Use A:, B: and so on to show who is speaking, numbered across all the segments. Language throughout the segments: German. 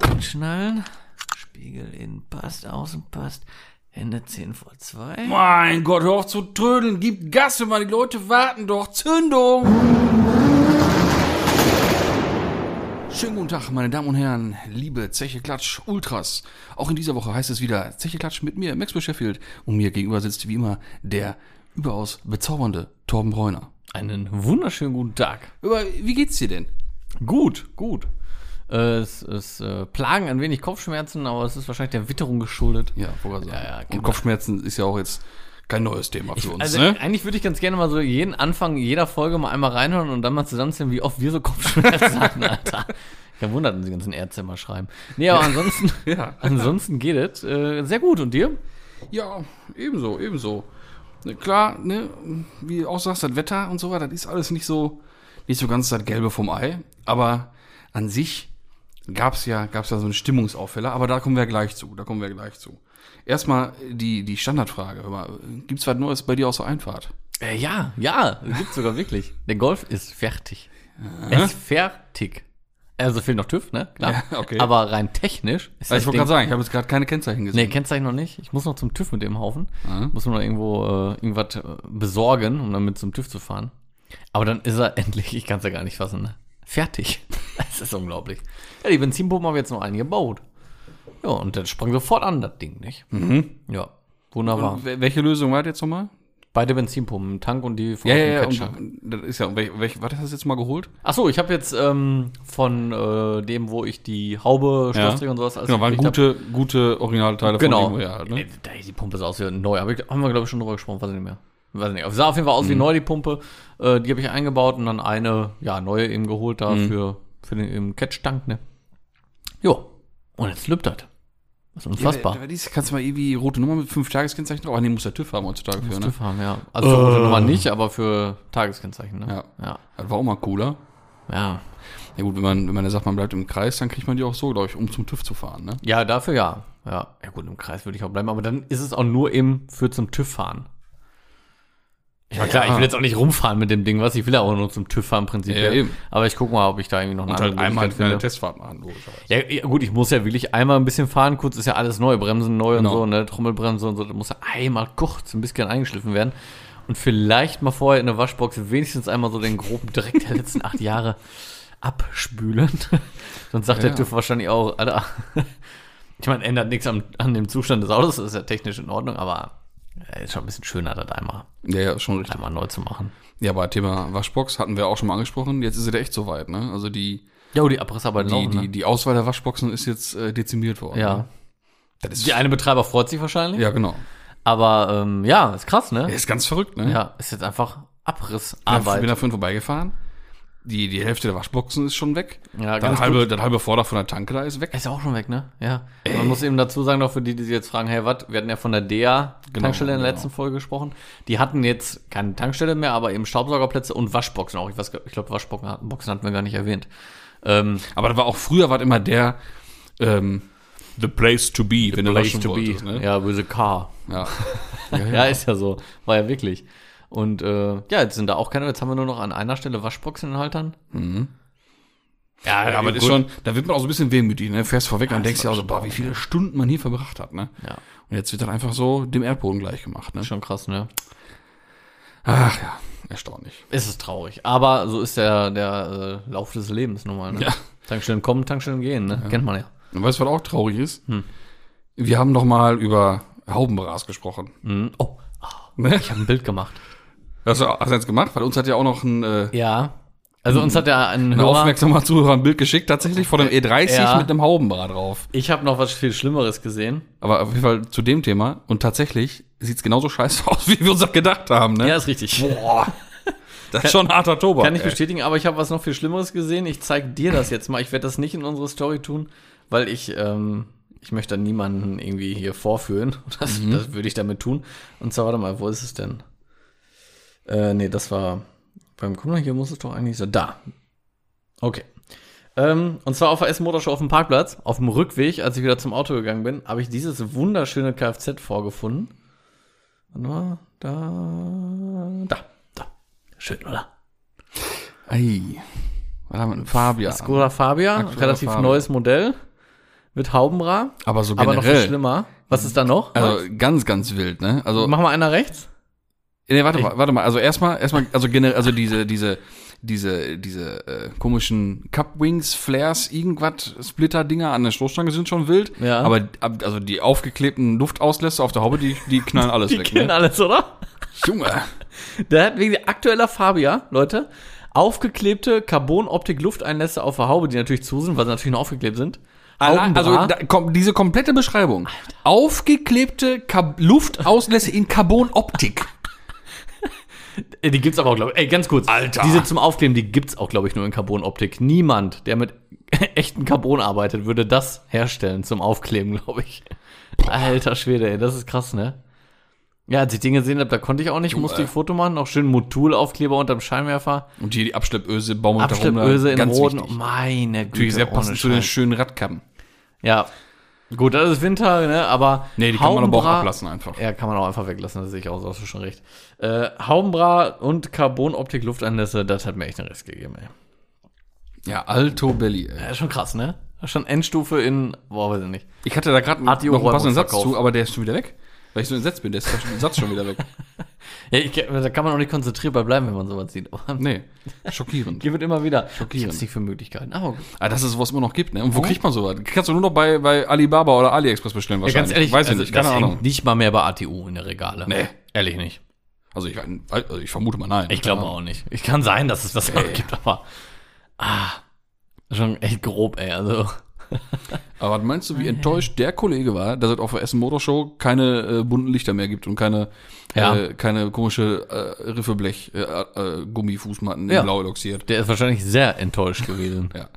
A: Anschnallen. Spiegel innen passt, außen passt. Hände 10 vor 2.
B: Mein Gott, hör auf zu trödeln, gib Gas, immer die Leute warten doch. Zündung! Schönen guten Tag, meine Damen und Herren, liebe Zeche Klatsch Ultras. Auch in dieser Woche heißt es wieder Zeche Klatsch mit mir, Max Sheffield. Und mir gegenüber sitzt wie immer der überaus bezaubernde Torben Bräuner.
A: Einen wunderschönen guten Tag.
B: Aber wie geht's dir denn?
A: Gut, gut. Äh, Es, es äh, plagen ein wenig Kopfschmerzen, aber es ist wahrscheinlich der Witterung geschuldet.
B: Ja, vorher sagen.
A: Ja, ja,
B: und Kopfschmerzen ist ja auch jetzt kein neues Thema für uns,
A: Also
B: ne?
A: eigentlich würde ich ganz gerne mal so jeden Anfang jeder Folge mal einmal reinhören und dann mal zusammenzählen, wie oft wir so Kopfschmerzen hatten, Alter. Kein Wunder, dass die ganzen Ärzte immer schreiben. Nee, aber ansonsten,
B: Ja.
A: ansonsten geht es äh, sehr gut. Und dir?
B: Ja, ebenso, ebenso. Ne, Klar, ne, wie du auch sagst, das Wetter und so weiter, das ist alles nicht so, nicht so ganz das Gelbe vom Ei. Aber an sich gab's ja, gab's ja so einen Stimmungsaufheller, aber da kommen wir gleich zu, da kommen wir gleich zu. Erstmal die, die Standardfrage, hör mal, gibt's was Neues bei dir aus der Einfahrt? Also
A: Äh, ja, ja, gibt's sogar wirklich. Der Golf ist fertig. Er ist fertig. Also fehlt noch TÜV, ne? Klar.
B: Ja, okay.
A: Aber rein technisch ist
B: Also ich
A: das
B: wollte
A: Ding-
B: gerade sagen, ich habe jetzt gerade keine Kennzeichen gesehen.
A: Nee, Kennzeichen noch nicht. Ich muss noch zum TÜV mit dem Haufen. Muss mir noch irgendwo äh, irgendwas äh, besorgen, um dann mit zum TÜV zu fahren. Aber dann ist er endlich, ich kann es ja gar nicht fassen, ne? fertig. Das ist unglaublich. Ja, die Benzinpumpen haben wir jetzt noch einen gebaut. Ja, und dann sprang sofort an, das Ding, nicht? Ja, wunderbar.
B: Mhm. Und wel- welche Lösung war das jetzt nochmal?
A: Beide Benzinpumpen, ein Tank und die von
B: Ja,
A: dem
B: ja, ja.
A: Quetscher.
B: Und, das ist ja, und welch, welch, was hast du jetzt mal geholt?
A: Ach so, ich habe jetzt ähm, von äh, dem, wo ich die Haube, Schlossdreher und sowas alles
B: genau, waren
A: gekriegt Also hab-
B: gute, gute Originalteile
A: Genau.
B: von irgendwoher halt, ne?
A: Ey, da- Die Pumpe sah aus wie neu, aber haben wir, glaube ich, schon drüber gesprochen, weiß ich nicht mehr. Weiß ich nicht. Sah auf jeden Fall aus wie
B: Mhm.
A: neu, die Pumpe. Äh, die habe ich eingebaut und dann eine, ja, neue eben geholt da
B: Mhm.
A: für, für den eben Catch-Tank, ne? Jo. Und jetzt lübt das. Das ist unfassbar.
B: Ja, dies kannst du mal irgendwie rote Nummer mit fünf Tageskennzeichen drauf. Ah, nee, muss der TÜV haben heutzutage für, ne?
A: TÜV haben, ja. Also für rote Nummer nicht, aber für Tageskennzeichen, ne?
B: Ja.
A: Ja.
B: Das war auch mal cooler.
A: Ja,
B: Ja gut, wenn man, wenn man ja sagt, man bleibt im Kreis, dann kriegt man die auch so, glaube ich, um zum TÜV zu fahren, ne?
A: ja dafür ja. Ja. Ja, gut, im Kreis würde ich auch bleiben, aber dann ist es auch nur eben für zum TÜV fahren. Ja, klar, ich will jetzt auch nicht rumfahren mit dem Ding, was ich will ja auch nur zum TÜV fahren, prinzipiell.
B: Ja, eben.
A: Aber ich gucke mal, ob ich da irgendwie noch eine
B: Und halt einmal
A: Möglichkeit
B: eine
A: finde.
B: Testfahrt machen, logischerweise.
A: Ja, ja, gut, ich muss ja wirklich einmal ein bisschen fahren. Kurz ist ja alles neu, Bremsen neu
B: Genau.
A: und so, ne, Trommelbremse und so. Da muss ja einmal kurz ein bisschen eingeschliffen werden. Und vielleicht mal vorher in der Waschbox wenigstens einmal so den groben Dreck der letzten acht Jahre abspülen. Sonst sagt
B: Ja.
A: der TÜV wahrscheinlich auch, Alter. Ich meine, ändert nichts an, an dem Zustand des Autos, das ist ja technisch in Ordnung, aber äh, ist schon ein bisschen schöner, das einmal,
B: Ja, ja, ist schon richtig.
A: einmal neu zu machen.
B: Ja, aber Thema Waschbox hatten wir auch schon mal angesprochen. Jetzt ist es echt soweit, ne? Also die,
A: Ja, und die Abrissarbeiten
B: die,
A: laufen,
B: die,
A: ne?
B: die Auswahl der Waschboxen ist jetzt äh, dezimiert worden.
A: Ja.
B: Ne? Das ist,
A: Die eine Betreiber freut sich wahrscheinlich.
B: ja, genau.
A: Aber ähm, ja, ist krass, ne?
B: Der ist ganz verrückt, ne?
A: Ja, ist jetzt einfach
B: Ich bin
A: Abrissarbeit.
B: da vorhin vorbeigefahren. Die, die Hälfte der Waschboxen ist schon weg.
A: Ja,
B: dann
A: ganz
B: halbe, dann halbe Vorder von der Tanke da ist weg.
A: Ist ja auch schon weg, ne? Ja. Man muss eben dazu sagen, noch für die, die sich jetzt fragen, hey, was? Wir hatten ja von der DEA-Tankstelle in der
B: genau.
A: letzten Folge gesprochen. Die hatten jetzt keine Tankstelle mehr, aber eben Staubsaugerplätze und Waschboxen auch. Ich, weiß gar- ich glaube, Waschboxen Boxen hatten wir gar nicht erwähnt. Ähm,
B: Aber das war auch früher war das immer der ähm, The place to be, wenn
A: place
B: waschen
A: to be.
B: wolltest, ne?
A: Ja, with a car.
B: Ja.
A: Ja, ist ja so. War ja wirklich. Und äh, ja, jetzt sind da auch keine. Jetzt haben wir nur noch an einer Stelle Waschboxen in den Haltern.
B: Ja, aber das
A: gut.
B: ist schon, da wird man auch so ein bisschen wehmütig, ne? Fährst vorweg und denkst dir auch so, boah, wie viele Stunden man hier verbracht hat, ne?
A: Ja.
B: Und jetzt wird dann einfach so dem Erdboden gleich gemacht, ne?
A: Schon krass, ne?
B: Ach ja, erstaunlich.
A: Es ist traurig, aber so ist der, der äh, Lauf des Lebens nun mal. Ne?
B: Ja.
A: Tankstellen kommen, Tankstellen gehen, ne? kennt man ja.
B: Und weißt du, was auch traurig ist? Wir haben doch mal über Haubenbras gesprochen.
A: Mhm. Oh, ah,
B: Ne?
A: ich habe ein Bild gemacht.
B: Hast du hast du jetzt gemacht? Weil uns hat ja auch noch ein, äh,
A: Ja, also uns hat ja ein
B: ein
A: Hörer,
B: aufmerksamer Zuhörer ein Bild geschickt, tatsächlich von einem E30
A: Ja.
B: mit einem Haubenbras drauf.
A: ich habe noch was viel Schlimmeres gesehen.
B: Aber auf jeden Fall zu dem Thema. Und tatsächlich sieht's genauso scheiße aus, wie wir uns das gedacht haben. Ne?
A: Ja, ist richtig.
B: Boah. Das ist schon harter Tobak.
A: Kann ich
B: ey.
A: bestätigen, aber ich habe was noch viel Schlimmeres gesehen. Ich zeige dir das jetzt mal. Ich werde das nicht in unsere Story tun, weil ich, ähm, ich möchte da niemanden irgendwie hier vorführen. Das, das würde ich damit tun. Und zwar, warte mal, wo ist es denn? Äh, nee, das war beim Kumpel. Hier muss es doch eigentlich so. Da. Okay. Ähm, und zwar auf der S-Motorshow auf dem Parkplatz. Auf dem Rückweg, als ich wieder zum Auto gegangen bin, habe ich dieses wunderschöne Kfz vorgefunden. Warte mal, da, da, da. Schön, oder?
B: Ei. Was haben wir denn? Fabia.
A: Skoda Fabia,
B: Skoda
A: relativ
B: Fabia.
A: neues Modell. mit Haubenra,
B: Aber so
A: aber
B: generell.
A: noch viel schlimmer. Was ist da noch?
B: Also ganz, ganz wild, ne? Also,
A: Mach mal einer rechts.
B: nee, warte mal, warte mal. Also erstmal, erstmal, also generell, also diese, diese, diese, diese äh, komischen Cup Wings, Flares, irgendwas, Splitter-Dinger an der Stoßstange sind schon wild.
A: Ja.
B: Aber ab- also die aufgeklebten Luftauslässe auf der Haube, die, die knallen alles
A: Die
B: weg.
A: kennen
B: ne?
A: alles, oder?
B: Junge.
A: Der hat wegen aktueller Fabia, Leute, aufgeklebte Carbon-Optik-Lufteinlässe auf der Haube, die natürlich zu sind, weil sie natürlich noch aufgeklebt sind.
B: Allein,
A: Haubenbra.
B: also da, kom, diese komplette Beschreibung. Aufgeklebte Kab Luftauslässe in Carbon-Optik.
A: Äh, Die gibt's aber auch, glaube ich. Ey, ganz kurz.
B: Alter.
A: Diese zum Aufkleben, die gibt's auch, glaube ich, nur in Carbonoptik. Niemand, der mit echten Carbon arbeitet, würde das herstellen zum Aufkleben, glaube ich. Alter Schwede, ey, das ist krass, ne? Ja, als ich den gesehen habe, da konnte ich auch nicht, musste
B: äh.
A: ich Foto machen, auch schön Motul-Aufkleber unterm Scheinwerfer,
B: Und hier die Abschleppöse, Baum
A: Abschleppöse in
B: ne? ganz
A: Roden.
B: wichtig.
A: Meine Güte,
B: Natürlich sehr
A: ohne
B: passend zu den
A: Scheiß.
B: schönen Radkappen.
A: Ja. Gut, das ist Winter, ne? Aber.
B: Nee, die kann man aber auch
A: Haubenbra-
B: ablassen einfach.
A: Ja, kann man auch einfach weglassen, das sehe ich auch, so, hast du schon recht. Äh, Haubenbra und Carbonoptik Lufteinlässe, das hat mir echt einen Rest gegeben, ey.
B: Ja, Alto Belli. Ey.
A: Ja, schon krass, ne? Schon Endstufe in, boah, weiß ich nicht.
B: Ich hatte da gerade
A: Hat die
B: noch einen passenden Satz
A: Ohrwurm verkauft.
B: zu, aber der ist schon wieder weg. Weil ich so entsetzt bin, der ist der Satz schon wieder weg.
A: Ja, ich, da kann man auch nicht konzentriert bei bleiben, wenn man sowas sieht. Aber
B: Nee, schockierend.
A: Hier wird immer wieder. Ich hab's nicht für Möglichkeiten. Aber gut.
B: Ah, das ist, was man noch gibt, ne? Und wo kriegt man sowas? Kannst du nur noch bei, bei Alibaba oder AliExpress bestellen
A: Ja, ganz ehrlich,
B: Weiß ich
A: also
B: nicht, keine
A: das hängt
B: Ahnung.
A: nicht mal mehr bei ATU in der Regale.
B: Nee.
A: Ehrlich nicht.
B: Also ich, also ich vermute mal nein.
A: Ich glaube auch nicht. Ich kann sein, dass es das noch gibt, aber. Ah, schon echt grob, ey. Also.
B: Aber was meinst du, wie enttäuscht der Kollege war, dass es auf der Essen Motor Show keine äh, bunten Lichter mehr gibt und keine,
A: Ja.
B: äh, keine komische äh, Riffeblech, äh, äh, Gummifußmatten
A: Ja.
B: in blau eloxiert.
A: Der ist wahrscheinlich sehr enttäuscht gewesen.
B: Ja.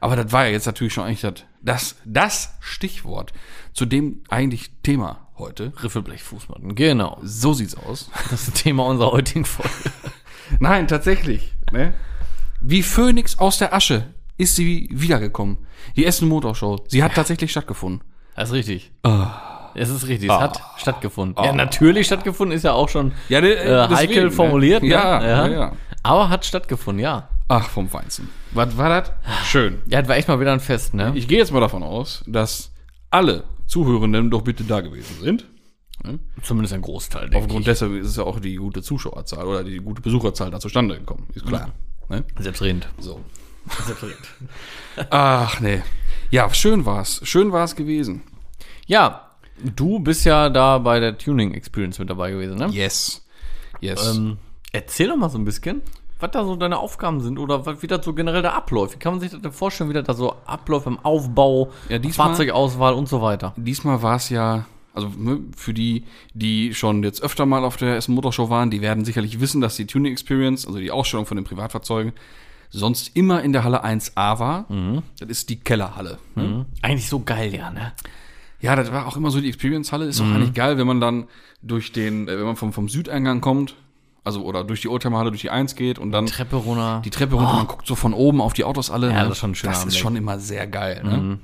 B: Aber das war ja jetzt natürlich schon eigentlich das, das, das Stichwort zu dem eigentlich Thema heute.
A: Riffelblechfußmatten, genau.
B: So sieht's aus.
A: Das ist Thema unserer heutigen Folge.
B: Nein, tatsächlich. Ne? Wie Phönix aus der Asche ist sie wiedergekommen. Die Essen Motorshow. Sie hat tatsächlich stattgefunden.
A: Das ist richtig.
B: Ah.
A: Es ist richtig, es hat stattgefunden. Ja, natürlich stattgefunden ist ja auch schon
B: Ja, ne,
A: äh,
B: deswegen,
A: heikel
B: ne?
A: formuliert. Ne?
B: Ja, ja, ja.
A: Aber hat stattgefunden, ja.
B: Ach, vom Feinsten. Was war das? Schön.
A: Ja, das war echt mal wieder ein Fest, ne?
B: Ich gehe jetzt mal davon aus, dass alle Zuhörenden doch bitte da gewesen sind.
A: Zumindest ein Großteil, denke
B: Aufgrund deshalb ist es ja auch die gute Zuschauerzahl oder die gute Besucherzahl da zustande gekommen. Ist klar. Ne?
A: ich. Selbstredend.
B: So.
A: Selbstredend.
B: Ach nee. Ja, schön war's. Schön war's gewesen.
A: ja, du bist ja da bei der Tuning Experience mit dabei gewesen, ne?
B: Yes. Yes.
A: Ähm, erzähl doch mal so ein bisschen, was da so deine Aufgaben sind oder was, wie das so generell da abläuft. Wie kann man sich das denn vorstellen, wie das da so abläuft im Aufbau,
B: Ja, diesmal-
A: Fahrzeugauswahl und so weiter?
B: Diesmal war es ja, also ne, für die, die schon jetzt öfter mal auf der Essen Motorshow waren, die werden sicherlich wissen, dass die Tuning Experience, also die Ausstellung von den Privatfahrzeugen, sonst immer in der Halle 1a war. Das ist die Kellerhalle. ne?
A: Eigentlich so geil, ja, ne?
B: Ja, das war auch immer so die Experience-Halle. Ist
A: Mhm.
B: auch eigentlich geil, wenn man dann durch den, äh, wenn man vom, vom Südeingang kommt, also oder durch die Oldtimer-Halle, durch die 1 geht und dann
A: Treppe runter.
B: die Treppe runter, man guckt so von oben auf die Autos alle.
A: Oh. Ja,
B: ne?
A: das ist schon ein schöner
B: Das ist
A: Anblick. Mhm.
B: schon immer sehr geil. Ne?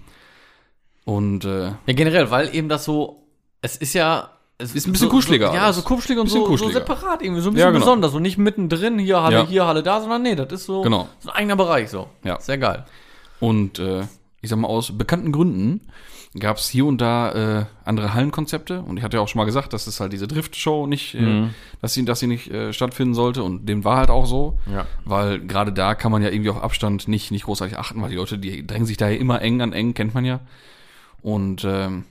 B: Und äh,
A: Ja, generell, weil eben das so, es ist ja. Es
B: Ist ein bisschen kuscheliger
A: So, ja,
B: alles.
A: so kuschelig und
B: Bisschen
A: so, so
B: kuscheliger.
A: separat irgendwie, so ein bisschen
B: Ja, genau.
A: besonders. Und nicht mittendrin, hier, Halle,
B: Ja.
A: hier, Halle, da, sondern nee, das ist so,
B: Genau.
A: so ein eigener Bereich so.
B: Ja.
A: Sehr geil.
B: und äh, ich sag mal, aus bekannten Gründen gab es hier und da äh, andere Hallenkonzepte. Und ich hatte ja auch schon mal gesagt, dass es halt diese Drift-Show nicht, äh, dass sie, dass sie nicht äh, stattfinden sollte. Und dem war halt auch so.
A: Ja.
B: Weil gerade da kann man ja irgendwie auf Abstand nicht, nicht großartig achten, weil die Leute, die drängen sich daher immer eng an eng, kennt man ja. Und ähm,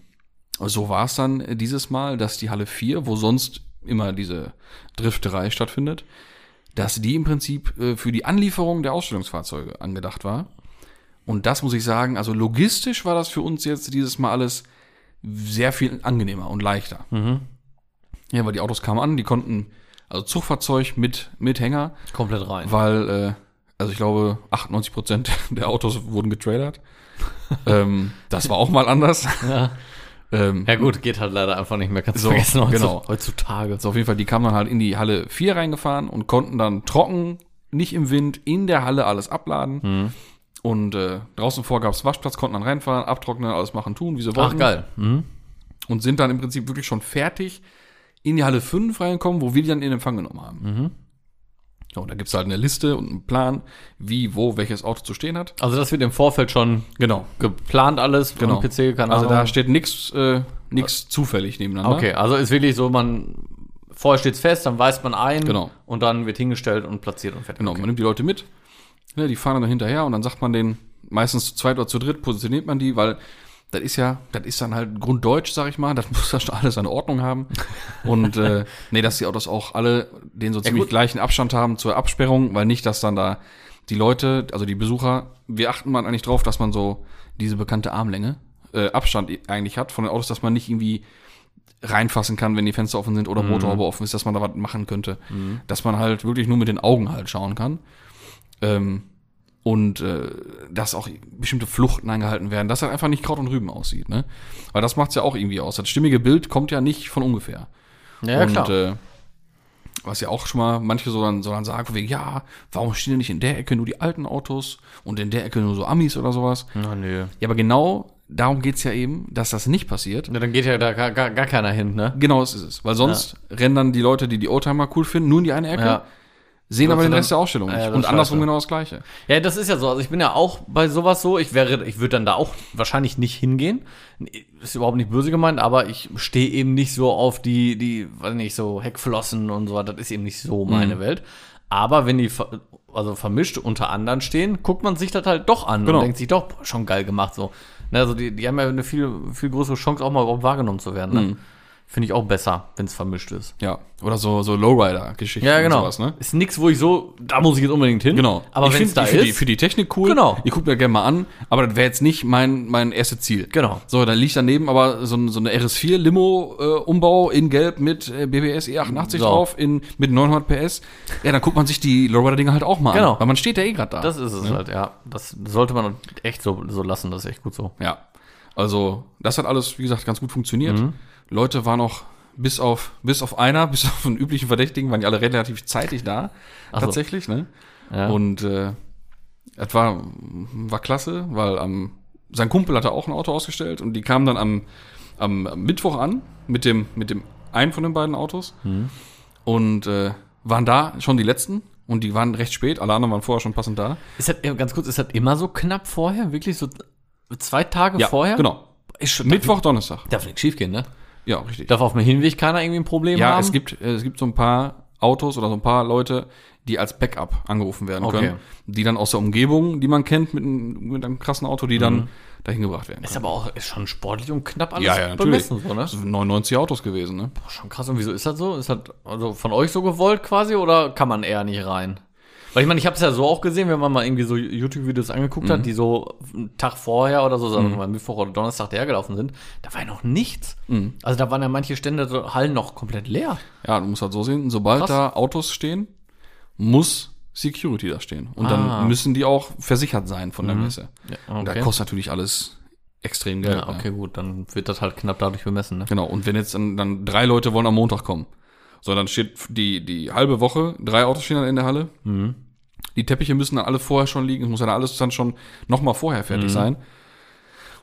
B: so war es dann äh, dieses Mal, dass die Halle 4, wo sonst immer diese Drifterei stattfindet, dass die im Prinzip äh, für die Anlieferung der Ausstellungsfahrzeuge angedacht war. Und das muss ich sagen, also logistisch war das für uns jetzt dieses Mal alles sehr viel angenehmer und leichter. Ja, weil die Autos kamen an, die konnten, also Zugfahrzeug mit, mit Hänger,
A: Komplett rein.
B: weil, äh, also ich glaube, 98 Prozent der Autos wurden getrailert. ähm, das war auch mal anders.
A: Ja.
B: ähm,
A: ja, gut, geht halt leider einfach nicht mehr. Kannst du
B: So,
A: vergessen heutzu-
B: genau.
A: heutzutage.
B: so auf jeden Fall, die kamen dann halt in die Halle 4 reingefahren und konnten dann trocken, nicht im Wind, in der Halle alles abladen.
A: Mhm.
B: Und äh, draußen vor gab es Waschplatz, konnten dann reinfahren, abtrocknen, alles machen, tun, wie sie wollten.
A: Ach, geil. Mhm.
B: und sind dann im Prinzip
A: Mhm.
B: wirklich schon fertig in die Halle 5 reingekommen, wo wir die dann in Empfang genommen haben. Ja, und da gibt's halt eine Liste und einen Plan, wie, wo, welches Auto zu stehen hat.
A: Also das wird im Vorfeld schon
B: Genau.
A: geplant alles
B: Genau.
A: am PC, keine
B: Also da
A: Ahnung.
B: steht nichts äh, nix zufällig nebeneinander.
A: Okay, also ist wirklich so, man vorher steht's fest, dann weiß man ein
B: Genau.
A: und dann wird hingestellt und platziert und fertig.
B: Genau, man nimmt die Leute mit, ne, die fahren dann hinterher und dann sagt man denen, meistens zu zweit oder zu dritt positioniert man die, weil das ist ja, das ist dann halt Grunddeutsch, sag ich mal, das muss ja schon alles eine Ordnung haben. Und äh, nee, dass die Autos auch alle den so ziemlich
A: gut.
B: gleichen Abstand haben zur Absperrung, weil nicht, dass dann da die Leute, also die Besucher, wir achten man eigentlich drauf, dass man so diese bekannte Armlänge, äh, Abstand eigentlich hat von den Autos, dass man nicht irgendwie reinfassen kann, wenn die Fenster offen sind
A: Mhm.
B: oder Motorhaube offen ist, dass man da was machen könnte. Dass man halt wirklich nur mit den Augen halt schauen kann. Ähm, und äh, dass auch bestimmte Fluchten eingehalten werden, dass halt einfach nicht Kraut und Rüben aussieht. Ne? Weil das macht's ja auch irgendwie aus. Das stimmige Bild kommt ja nicht von ungefähr.
A: Ja, ja,
B: und
A: klar.
B: Äh, was ja auch schon mal manche so dann, so dann sagen, von wegen, ja, warum stehen denn nicht in der Ecke nur die alten Autos und in der Ecke nur so Amis oder sowas?
A: Na, nö.
B: Ja, aber genau darum geht's ja eben, dass das nicht passiert.
A: Na, dann geht ja da gar, gar, gar keiner hin, ne?
B: Genau, das ist es. Weil sonst rennen dann die Leute, die die Oldtimer cool finden, nur in die eine Ecke,
A: Ja.
B: sehen aber
A: Sonst
B: den
A: dann-
B: Rest der Ausstellung
A: Ja,
B: nicht.
A: ja, das
B: Und
A: ist
B: andersrum
A: scheiße.
B: genau das Gleiche.
A: Ja, das ist ja so. Also ich bin ja auch bei sowas so. Ich wäre, ich würde dann da auch wahrscheinlich nicht hingehen. Ist überhaupt nicht böse gemeint, aber ich stehe eben nicht so auf die, die, weiß nicht, so Heckflossen und so. Das ist eben nicht so meine Welt. Aber wenn die, ver- also vermischt unter anderen stehen, guckt man sich das halt doch an
B: Genau.
A: und denkt sich doch, boah, schon geil gemacht so. Ne, also die, die haben ja eine viel, viel größere Chance, auch mal überhaupt wahrgenommen zu werden. Ne? Finde ich auch besser, wenn es vermischt ist.
B: Ja. Oder so, so Lowrider-Geschichten
A: Ja, genau.
B: und sowas, ne?
A: Ist nichts, wo ich so, da muss ich jetzt unbedingt hin.
B: Genau.
A: Aber
B: ich
A: wenn es
B: finde
A: da
B: die, für die,
A: ist.
B: für die Technik cool.
A: Genau.
B: Ich gucke mir gerne mal an, aber das wäre jetzt nicht mein, mein erstes Ziel.
A: Genau.
B: So, dann liegt daneben aber so, ein- so eine RS4-Limo-Umbau äh, in Gelb mit äh, BBS E88
A: So.
B: drauf, in, mit 900 PS. Ja, dann guckt man sich die Lowrider-Dinger halt auch mal an.
A: Genau.
B: Weil man steht ja eh gerade da.
A: Das ist es halt, ja. Das sollte man echt so, so lassen, das ist echt gut so.
B: Ja. Also, das hat alles, wie gesagt, ganz gut funktioniert.
A: Mhm.
B: Leute waren auch bis auf, bis auf einer, bis auf einen üblichen Verdächtigen, waren die alle relativ zeitig da.
A: so.
B: Tatsächlich, ne?
A: Ja.
B: Und äh, das war, war klasse, weil am, sein Kumpel hatte auch ein Auto ausgestellt und die kamen dann am, am am Mittwoch an mit dem, mit dem einen von den beiden Autos
A: Mhm.
B: und äh, waren da schon die letzten und die waren recht spät. Alle anderen waren vorher schon passend da.
A: Ist das, ja, ganz kurz, ist das immer so knapp vorher? Wirklich so zwei Tage vorher?
B: Genau.
A: Ist schon, Mittwoch.
B: Mittwoch, Donnerstag.
A: Darf, darf nichts schief gehen, ne?
B: Ja, richtig.
A: Darf auf dem Hinweg keiner irgendwie ein Problem
B: Ja,
A: haben?
B: es gibt, äh, es gibt so ein paar Autos oder so ein paar Leute, die als Backup angerufen werden
A: Okay.
B: können, die dann aus der Umgebung, die man kennt, mit einem, mit einem krassen Auto, die dann dahin gebracht werden
A: Mhm. Ist
B: können.
A: aber auch ist schon sportlich und knapp alles
B: Ja, ja, natürlich.
A: bemessen, so, ne?
B: Das sind 99 Autos gewesen, ne?
A: Boah, schon krass. Und wieso ist das so? Ist das also von euch so gewollt quasi oder kann man eher nicht rein? Weil ich meine, ich habe es ja so auch gesehen, wenn man mal irgendwie so YouTube-Videos angeguckt
B: Mhm.
A: hat, die so einen Tag vorher oder so, sagen wir mal Mittwoch oder Donnerstag hergelaufen sind, da war ja noch nichts.
B: Mhm.
A: Also da waren ja manche Stände, so Hallen noch komplett leer.
B: Ja, du musst halt so sehen, sobald
A: Krass.
B: da Autos stehen, muss Security da stehen. Und
A: Ah. Mhm.
B: dann müssen die auch versichert sein von der Messe. Und da
A: okay.
B: kostet natürlich alles extrem Geld. ne?
A: Ja, okay, gut, dann wird das halt knapp dadurch bemessen, ne?
B: Genau, und wenn jetzt dann, dann drei Leute wollen am Montag kommen, so dann steht die, die halbe Woche, drei Autos stehen dann in der Halle.
A: Mhm.
B: Die Teppiche müssen dann alle vorher schon liegen, es muss dann alles dann schon nochmal vorher fertig
A: Mhm.
B: sein.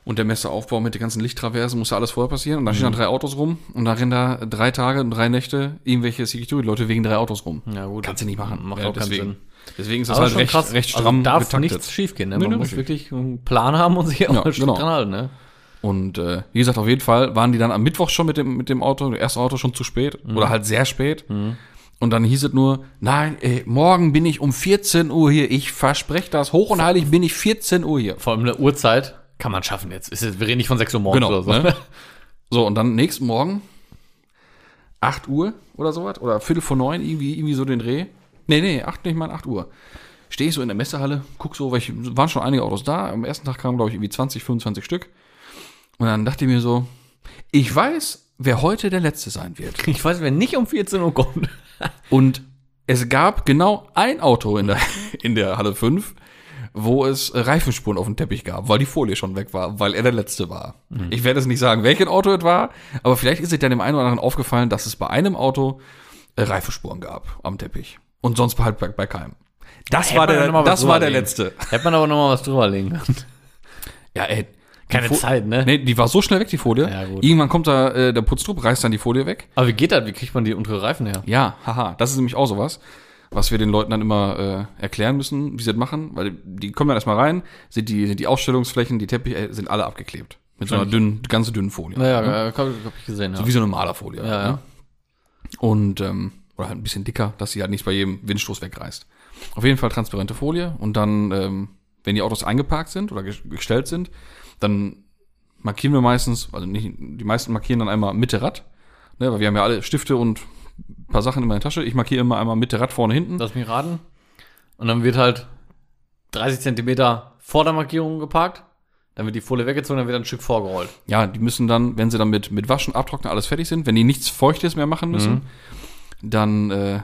B: Und der Messeaufbau mit den ganzen Lichttraversen muss ja alles vorher passieren. Und dann stehen
A: Mhm.
B: dann drei Autos rum und dann rennen da drei Tage und drei Nächte irgendwelche Security-Leute wegen drei Autos rum.
A: Ja, gut.
B: Kannst du nicht machen.
A: Macht
B: Ja,
A: auch keinen
B: deswegen,
A: Sinn.
B: Deswegen ist das
A: Aber
B: halt
A: schon
B: recht, recht stramm
A: also darf
B: getaktet.
A: nichts schiefgehen, ne?
B: Nee,
A: Man
B: nee,
A: muss wirklich
B: richtig.
A: einen Plan haben und sich auch
B: Ja,
A: strikt
B: genau.
A: dran halten, ne?
B: Und äh, wie gesagt, auf jeden Fall waren die dann am Mittwoch schon mit dem, mit dem Auto, das erste Auto schon zu spät oder halt sehr spät. Und dann hieß es nur, nein, ey, morgen bin ich um 14 Uhr hier. Ich verspreche das. Hoch und heilig bin ich 14 Uhr hier.
A: Vor allem eine Uhrzeit kann man schaffen jetzt. Ist jetzt wir reden nicht von 6 Uhr morgens oder so.
B: ne? So, und dann nächsten Morgen, 8 Uhr oder sowas, oder Viertel vor neun, irgendwie, irgendwie so den Dreh. Nee, nee, acht, nicht mal 8 Uhr. Stehe ich so in der Messehalle, guck so, weil ich, waren schon einige Autos da. Am ersten Tag kamen, glaube ich, irgendwie 20, 25 Stück. Und dann dachte ich mir so, ich weiß, wer heute der Letzte sein wird.
A: Ich weiß, wer nicht um 14 Uhr kommt.
B: Und es gab genau ein Auto in der, in der Halle 5, wo es äh, Reifenspuren auf dem Teppich gab, weil die Folie schon weg war, weil er der Letzte war. Ich werde es nicht sagen, welches Auto es war, aber vielleicht ist es dann dem einen oder anderen aufgefallen, dass es bei einem Auto äh, Reifenspuren gab am Teppich. Und sonst halt bei, bei keinem. Das war
A: man
B: der,
A: dann noch mal was
B: das war der
A: drüberlegen.
B: Letzte.
A: Hätte man aber nochmal was drüberlegen können.
B: Ja, ey. die
A: Keine
B: Fo-
A: Zeit, ne?
B: Nee, die war so schnell weg, die Folie.
A: Ja, gut.
B: Irgendwann kommt da äh, der Putztrupp, reißt dann die Folie weg.
A: Aber wie geht das? Wie kriegt man die untere Reifen her?
B: Ja, haha, das ist nämlich auch sowas. was wir den Leuten dann immer äh, erklären müssen, wie sie das machen, weil die kommen dann erstmal rein, sind die, sind die Ausstellungsflächen, die Teppiche äh, sind alle abgeklebt. Mit so einer dünnen, ganz dünnen Folie. ne?
A: Naja, hab ich gesehen.
B: So wie so eine Malerfolie. halt, ne?
A: Ja, ja.
B: Und, ähm, oder halt ein bisschen dicker, dass sie halt nicht bei jedem Windstoß wegreißt. Auf jeden Fall transparente Folie und dann, ähm, wenn die Autos eingeparkt sind oder ges- gestellt sind, dann markieren wir meistens, also nicht, die meisten markieren dann einmal Mitte Rad, ne, weil wir haben ja alle Stifte und ein paar Sachen in meiner Tasche. Ich markiere immer einmal Mitte Rad vorne hinten.
A: Lass mich raten. Und dann wird halt 30 Zentimeter vor der Markierung geparkt. Dann wird die Folie weggezogen, dann wird ein Stück vorgerollt.
B: Ja, die müssen dann, wenn sie dann mit, mit Waschen, Abtrocknen alles fertig sind, wenn die nichts Feuchtes mehr machen müssen, dann, äh,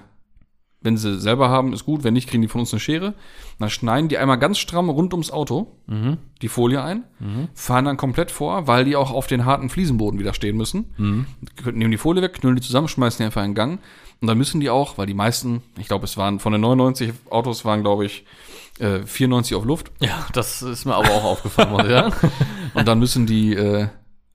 B: wenn sie selber haben, ist gut, wenn nicht, kriegen die von uns eine Schere. Dann schneiden die einmal ganz stramm rund ums Auto die Folie ein, fahren dann komplett vor, weil die auch auf den harten Fliesenboden wieder stehen müssen. Die Nehmen die Folie weg, knüllen die zusammen, schmeißen die einfach in den Gang. Und dann müssen die auch, weil die meisten, ich glaube, es waren von den 99 Autos waren, glaube ich, äh, 94 auf Luft.
A: Ja, das ist mir aber auch aufgefallen, muss ich sagen.
B: Und dann müssen die, äh,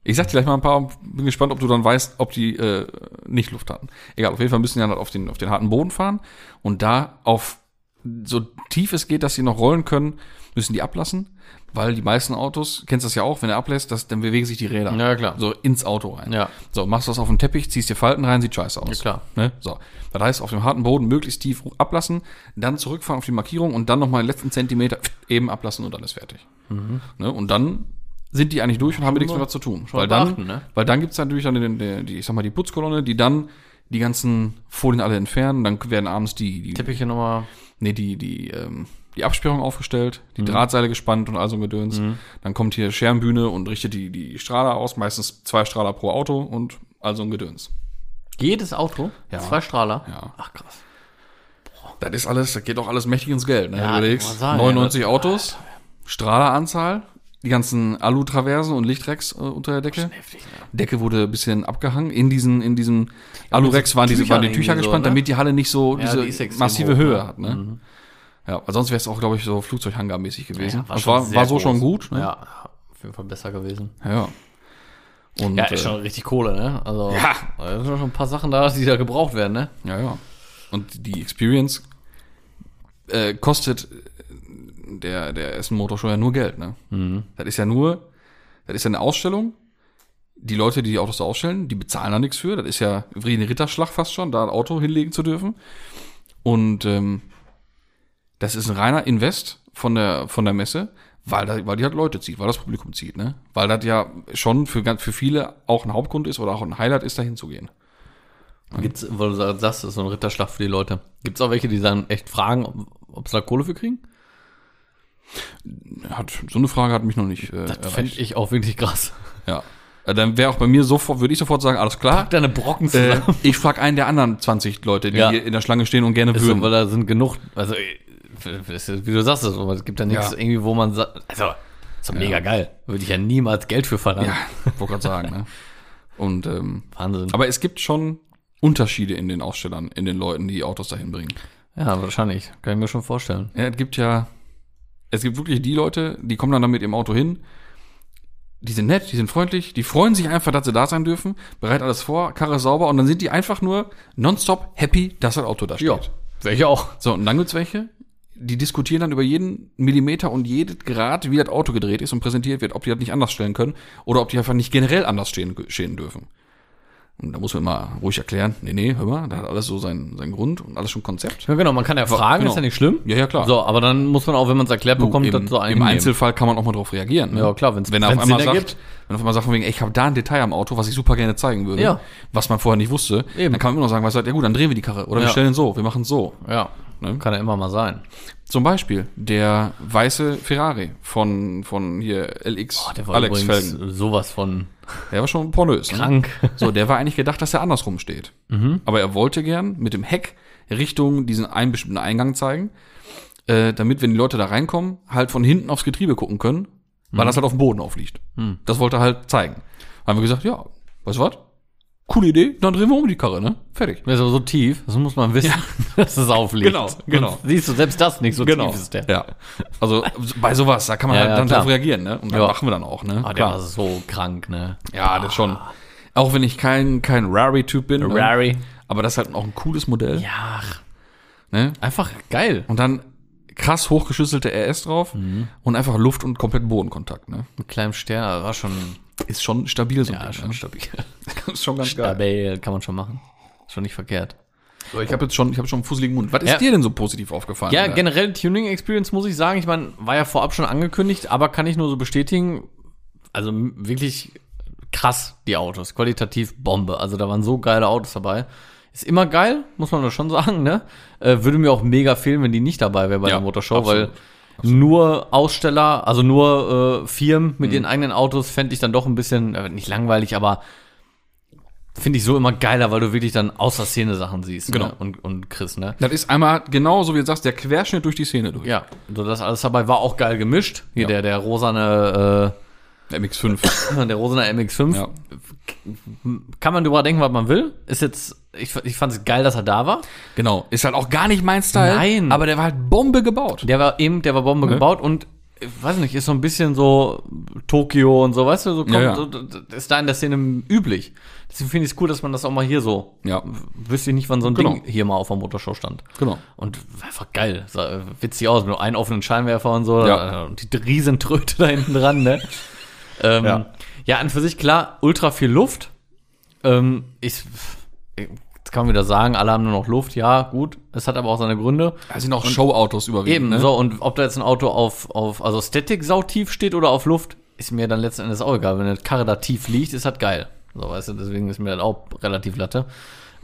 B: ich sag dir gleich mal ein paar, bin gespannt, ob du dann weißt, ob die äh, nicht Luft hatten. Egal, auf jeden Fall müssen die dann halt auf den, auf den harten Boden fahren und da auf so tief es geht, dass sie noch rollen können, müssen die ablassen, weil die meisten Autos, kennst das ja auch, wenn er ablässt, das, dann bewegen sich die Räder.
A: Ja, klar.
B: So ins Auto rein.
A: Ja.
B: So, machst du das auf den Teppich, ziehst dir Falten rein, sieht scheiße aus.
A: Ja, klar.
B: Ne? So. Das heißt, auf dem harten Boden möglichst tief ablassen, dann zurückfahren auf die Markierung und dann nochmal den letzten Zentimeter eben ablassen und dann ist fertig. Ne? Und dann sind die eigentlich durch und haben mit nichts mehr was zu tun. Weil dann,
A: beachten, ne?
B: weil dann gibt's natürlich dann den, den, die, ich sag mal, die Putzkolonne, die dann die ganzen Folien alle entfernen, dann werden abends die, die
A: Teppiche nochmal.
B: nee, die, die, ähm, die Absperrung aufgestellt,
A: Mhm.
B: die Drahtseile gespannt und all so ein Gedöns. Dann kommt hier Schermbühne und richtet die, die Strahler aus, meistens zwei Strahler pro Auto und all so ein Gedöns.
A: Jedes Auto?
B: Ja.
A: Zwei Strahler?
B: Ja.
A: Ach, krass.
B: Das ist alles, das geht auch alles mächtig ins Geld. Ne?
A: Ja,
B: du überlegst,
A: kann man sagen,
B: 99 Autos, Strahleranzahl, die ganzen Alu-Traversen und Lichtrecks äh, unter der Decke.
A: Heftig, ne?
B: Decke wurde ein bisschen abgehangen. In diesen, in diesem Alurex waren diese
A: Tüchern
B: waren die Tücher
A: irgendwie so,
B: gespannt,
A: ne?
B: damit die Halle nicht so
A: Ja, die ist
B: diese
A: extrem
B: massive
A: hoch,
B: Höhe
A: ne?
B: hat. Ne? Ja, weil sonst wäre es auch, glaube ich, so Flugzeughangar-mäßig gewesen.
A: Ja,
B: das
A: schon
B: war,
A: sehr
B: war so
A: groß.
B: schon gut. Ne?
A: Ja, auf jeden Fall besser gewesen.
B: Ja. Und,
A: Ja,
B: äh,
A: ist schon richtig Kohle, ne? Also,
B: Ja.
A: da sind schon ein paar Sachen da, die da gebraucht werden, ne?
B: ja, ja. Und die Experience äh, kostet der, der Essen Motorshow ja nur Geld. Ne? Das ist ja nur, das ist ja eine Ausstellung. Die Leute, die die Autos da ausstellen, die bezahlen da nichts für. Das ist ja wie eine Ritterschlacht fast schon, da ein Auto hinlegen zu dürfen. Und ähm, das ist ein reiner Invest von der, von der Messe, weil, da, weil die halt Leute zieht, weil das Publikum zieht. Ne? Weil das ja schon für, ganz- für viele auch ein Hauptgrund ist oder auch ein Highlight ist, da hinzugehen.
A: Gibt's, weil du sagst, das ist so ein Ritterschlag für die Leute. Gibt's auch welche, die dann echt fragen, ob sie da Kohle für kriegen?
B: Hat, so eine Frage hat mich noch nicht äh,
A: Das fände ich auch wirklich krass.
B: Ja. Äh, Dann wäre auch bei mir sofort, würde ich sofort sagen, alles klar.
A: Deine Brocken
B: Äh, ich frage einen der anderen 20 Leute, die
A: Ja.
B: hier in der Schlange stehen und gerne
A: Ist so,
B: würden.
A: weil da sind genug, also äh, das ist, wie du sagst, das, aber es gibt da nichts
B: Ja.
A: irgendwie, wo man sagt, also ist doch mega geil. Würde ich ja niemals Geld für verlangen.
B: ja, wollte gerade sagen. Ne? Und ähm,
A: Wahnsinn.
B: aber es gibt schon Unterschiede in den Ausstellern, in den Leuten, die Autos dahin bringen.
A: ja, wahrscheinlich. Kann ich mir schon vorstellen.
B: Ja, es gibt ja, es gibt wirklich die Leute, die kommen dann damit im Auto hin. Die sind nett, die sind freundlich, die freuen sich einfach, dass sie da sein dürfen, bereit alles vor, Karre sauber und dann sind die einfach nur nonstop happy, dass das Auto da steht.
A: welche auch.
B: So, und dann gibt's welche, die diskutieren dann über jeden Millimeter und jedes Grad, wie das Auto gedreht ist und präsentiert wird, ob die das nicht anders stellen können oder ob die einfach nicht generell anders stehen, stehen dürfen. Und da muss man mal ruhig erklären, nee, nee, hör mal, da hat alles so seinen, seinen Grund und alles schon Konzept.
A: Ja, genau, man kann ja fragen,
B: genau.
A: ist ja nicht schlimm.
B: Ja, ja, klar.
A: So, aber dann muss man auch, wenn man es erklärt bekommt,
B: Im,
A: das so
B: Im
A: einnehmen.
B: Einzelfall kann man auch mal drauf reagieren. ne?
A: Ja, klar, wenn's-
B: wenn er auf
A: wenn's
B: einmal
A: Sinn
B: sagt,
A: ergibt.
B: wenn er auf einmal sagt, von wegen, ey, ich habe da ein Detail am Auto, was ich super gerne zeigen würde,
A: Ja.
B: was man vorher nicht wusste,
A: Eben.
B: dann kann man immer noch sagen, weißt du, ja gut, dann drehen wir die Karre oder wir
A: Ja.
B: stellen so, wir machen so.
A: Ja,
B: Ne?
A: kann ja immer mal sein.
B: Zum Beispiel der weiße Ferrari von, von hier LX
A: Oh, der war
B: Alex
A: übrigens
B: Felgen.
A: sowas von
B: Der war schon pornös. Ne?
A: krank. Mhm.
B: So, der war eigentlich gedacht, dass er andersrum steht. Aber er wollte gern mit dem Heck Richtung diesen einen bestimmten Eingang zeigen, äh, damit, wenn die Leute da reinkommen, halt von hinten aufs Getriebe gucken können,
A: Mhm.
B: weil das halt auf dem Boden aufliegt. Das wollte er halt zeigen. Haben wir gesagt, ja, weißt du was? Coole Idee, dann drehen wir um die Karre, ne? Fertig.
A: Der ist aber so tief, das muss man wissen, dass es aufliegt.
B: Genau, genau.
A: Sonst siehst du selbst das nicht, so
B: Genau.
A: tief ist der.
B: Ja. Also bei sowas, da kann man
A: Ja,
B: halt
A: ja,
B: dann
A: klar.
B: drauf reagieren, ne? Und dann
A: Ja.
B: machen wir dann auch, ne?
A: Ah, der war so krank, ne?
B: Ja, das schon. Auch wenn ich kein, kein Rary-Typ bin. ne?
A: Rary.
B: Aber das ist halt auch ein cooles Modell.
A: Ja, ach,
B: Ne?
A: Einfach geil.
B: Und dann krass hochgeschüsselte RS drauf
A: Mhm.
B: und einfach Luft und komplett Bodenkontakt. Ne?
A: Mit kleinem Stern, aber war schon,
B: Ist schon stabil so ein Ding, ne?
A: stabil.
B: Ist schon ganz geil.
A: Stabil, kann man schon machen. Schon nicht verkehrt.
B: So, ich habe jetzt schon, ich hab schon einen fusseligen Mund. Was
A: Ja.
B: ist dir denn so positiv aufgefallen? Äh,
A: Ja,
B: Alter?
A: generell Tuning Experience muss ich sagen, ich meine, war ja vorab schon angekündigt, aber kann ich nur so bestätigen, also m- wirklich krass die Autos, qualitativ Bombe. Also da waren so geile Autos dabei. Ist immer geil, muss man doch schon sagen, ne? Äh, würde mir auch mega fehlen, wenn die nicht dabei wäre bei
B: Ja,
A: der Motorshow,
B: absolut. Mhm.
A: weil nur Aussteller, also nur äh, Firmen mit ihren eigenen Autos fände ich dann doch ein bisschen, äh, nicht langweilig, aber finde ich so immer geiler, weil du wirklich dann außer Szene Sachen siehst.
B: Genau.
A: Ne? Und, und Chris, ne?
B: Das ist einmal genau so wie du sagst, der Querschnitt durch die Szene durch.
A: Ja, so das alles dabei war auch geil gemischt. Hier
B: Ja.
A: der, der rosane,
B: MX5.
A: äh, der rosane MX5.
B: ja.
A: Kann man drüber denken, was man will. Ist jetzt, ich, ich fand es geil, dass er da war.
B: Genau. Ist halt auch gar nicht mein Style.
A: Nein.
B: Aber der war halt Bombe gebaut.
A: Der war eben, der war Bombe gebaut und ich weiß nicht, ist so ein bisschen so Tokio und so, weißt du, so kommt,
B: Ja, ja.
A: So, das ist da in der Szene üblich. Deswegen finde ich es cool, dass man das auch mal hier so.
B: Ja.
A: Wüsste ich nicht, wann so ein
B: Genau.
A: Ding hier mal auf der Motorshow stand.
B: Genau.
A: Und war einfach geil. Sah äh, witzig aus, mit nur einem offenen Scheinwerfer und so.
B: Ja.
A: Äh, Und die Riesentröte da hinten dran, ne? ähm,
B: Ja.
A: ja. an und für sich klar, ultra viel Luft. Ähm, ich, ich- jetzt kann man wieder sagen, alle haben nur noch Luft. Ja, gut. Es hat aber auch seine Gründe.
B: Da sind auch Showautos
A: Eben,
B: überwiegend. ne?
A: so. Und ob da jetzt ein Auto auf, auf also Static sautief steht oder auf Luft, ist mir dann letzten Endes auch egal. Wenn eine Karre da tief liegt, ist halt geil. So, weißt du, deswegen ist mir das auch relativ Latte.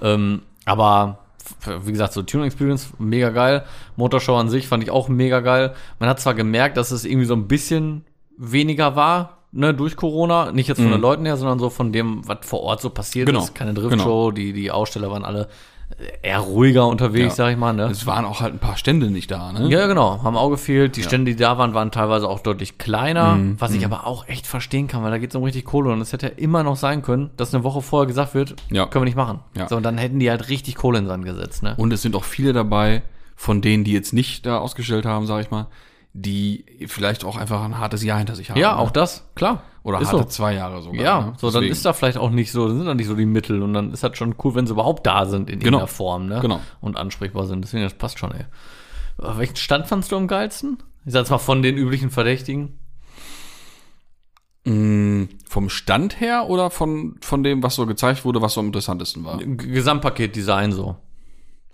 A: Ähm, aber f- wie gesagt, so Tuning Experience, mega geil. Motorshow an sich fand ich auch mega geil. Man hat zwar gemerkt, dass es irgendwie so ein bisschen weniger war, ne, durch Corona. Nicht jetzt von den Leuten her, sondern so von dem, was vor Ort so passiert
B: Mhm. Genau,
A: ist. Keine Driftshow, die, die Aussteller waren alle eher ruhiger unterwegs,
B: Ja.
A: sag ich mal. Ne?
B: Es waren auch halt ein paar Stände nicht da, ne?
A: Ja, genau, haben auch gefehlt. Die Stände, die da waren, waren teilweise auch deutlich kleiner,
B: Mhm.
A: was ich aber auch echt verstehen kann, weil da geht es um richtig Kohle und es hätte ja immer noch sein können, dass eine Woche vorher gesagt wird,
B: Ja.
A: können wir nicht machen.
B: Ja.
A: So, und dann hätten die halt richtig Kohle in den Sand gesetzt, ne?
B: Und es sind auch viele dabei, von denen, die jetzt nicht da ausgestellt haben, sage ich mal, die vielleicht auch einfach ein hartes Jahr hinter sich haben.
A: ja, auch
B: ne?
A: das, klar.
B: Oder
A: ist
B: harte
A: so.
B: zwei Jahre sogar.
A: Ja,
B: ne?
A: so, dann
B: Deswegen.
A: ist da vielleicht auch nicht so, dann sind da nicht so die Mittel und dann ist das schon cool, wenn sie überhaupt da sind in
B: Genau.
A: irgendeiner Form, ne?
B: Genau.
A: Und ansprechbar sind. Deswegen, das passt schon, ey. Aber welchen Stand fandst du am geilsten? Ich sag's mal von den üblichen Verdächtigen.
B: Mm, vom Stand her oder von, von dem, was so gezeigt wurde, was so am interessantesten war?
A: G Gesamtpaket Design so.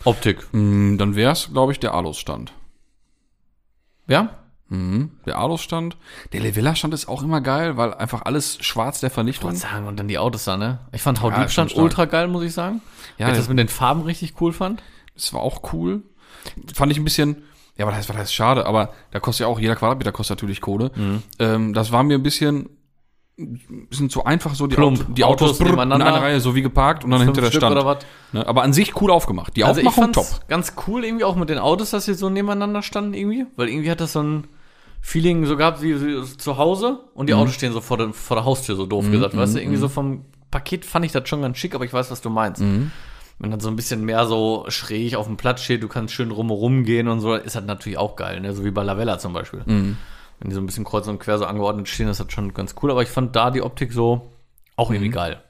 A: Optik.
B: Mm, dann wäre es, glaube ich, der Alus-Stand.
A: Ja?
B: Mhm. Der Alus-Stand. Der Levilla-Stand ist auch immer geil, weil einfach alles schwarz der Vernichtung.
A: wollte sagen, und dann die Autos da, ne? Ich fand Haut
B: Ja,
A: Diebstahl
B: schon stark.
A: ultra geil, muss ich sagen.
B: Ja,
A: Weil ich
B: ja.
A: das mit den Farben richtig cool fand.
B: Das war auch cool. Fand ich ein bisschen, ja, was heißt, was heißt schade, aber da kostet ja auch, jeder Quadratmeter kostet natürlich Kohle.
A: Mhm.
B: Ähm, das war mir ein bisschen, ein bisschen zu einfach, so die,
A: Plump.
B: Aut- die Autos,
A: Autos
B: brrr,
A: nebeneinander.
B: in einer Reihe, so wie geparkt und dann hinter der
A: Fünf Stück
B: Stand.
A: oder was.
B: Ne? Aber an sich cool aufgemacht. Die
A: Also ich
B: Aufmachung
A: fand's
B: top.
A: ganz cool irgendwie auch mit den Autos, dass sie so nebeneinander standen irgendwie. Weil irgendwie hat das so ein Feeling so gehabt wie, wie zu Hause und
B: Mhm.
A: die Autos stehen so vor, der- vor der Haustür, so doof gesagt. Weißt du, irgendwie so vom Paket fand ich das schon ganz schick, aber ich weiß, was du meinst.
B: Mhm.
A: Wenn dann so ein bisschen mehr so schräg auf dem Platz steht, du kannst schön rumrum gehen und so, ist das natürlich auch geil, ne? So wie bei Lavella zum Beispiel.
B: Mhm.
A: Wenn die so ein bisschen kreuz und quer so angeordnet stehen, ist das schon ganz cool. Aber ich fand da die Optik so auch irgendwie
B: Mhm.
A: geil.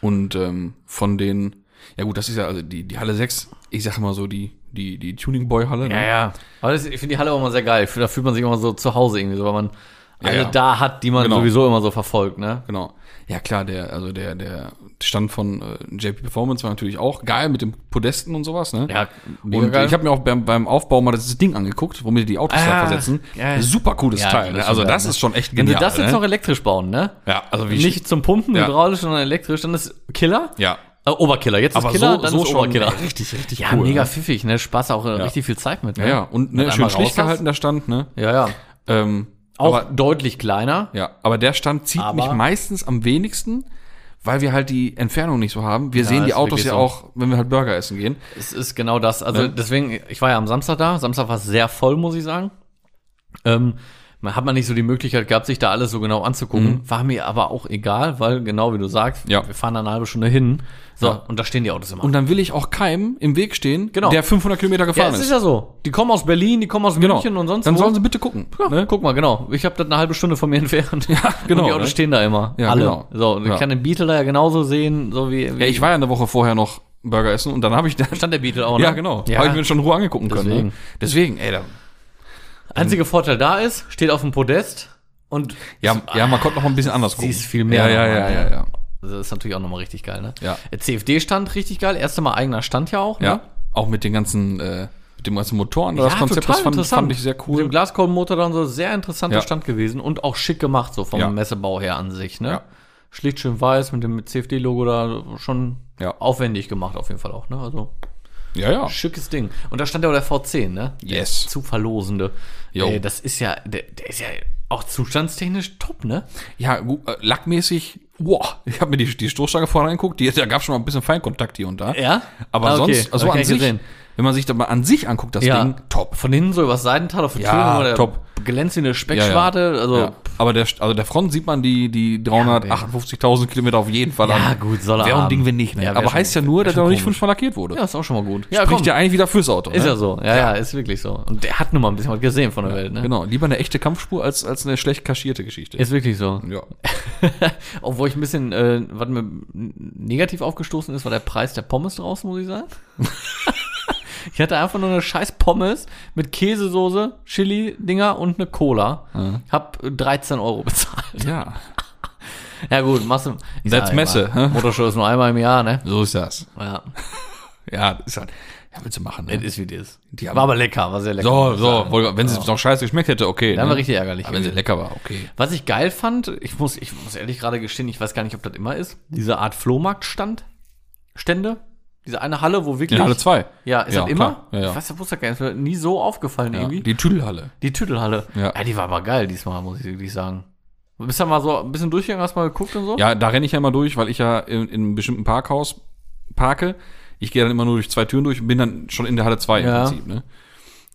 B: Und ähm, von den, ja gut, das ist ja also die, die Halle 6, ich sag mal so die, die, die Tuning Boy Halle.
A: Ja,
B: Ne?
A: ja. Aber das, ich finde die Halle auch immer sehr geil. Ich find, Da fühlt man sich immer so zu Hause irgendwie, so, weil man alle
B: ja.
A: da hat, die man
B: Genau.
A: sowieso immer so verfolgt, ne?
B: Genau. Ja klar, der, also der, der Stand von äh, JP Performance war natürlich auch geil mit den Podesten und sowas, ne?
A: Ja, mega
B: Und
A: geil.
B: ich habe mir auch beim, beim Aufbau mal das Ding angeguckt, womit die die Autos da
A: Ah,
B: versetzen.
A: ja.
B: Super cooles
A: Ja,
B: Teil.
A: das
B: Ne?
A: ist
B: Also
A: schon geil,
B: das
A: ne?
B: ist schon echt
A: Wenn
B: genial.
A: sie das jetzt
B: ne?
A: noch elektrisch bauen, ne?
B: ja, also wie
A: Nicht zum Pumpen,
B: Ja.
A: hydraulisch, sondern elektrisch, dann ist Killer.
B: ja,
A: Äh, Oberkiller. Jetzt
B: Aber
A: ist Killer,
B: so-
A: dann
B: so
A: ist
B: schon
A: Oberkiller.
B: richtig, richtig
A: ja,
B: cool,
A: mega
B: ne?
A: pfiffig, ne? Spaß auch äh, richtig viel Zeit mit, ne?
B: ja, ja. Und ne,
A: Wenn
B: schön
A: einmal raus
B: schlicht
A: hast.
B: gehaltener Stand, ne?
A: Ja, ja.
B: Ähm,
A: Auch
B: aber,
A: deutlich kleiner.
B: ja, aber der Stand zieht
A: Aber-
B: mich meistens am wenigsten, weil wir halt die Entfernung nicht so haben. Wir sehen die
A: ist
B: Autos
A: wirklich
B: ja
A: so.
B: auch, wenn wir halt Burger essen gehen.
A: Es ist genau das. Also deswegen, ich war ja am Samstag da. Samstag war es sehr voll, muss ich sagen. Ähm, man hat man nicht so die Möglichkeit gehabt, sich da alles so genau anzugucken. War mir aber auch egal, weil genau wie du sagst,
B: Mhm. Ja.
A: wir fahren da eine halbe Stunde hin. So,
B: Ja.
A: und da stehen die Autos immer.
B: Und dann will ich auch keinem im Weg stehen,
A: Genau.
B: der 500 Kilometer
A: ja,
B: gefahren
A: es
B: ist.
A: ist ja so. Die kommen aus Berlin, die kommen aus München und sonst
B: Genau. Dann
A: wo.
B: sollen sie bitte gucken. ne?
A: ja, Guck mal, genau. Ich habe das eine halbe Stunde von mir entfernt. Ja,
B: genau,
A: Und die Autos
B: ne?
A: stehen da immer.
B: Ja,
A: Alle.
B: genau.
A: So, und ich
B: Ja.
A: kann den Beetle da ja genauso sehen, so wie, wie
B: Ja, ich war ja eine Woche vorher noch Burger essen und dann habe ich dann.
A: Stand der Beetle auch, ne?
B: Ja, genau.
A: Ja.
B: Habe ich mir schon in Ruhe angegucken können. Ne? Deswegen, ey, da, Ähm,
A: Einziger Vorteil da ist, steht auf dem Podest und
B: ja, ja, man konnte noch ein bisschen anders gucken.
A: siehst viel mehr.
B: Ja, ja, ja,
A: nochmal,
B: ja,
A: ne?
B: ja.
A: Also das ist natürlich auch nochmal richtig geil, ne?
B: Ja.
A: Der CFD-Stand richtig geil. Erste Mal eigener Stand ja auch, ne?
B: Ja, auch mit den ganzen, äh, mit dem ganzen Motoren.
A: Ja, total
B: fand,
A: interessant.
B: fand ich sehr
A: Mit
B: cool.
A: dem Glaskolbenmotor da und so, sehr interessanter
B: Ja.
A: Stand gewesen und auch schick gemacht, so vom
B: Ja.
A: Messebau her an sich, ne?
B: Ja.
A: Schlicht schön weiß, mit dem CFD-Logo da schon
B: Ja.
A: aufwendig gemacht, auf jeden Fall auch, ne? Also
B: Ja, ja.
A: schickes Ding. Und da stand ja auch der V10, ne? Der
B: Yes.
A: Zu verlosende.
B: Jo.
A: Äh, das ist ja, der, der ist ja auch zustandstechnisch top, ne?
B: Ja, gut, äh, lackmäßig, wow. Ich habe mir die, die Stoßstange vorne angeguckt, die, da gab schon mal ein bisschen Feinkontakt hier und da.
A: Ja?
B: Aber
A: Ah, okay.
B: sonst, also
A: Hab ich
B: an
A: nicht
B: sich,
A: gesehen.
B: wenn man sich da mal an sich anguckt, das
A: Ja.
B: Ding, top.
A: Von hinten so übers Seitental auf die
B: Ja,
A: Tür,
B: top.
A: glänzende Speckschwarte, also
B: ja. Aber der, also der Front sieht man die, die 358.000 Kilometer auf jeden Fall
A: Ja, gut, soll er
B: Wäre ein
A: haben.
B: Ding, wenn nicht. Ne?
A: Ja, wär
B: aber
A: schon-
B: heißt ja nur,
A: wär
B: dass
A: schon
B: er noch nicht
A: komisch.
B: fünfmal lackiert wurde.
A: Ja, ist auch schon mal gut.
B: Ja,
A: Ja,
B: Spricht ja eigentlich wieder fürs Auto.
A: Ist
B: ne?
A: ja so. Ja, ja, ist wirklich so. Und der hat nun mal ein bisschen was gesehen von der Welt, ne?
B: Genau, lieber eine echte Kampfspur als, als eine schlecht kaschierte Geschichte.
A: Ist wirklich so.
B: ja.
A: Obwohl ich ein bisschen, äh, was mir negativ aufgestoßen ist, war der Preis der Pommes draußen, muss ich sagen. ich hatte einfach nur eine scheiß Pommes mit Käsesoße, Chili-Dinger und eine Cola. Hab 13 Euro bezahlt.
B: ja,
A: Ja gut, Masse. ich
B: That's
A: sag immer,
B: Messe, hä?
A: Motorshow ist nur einmal im Jahr, ne?
B: so ist das.
A: Ja,
B: Ja, ist halt, ja, willst du machen.
A: es
B: Ne?
A: ist wie das.
B: Die haben-
A: War aber lecker, war sehr lecker.
B: So, so, wohl- wenn es noch scheiße geschmeckt hätte, okay.
A: Dann war richtig ärgerlich.
B: Aber wenn sie lecker war, okay.
A: Was ich geil fand, ich muss, ich muss ehrlich gerade gestehen, ich weiß gar nicht, ob das immer ist, diese Art Flohmarktstand, Stände, diese eine Halle, wo wirklich.
B: In Halle 2.
A: Ja, ist das immer?
B: klar. Ja, ja.
A: Ich weiß, der Wusste gar nicht, ist mir nie so aufgefallen
B: ja.
A: irgendwie. Die,
B: Die Tüdelhalle.
A: Tüdelhalle.
B: Ja.
A: die war aber geil diesmal, muss ich wirklich sagen. Bist du da mal so ein bisschen durchgegangen, hast mal geguckt und so?
B: Ja, da renne ich ja immer durch, weil ich ja in, in einem bestimmten Parkhaus parke. Ich gehe dann immer nur durch zwei Türen durch und bin dann schon in der Halle 2
A: Ja.
B: im Prinzip. Ne?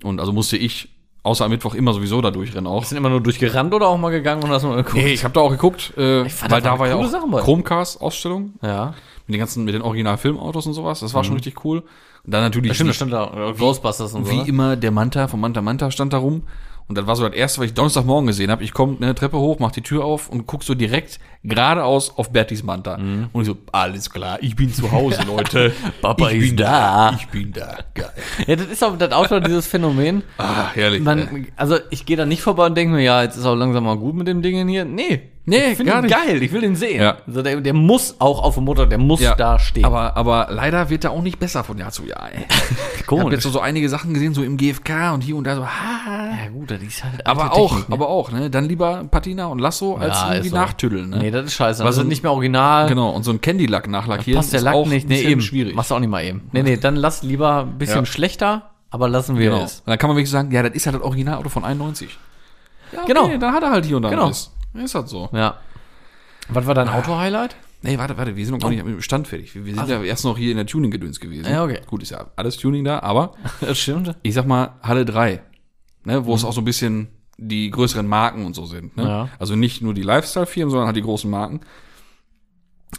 B: Und also musste ich, außer am Mittwoch, immer sowieso da durchrennen auch.
A: Sind immer nur durchgerannt oder auch mal gegangen und hast mal geguckt?
B: Nee, ich habe da auch geguckt, äh,
A: fand,
B: weil
A: da
B: da
A: waren
B: war ja
A: coole
B: auch
A: Sachen bei.
B: Chromecast-Ausstellung
A: Ja.
B: mit den ganzen, mit den Original-Filmautos und sowas. Das war schon richtig cool. Und dann natürlich
A: Mhm. Stimmt,
B: wie,
A: das stand da. Oder Ghostbusters und so.
B: wie
A: ne?
B: immer der Manta von Manta Manta stand da rum. Und das war so das erste, was ich Donnerstagmorgen gesehen habe. Ich komme eine Treppe hoch, mach die Tür auf und guck so direkt geradeaus auf Bertis Manta. Und ich so, alles klar, ich bin zu Hause, Leute.
A: Papa
B: ich
A: ist
B: bin
A: da.
B: Ich bin da. Geil.
A: Ja, das ist auch das Auto, dieses Phänomen.
B: Ah, herrlich. ey.
A: Man, also ich gehe da nicht vorbei und denke mir, ja, jetzt ist auch langsam mal gut mit dem Ding hier. Nee,
B: Nee,
A: ich finde
B: gar
A: ihn
B: nicht.
A: geil, ich will den sehen.
B: Ja.
A: Also der, der muss auch auf dem Motor, der muss
B: Ja,
A: da stehen.
B: Aber, aber leider wird da auch nicht besser von Jahr zu Jahr. Ey. Ich habe
A: komisch.
B: jetzt so, so einige Sachen gesehen, so im GFK und hier und da so, ha.
A: ja gut, das ist halt
B: Aber
A: alte
B: auch,
A: Technik, ne?
B: aber auch, ne? Dann lieber Patina und Lasso als
A: Ja,
B: irgendwie
A: ist so.
B: nachtüdeln, ne?
A: Nee, das ist scheiße.
B: Was
A: Also
B: ein-
A: nicht mehr original.
B: Genau, und so ein Candy-Lack nachlackieren
A: Passt der Lack nicht.
B: nee,
A: Nee, eben.
B: schwierig.
A: Machst du auch nicht mal eben. Nee, nee, dann lass lieber ein bisschen
B: Ja.
A: schlechter, aber lassen wir
B: Genau.
A: es.
B: Und dann kann man wirklich sagen, ja, das ist halt das Originalauto von 91. Ja, okay,
A: Genau.
B: dann hat er halt hier und da
A: Genau.
B: was. Ist halt so.
A: Ja. Ah. Was war dein Auto-Highlight?
B: Nee, warte, warte, wir sind noch gar nicht mit dem Stand fertig. Wir, wir sind ja erst noch hier in der Tuning-Gedöns gewesen.
A: Also. Ja, okay.
B: Gut, ist ja alles Tuning da, aber
A: Das stimmt.
B: ich sag mal Halle 3, ne, wo es auch so ein bisschen die größeren Marken und so sind. Ne?
A: Mhm. Ja.
B: Also nicht nur die Lifestyle-Firmen, sondern halt die großen Marken.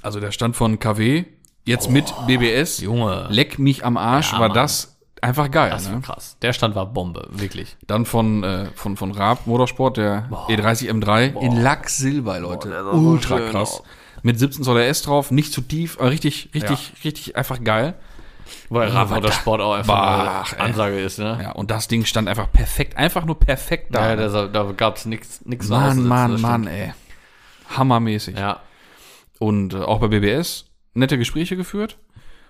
B: Also der Stand von KW, jetzt mit BBS.
A: Junge.
B: Leck mich am Arsch, war
A: Mann.
B: das einfach geil.
A: Das
B: ne?
A: war krass. Der Stand war Bombe, wirklich.
B: Dann von, äh, von, von Raab Motorsport, der E E30 M3 in Lacksilber, Leute. Ultra krass. Mit 17 Zoll RS drauf, nicht zu tief, aber richtig, richtig, richtig einfach geil.
A: Weil Rafa oder Sport auch einfach
B: Bach,
A: eine Ansage ist, ne?
B: Ja, und das Ding stand einfach perfekt, einfach nur perfekt da.
A: Ja, da, da gab es nichts nix
B: Mann,
A: auszusetzen,
B: Mann,
A: das
B: Mann,
A: stimmt.
B: ey. Hammermäßig.
A: Ja.
B: Und äh, auch bei BBS nette Gespräche geführt,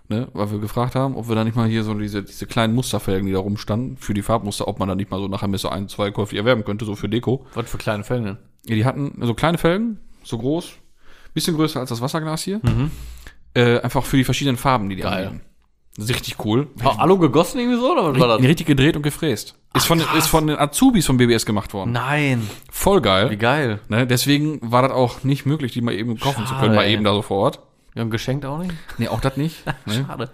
B: ne, weil wir gefragt haben, ob wir da nicht mal hier so diese, diese kleinen Musterfelgen, die da rumstanden, für die Farbmuster, ob man da nicht mal so nachher Messe ein, zwei käuflich erwerben könnte, so für Deko.
A: Was für kleine Fälle denn?
B: Ja, die hatten so kleine Felgen, so groß, bisschen größer als das Wasserglas hier. Äh, einfach für die verschiedenen Farben, die die
A: Mhm. Geil.
B: anbieten. Das ist richtig cool.
A: Auch Alu gegossen irgendwie so, oder was war
B: Die
A: das?
B: richtig gedreht und gefräst. Ist von, ist von den Azubis von BBS gemacht worden.
A: Nein.
B: Voll
A: Wie
B: geil.
A: geil.
B: Ne, deswegen war das auch nicht möglich, die mal eben kaufen zu
A: Schade,
B: können, mal
A: ey.
B: eben da so vor Ort.
A: Ja, und geschenkt auch nicht?
B: Nee, auch das nicht. Ne?
A: Schade.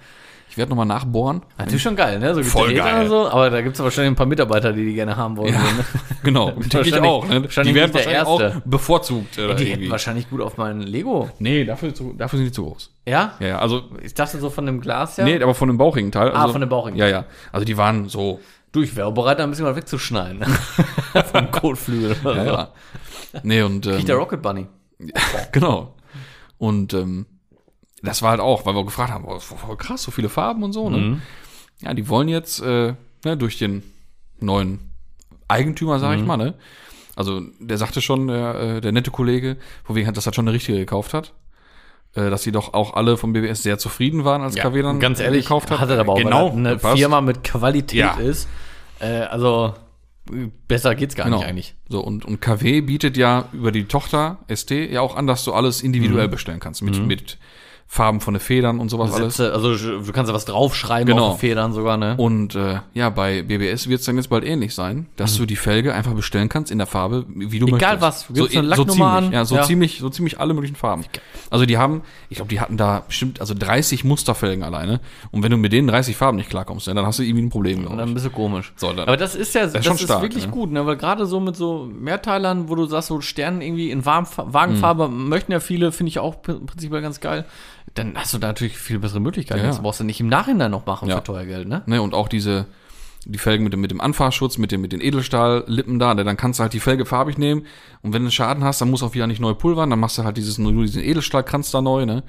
B: Ich werde nochmal nachbohren.
A: Natürlich schon geil, ne? So
B: Voll
A: gedreht
B: geil.
A: oder So, aber da gibt es wahrscheinlich ein paar Mitarbeiter, die die gerne haben wollen. so, ne?
B: Genau, denke ich
A: Wahrscheinlich-
B: auch. Ne? Die
A: wahrscheinlich
B: werden
A: nicht der
B: wahrscheinlich auch
A: Erste.
B: bevorzugt. Äh,
A: Die hätten
B: irgendwie.
A: wahrscheinlich gut auf meinen Lego.
B: Nee, dafür, zu, dafür sind die zu groß.
A: Ja?
B: Ja, ja, also
A: Ich dachte so von dem Glas her.
B: Nee, aber von dem bauchigen Teil.
A: Ah, von dem bauchigen.
B: Ja, ja. Also die waren so.
A: Du, ich wäre auch bereit, da ein bisschen was wegzuschneiden. Vom Kotflügel. oder so.
B: Nee, und. Ähm,
A: Nicht der Rocket Bunny.
B: Genau. Und ähm, Das war halt auch, weil wir gefragt haben, boah, voll krass, so viele Farben und so. Ne?
A: Mhm.
B: Ja, die wollen jetzt äh, ne, durch den neuen Eigentümer, sage
A: Mhm.
B: ich mal, ne? Also der sagte schon, der, äh, der nette Kollege, von wegen hat, dass er schon eine richtige gekauft hat. Äh, dass sie doch auch alle vom BBS sehr zufrieden waren, als
A: Ja,
B: KW dann
A: ganz
B: äh,
A: ehrlich,
B: gekauft hat.
A: hat er aber auch,
B: genau,
A: weil er eine
B: passt.
A: Firma mit Qualität
B: Ja.
A: ist. Äh, also äh, besser geht's gar
B: Genau.
A: nicht eigentlich.
B: So, und, und KW bietet ja über die Tochter ST ja auch an, dass du alles
A: Mhm.
B: individuell bestellen kannst. Mit, mit Farben von den Federn und sowas alles.
A: Sätze, also du kannst ja was draufschreiben
B: Genau.
A: auf den Federn sogar, ne?
B: Und äh, ja, bei BBS wird es dann jetzt bald ähnlich sein, dass du die Felge einfach bestellen kannst in der Farbe, wie du
A: Mhm. Egal was,
B: möchtest.
A: gibst eine
B: so ziemlich,
A: Lacknummer an.
B: Ja, so
A: Ja.
B: ziemlich, so ziemlich alle möglichen Farben. Also die haben, ich glaube, die hatten da bestimmt also 30 Musterfelgen alleine. Und wenn du mit den 30 Farben nicht klarkommst, ne, dann hast du irgendwie ein Problem. glaub
A: Und dann ein
B: ich.
A: bisschen komisch.
B: So, dann-
A: Aber das ist ja, das,
B: schon
A: ist
B: stark,
A: wirklich
B: ne?
A: gut, ne? Weil gerade so mit so Mehrteilern, wo du sagst, so Sterne irgendwie in warm, Wagenfarbe
B: Mhm.
A: möchten ja viele, finde ich auch pr- prinzipiell ganz geil. Dann hast du da natürlich viel bessere Möglichkeiten.
B: Ja, ja.
A: Das brauchst du nicht im Nachhinein noch machen
B: Ja.
A: für teuer Geld, ne?
B: Ne, und auch diese die Felgen mit dem, mit dem Anfahrschutz, mit, dem, mit den Edelstahllippen da, ne, dann kannst du halt die Felge farbig nehmen und wenn du einen Schaden hast, dann musst du auch wieder nicht neu pulvern, dann machst du halt dieses, nur diesen Edelstahlkranz da neu, ne?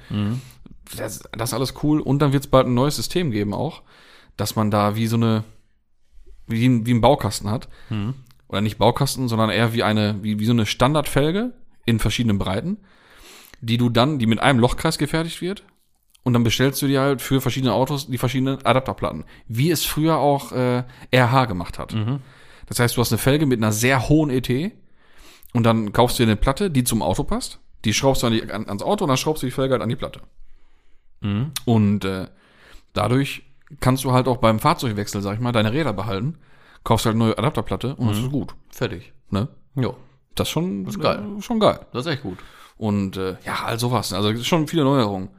B: Das, das ist alles cool und dann wird es bald ein neues System geben auch, dass man da wie so eine, wie, ein- wie einen Baukasten hat. Oder nicht Baukasten, sondern eher wie eine, wie, wie so eine Standardfelge in verschiedenen Breiten, die du dann, die mit einem Lochkreis gefertigt wird und dann bestellst du dir halt für verschiedene Autos die verschiedenen Adapterplatten. Wie es früher auch äh, RH gemacht hat.
A: Mhm.
B: Das heißt, du hast eine Felge mit einer sehr hohen ET und dann kaufst du dir eine Platte, die zum Auto passt. Die schraubst du an die, an, ans Auto und dann schraubst du die Felge halt an die Platte.
A: Mhm.
B: Und äh, dadurch kannst du halt auch beim Fahrzeugwechsel, sag ich mal, deine Räder behalten, kaufst halt eine neue Adapterplatte und das ist gut.
A: Fertig.
B: Ne?
A: Mhm. Jo,
B: Das ist schon,
A: ist geil.
B: Äh, schon geil.
A: das ist echt gut.
B: Und äh, ja, all sowas. Also es sind schon viele Neuerungen.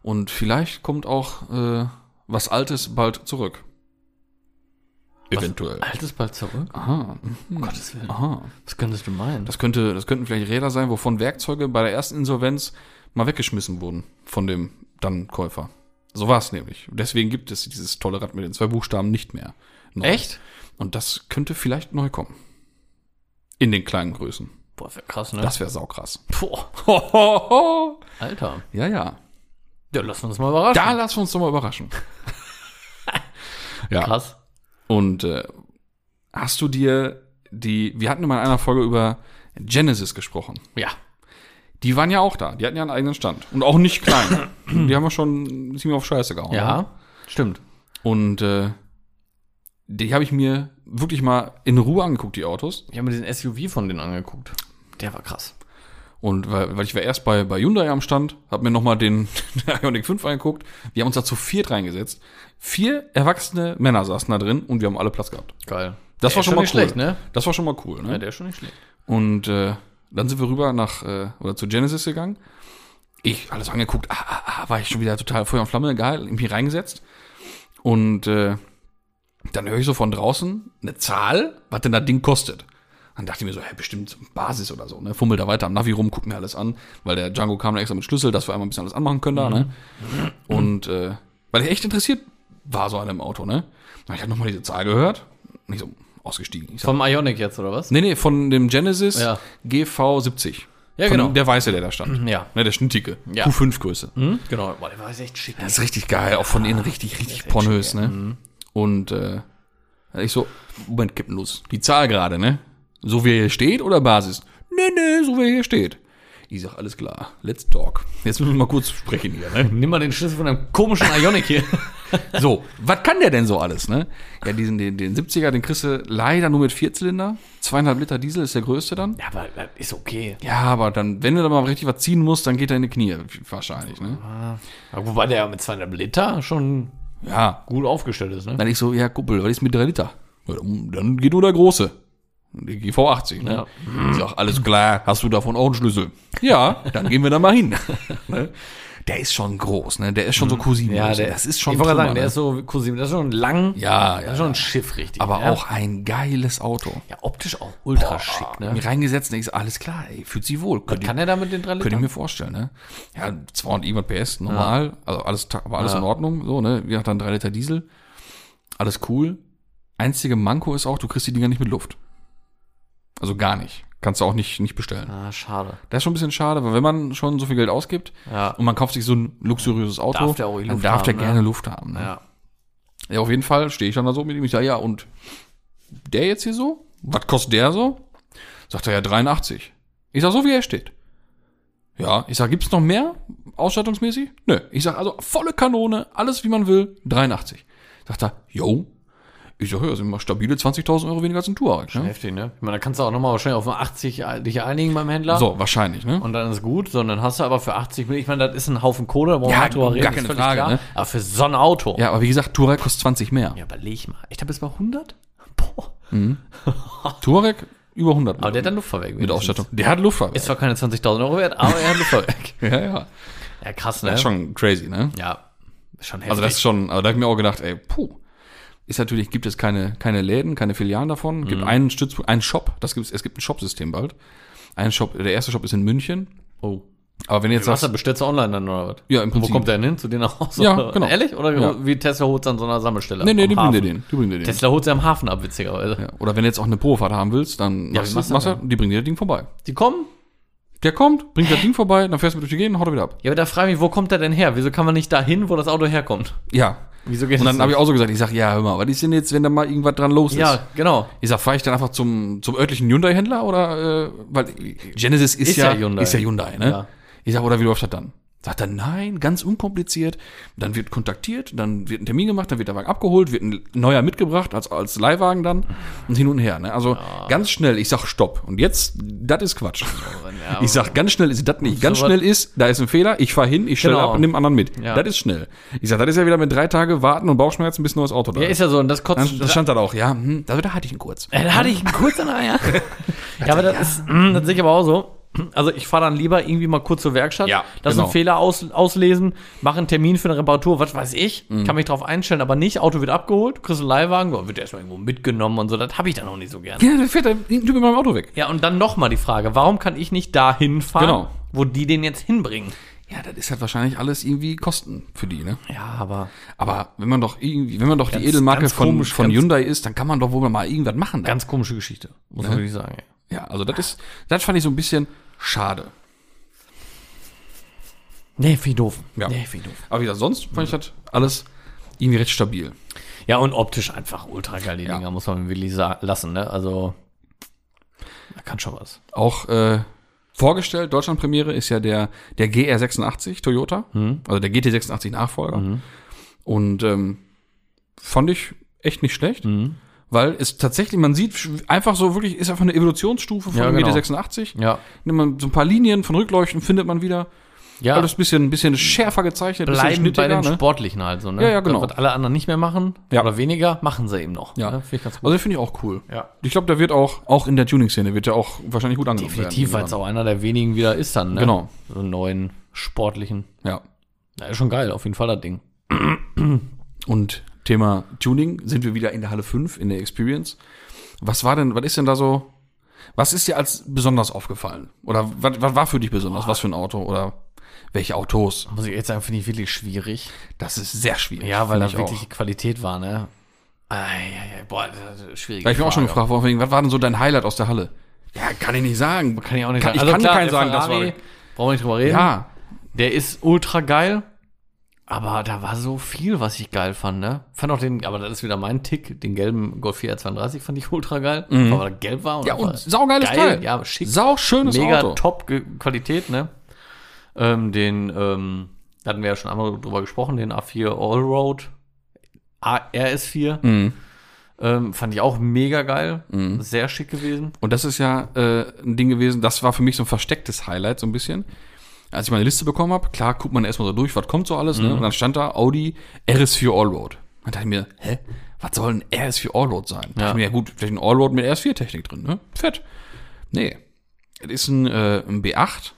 B: Und vielleicht kommt auch äh, was Altes bald zurück. Eventuell.
A: Altes bald zurück?
B: Aha.
A: Um Gottes Willen.
B: Aha.
A: Was könntest du meinen?
B: Das, könnte, das könnten vielleicht Räder sein, wovon Werkzeuge bei der ersten Insolvenz mal weggeschmissen wurden von dem dann Käufer. So war es nämlich. Deswegen gibt es dieses tolle Rad mit den zwei Buchstaben nicht mehr. Neu.
A: Echt?
B: Und das könnte vielleicht neu kommen. In den kleinen Größen.
A: Boah, ist ja krass, ne?
B: Das wäre saukrass.
A: Boah, Alter.
B: Ja, ja.
A: Ja, lass uns mal überraschen.
B: Da lassen wir uns doch mal überraschen. ja.
A: Krass.
B: Und äh, hast du dir die, wir hatten mal in einer Folge über Genesis gesprochen.
A: Ja.
B: Die waren ja auch da, die hatten ja einen eigenen Stand. Und auch nicht klein. die haben wir schon ziemlich auf Scheiße gehauen. ne?
A: Stimmt.
B: Und äh, die habe ich mir wirklich mal in Ruhe angeguckt, die Autos.
A: Ich habe mir den SUV von denen angeguckt. Der war krass.
B: Und weil, weil ich war erst bei, bei Hyundai am Stand, habe mir nochmal den Ioniq 5 angeguckt. Wir haben uns da zu viert reingesetzt. Vier erwachsene Männer saßen da drin und wir haben alle Platz gehabt.
A: Geil.
B: Das war schon mal
A: nicht
B: cool.
A: schlecht, ne?
B: Das war schon mal cool. Ne?
A: der ist schon nicht schlecht.
B: Und äh, dann sind wir rüber nach äh, oder zu Genesis gegangen. Ich alles angeguckt, ah, ah, ah, war ich schon wieder total Feuer und Flamme, geil, mich reingesetzt. Und äh, dann höre ich so von draußen eine Zahl, was denn das Ding kostet. Dann dachte ich mir so, hä, bestimmt Basis oder so, ne? Fummel da weiter am Navi rum, guck mir alles an, weil der Django kam da extra mit Schlüssel, dass wir einmal ein bisschen alles anmachen können da, ne? Und äh, weil ich echt interessiert war so an dem Auto, ne? Dann hab Ich habe nochmal diese Zahl gehört und ich so ausgestiegen. Ich so,
A: Vom Ionic jetzt, oder was?
B: Nee, nee, von dem Genesis
A: Ja.
B: GV70.
A: Ja,
B: von
A: genau.
B: Der weiße, der da stand.
A: Ja.
B: Ne, der Schnittige.
A: Ja.
B: Q5-Größe.
A: Genau. Boah, der war jetzt echt schick.
B: Das ist richtig geil. Auch von innen richtig, richtig pornös, ne?
A: Mhm.
B: Und äh, ich so, Moment, kippen los. Die Zahl gerade, ne? So wie er hier steht oder Basis? Nee, nee, so wie er hier steht. Ich sag, alles klar, let's talk. Jetzt müssen wir mal kurz sprechen hier, ne?
A: Nimm mal den Schlüssel von einem komischen Ionic hier.
B: So, was kann der denn so alles, ne? Ja, diesen, den, den 70er, den kriegst du leider nur mit Vierzylinder. Zweieinhalb Liter Diesel ist der größte dann.
A: ja, aber äh, ist okay.
B: Ja, aber dann, wenn du da mal richtig was ziehen musst, dann geht er in die Knie, wahrscheinlich, ne?
A: Aber wobei der ja mit 200 Liter schon
B: Ja.
A: gut aufgestellt ist, ne?
B: Dann ich so, ja, Kumpel, was ist mit drei Liter? Ja, dann- Dann geht nur der Große. Der GV80, ne? Ich sag, alles klar, hast du davon auch einen Schlüssel? Ja, dann gehen wir da mal hin. ne? Der ist schon groß, ne? Der ist schon so Cousin. das ist schon
A: Ich wollte gerade sagen, Mhm.
B: Trümmer,
A: der
B: ne?
A: ist so Cousin, das ist schon lang.
B: Ja,
A: Das
B: ja.
A: ist schon ein Schiff, richtig.
B: Aber
A: ne?
B: auch ein geiles Auto.
A: Ja, optisch auch ultra schick, ne?
B: Mir reingesetzt und ich so, alles klar, ey, fühlt sich wohl. Könnt ihr-
A: Kann er da mit den 3
B: Könnte ich
A: Litern?
B: mir vorstellen, ne? Ja, 200 irgendwas PS, normal. Also alles, ta- war alles in Ordnung, so, ne? Wir hatten dann 3 Liter Diesel. Alles cool. Einzige Manko ist auch, du kriegst die Dinger nicht mit Luft. Also gar nicht. Kannst du auch nicht, nicht bestellen.
A: Ah, schade.
B: Das ist schon ein bisschen schade, weil wenn man schon so viel Geld ausgibt
A: Ja.
B: und man kauft sich so ein luxuriöses Auto,
A: Darf der auch die
B: dann
A: Luft
B: darf der
A: haben, ne?
B: gerne Luft haben. Ne?
A: Ja.
B: Ja. auf jeden Fall stehe ich dann da so mit ihm. Ich sage, ja, und der jetzt hier so? Was kostet der so? Sagt er, ja, 83. Ich sage, so wie er steht. Ja, ich sage, gibt's noch mehr ausstattungsmäßig? Nö. Ich sage, also volle Kanone, alles wie man will, 83. Sagt er, yo. Ich sage, ja, sind mal stabile 20.000 Euro weniger als ein Touareg. Ne?
A: Heftig, ne? Ich meine, da kannst du auch nochmal wahrscheinlich auf 80 ein- dich einigen beim Händler.
B: So, wahrscheinlich, ne?
A: Und dann ist gut, sondern hast du aber für 80 Millionen, ich meine, das ist ein Haufen Kohle, da brauchen
B: Ja,
A: wir nicht drüber
B: gar
A: reden,
B: keine
A: ist völlig
B: Frage, ne?
A: Aber für so ein Auto.
B: Ja, aber wie gesagt, Touareg kostet 20 mehr.
A: ja überleg mal. Ich habe jetzt bei 100? Boah.
B: Touareg über 100
A: Aber der hat dann Luftfahrwerk.
B: mit Ausstattung. Der hat Luftfahrwerk.
A: Ist zwar keine 20.000 Euro wert, aber er hat Luftfahrwerk.
B: Ja, ja.
A: ja, krass, ne?
B: Das ist schon crazy, ne?
A: ja, schon heftig.
B: Also das ist schon, aber da habe ich mir auch gedacht, ey, puh. Ist natürlich, gibt es keine, keine Läden, keine Filialen davon. Gibt
A: Mhm.
B: einen Stützpunkt, einen Shop. Das gibt's, es gibt ein Shopsystem bald. Ein Shop, der erste Shop ist in München.
A: oh.
B: Aber wenn du jetzt
A: Was,
B: sagst,
A: dann bestellst du online dann oder was?
B: ja, im
A: Wo
B: Prinzip.
A: kommt der denn hin? Zu denen nach Hause?
B: Ja,
A: Oder-
B: genau.
A: Ehrlich? Oder
B: Ja.
A: wie Tesla holt es an so einer Sammelstelle
B: nee,
A: ab,
B: nee,
A: am
B: die bringen dir
A: Hafen?
B: den. Die bringen dir den.
A: Tesla holt sie am Hafen ab, witzigerweise.
B: Ja. Oder wenn du jetzt auch eine Probefahrt haben willst, dann
A: Ja, wie machst du
B: machst du, machst du, die bringen dir das Ding vorbei.
A: Die kommen?
B: Der kommt, bringt das Ding vorbei, dann fährst du mit durch die Gegend, haut er wieder ab.
A: Ja, aber da frage ich mich, wo kommt der denn her? Wieso kann man nicht dahin, wo das Auto herkommt?
B: Ja.
A: Wieso geht
B: Und dann
A: das
B: habe ich
A: nicht?
B: auch so gesagt, ich sage, ja, hör mal, was ist denn jetzt, wenn da mal irgendwas dran los ist?
A: Ja, genau.
B: Ich sag, fahre ich dann einfach zum, zum örtlichen Hyundai-Händler oder äh, weil Genesis ist,
A: Ist
B: ja,
A: ja Hyundai.
B: ist ja Hyundai, ne?
A: Ja.
B: Ich sag, oder wie läuft das dann? Sagt er, nein, ganz unkompliziert. Dann wird kontaktiert, dann wird ein Termin gemacht, dann wird der Wagen abgeholt, wird ein neuer mitgebracht, als, als Leihwagen dann und hin und her. Ne? Also ganz schnell, ich sag Stopp. Und jetzt, das ist Quatsch. ich sag, ganz schnell ist das nicht. Ganz
A: sowas-
B: schnell ist, da ist ein Fehler, ich fahr hin, ich stelle
A: Genau.
B: ab und nimm anderen mit.
A: Ja.
B: Das ist schnell. Ich sag, das ist ja wieder mit drei Tage warten und Bauchschmerzen, bis ein neues Auto da
A: Ja, ist ja so. Und das kotzt.
B: Dann, das stand dann auch, ja, hm, da, da hatte ich ihn kurz.
A: Äh, da hatte ich einen kurz an der Eier. ja, aber das ist, mm, das sehe ich aber auch so. Also ich fahre dann lieber irgendwie mal kurz zur Werkstatt,
B: Ja,
A: das
B: genau.
A: einen Fehler aus, auslesen, mache einen Termin für eine Reparatur, was weiß ich, kann mich drauf einstellen, aber nicht, Auto wird abgeholt, kriegst einen Leihwagen, so, wird erstmal irgendwo mitgenommen und so, das habe ich dann auch nicht so gerne.
B: Ja, dann fährt der Typ mit meinem Auto weg.
A: Ja, und dann nochmal die Frage, warum kann ich nicht dahin fahren,
B: Genau.
A: wo die den jetzt hinbringen?
B: Ja, das ist halt wahrscheinlich alles irgendwie Kosten für die, ne?
A: Ja, aber
B: Aber wenn man doch irgendwie, wenn man doch die Edelmarke
A: ganz
B: von,
A: komisch,
B: von
A: ganz-
B: Hyundai ist, dann kann man doch wohl mal irgendwas machen. Da.
A: ganz komische Geschichte, muss man wirklich sagen. ey.
B: Ja, also das ist, das fand ich so ein bisschen schade.
A: Nee, viel doof.
B: Ja.
A: Nee, viel doof.
B: Aber wieder sonst fand ich das alles irgendwie recht stabil.
A: Ja, und optisch einfach ultra geil, die
B: Ja.
A: Dinger, muss man wirklich sa- lassen, ne? Also, da kann schon was.
B: Auch äh, vorgestellt, Deutschlandpremiere ist ja der, der GR86 Toyota,
A: Hm.
B: also der GT86 Nachfolger.
A: Mhm.
B: Und ähm, fand ich echt nicht schlecht.
A: Mhm.
B: Weil es tatsächlich, man sieht sch- einfach so wirklich, ist einfach eine Evolutionsstufe von
A: Ja, genau.
B: GT86.
A: Ja.
B: Nimmt man so ein paar Linien von Rückleuchten, findet man wieder.
A: Ja,
B: Alles ein bisschen, ein bisschen schärfer gezeichnet, ein bisschen
A: bleiben bei den
B: ne?
A: Sportlichen halt so, ne?
B: Ja, ja, genau.
A: Das, was alle anderen nicht mehr machen
B: Ja.
A: oder weniger, machen sie eben noch.
B: Ja.
A: Ne? Finde ich ganz gut.
B: Also finde ich auch cool.
A: Ja.
B: Ich glaube, der wird auch, auch in der Tuning-Szene, wird der auch wahrscheinlich gut angenommen
A: Definitiv, weil
B: werden.
A: es auch einer der wenigen wieder ist dann, ne?
B: Genau.
A: So einen neuen Sportlichen.
B: Ja.
A: Ja, ist schon geil, auf jeden Fall das Ding.
B: Und Thema Tuning sind wir wieder in der Halle 5 in der Experience. Was war denn, was ist denn da so? Was ist dir als besonders aufgefallen? Oder was, was war für dich besonders? Was für ein Auto? Oder welche Autos?
A: Muss ich jetzt sagen, finde ich wirklich schwierig.
B: Das ist sehr schwierig.
A: Ja, weil
B: finde
A: da
B: ich
A: wirklich
B: Auch.
A: die Qualität war, ne? Ei, ei, ei, boah, das ist schwierig.
B: Ja, ich bin auch schon gefragt worden, wegen, was war denn so dein Highlight aus der Halle? Ja, kann ich nicht sagen.
A: Kann ich auch nicht
B: Kann-
A: sagen. Also
B: ich kann keinen
A: der
B: sagen, das
A: Ferrari,
B: war-
A: Brauchen wir nicht drüber reden.
B: Ja,
A: Der ist ultra geil. Aber da war so viel, was ich geil fand, ne? Fand auch den, aber das ist wieder mein Tick, den gelben Golf 4R32 fand ich ultra geil. Aber weil er gelb war
B: Mhm. ja,
A: einfach
B: und saugeiles
A: geil,
B: Teil.
A: Ja, schick.
B: Sauschönes
A: mega
B: Auto.
A: top Ge- Qualität, ne? Ähm, den, ähm, da hatten wir ja schon einmal drüber gesprochen, den A4 Allroad RS4.
B: Mhm.
A: Ähm, fand ich auch mega geil. Sehr schick gewesen.
B: Und das ist ja äh, ein Ding gewesen, das war für mich so ein verstecktes Highlight, so ein bisschen. Als ich meine Liste bekommen habe, klar, guckt man erstmal so durch, was kommt so alles, ne? Und dann stand da Audi RS4 Allroad. Dann dachte ich mir, hä? Was soll ein RS4 Allroad sein? Ja. Dachte ich mir, ja gut, vielleicht ein Allroad mit RS4-Technik drin, ne? Fett. Nee. Es ist ein, äh, ein B8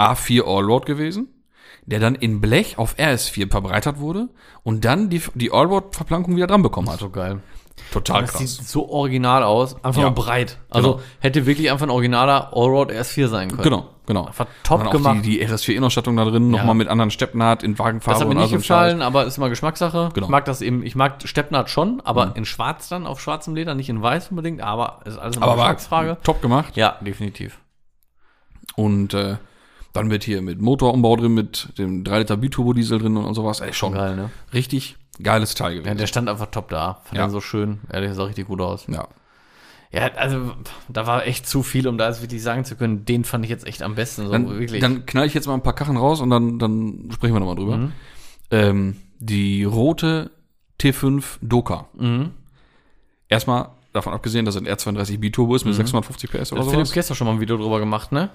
B: A4 Allroad gewesen, der dann in Blech auf RS4 verbreitert wurde und dann die, die Allroad-Verplankung wieder dran bekommen hat.
A: So geil.
B: Total
A: Das sieht so original aus. Einfach
B: Ja.
A: nur breit. Also
B: Genau.
A: hätte wirklich einfach ein originaler Allroad RS4 sein können.
B: Genau, genau.
A: Einfach top
B: Und dann
A: gemacht.
B: Die, die RS4-Innenausstattung da drin, nochmal mit anderen Steppnaht in Wagenfarbe also
A: Das hat mir nicht
B: all so ein
A: gefallen, aber ist immer Geschmackssache.
B: Genau.
A: Ich
B: Mhm.
A: mag das eben, ich mag Steppnaht schon, aber in schwarz dann, auf schwarzem Leder, nicht in weiß unbedingt, aber ist alles
B: Scheiß.
A: immer
B: Aber
A: Geschmacksfrage.
B: war top gemacht.
A: Ja, definitiv.
B: Und äh, dann wird hier mit Motorumbau drin, mit dem 3-Liter Biturbo-Diesel drin und sowas. Ey, schon
A: Geil, ne?
B: richtig geiles Teil
A: Ja,
B: gewesen.
A: der stand einfach top da. Fand
B: Ja.
A: den so schön. Ehrlich, sah richtig gut aus.
B: Ja.
A: Ja, also da war echt zu viel, um da jetzt wirklich sagen zu können, den fand ich jetzt echt am besten. So,
B: Dann,
A: wirklich.
B: dann knall ich jetzt mal ein paar Kachen raus und dann, dann sprechen wir nochmal drüber.
A: Mhm.
B: Ähm, die rote T5 Doka.
A: mhm.
B: Erstmal davon abgesehen, dass es ein R32 Biturbo ist mit 650 PS oder
A: Hat Mhm. Also Philipp
B: sowas.
A: Kessler schon mal ein Video drüber gemacht, ne?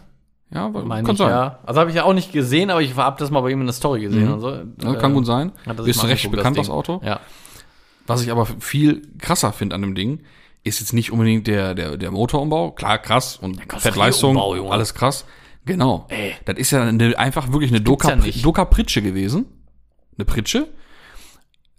B: Ja, weil-
A: Meine ich, ja. Also habe ich ja auch nicht gesehen, aber ich habe das mal bei ihm in der Story gesehen und so.
B: Mhm. Ja, Ne, kann gut sein.
A: Äh, hat er sich
B: Ist
A: mal
B: ein recht
A: angeguckt, das
B: bekanntes
A: Ding.
B: Auto.
A: Ja.
B: Was ich aber viel krasser finde an dem Ding, ist jetzt nicht unbedingt der, der, der Motorumbau. Klar, krass und Fettleistung,
A: Karosserieumbau, Junge.
B: alles krass. Genau.
A: Ey.
B: Das ist ja eine, einfach wirklich eine
A: gibt's
B: Doka,
A: ja nicht.
B: Doka Pritsche gewesen. Eine Pritsche.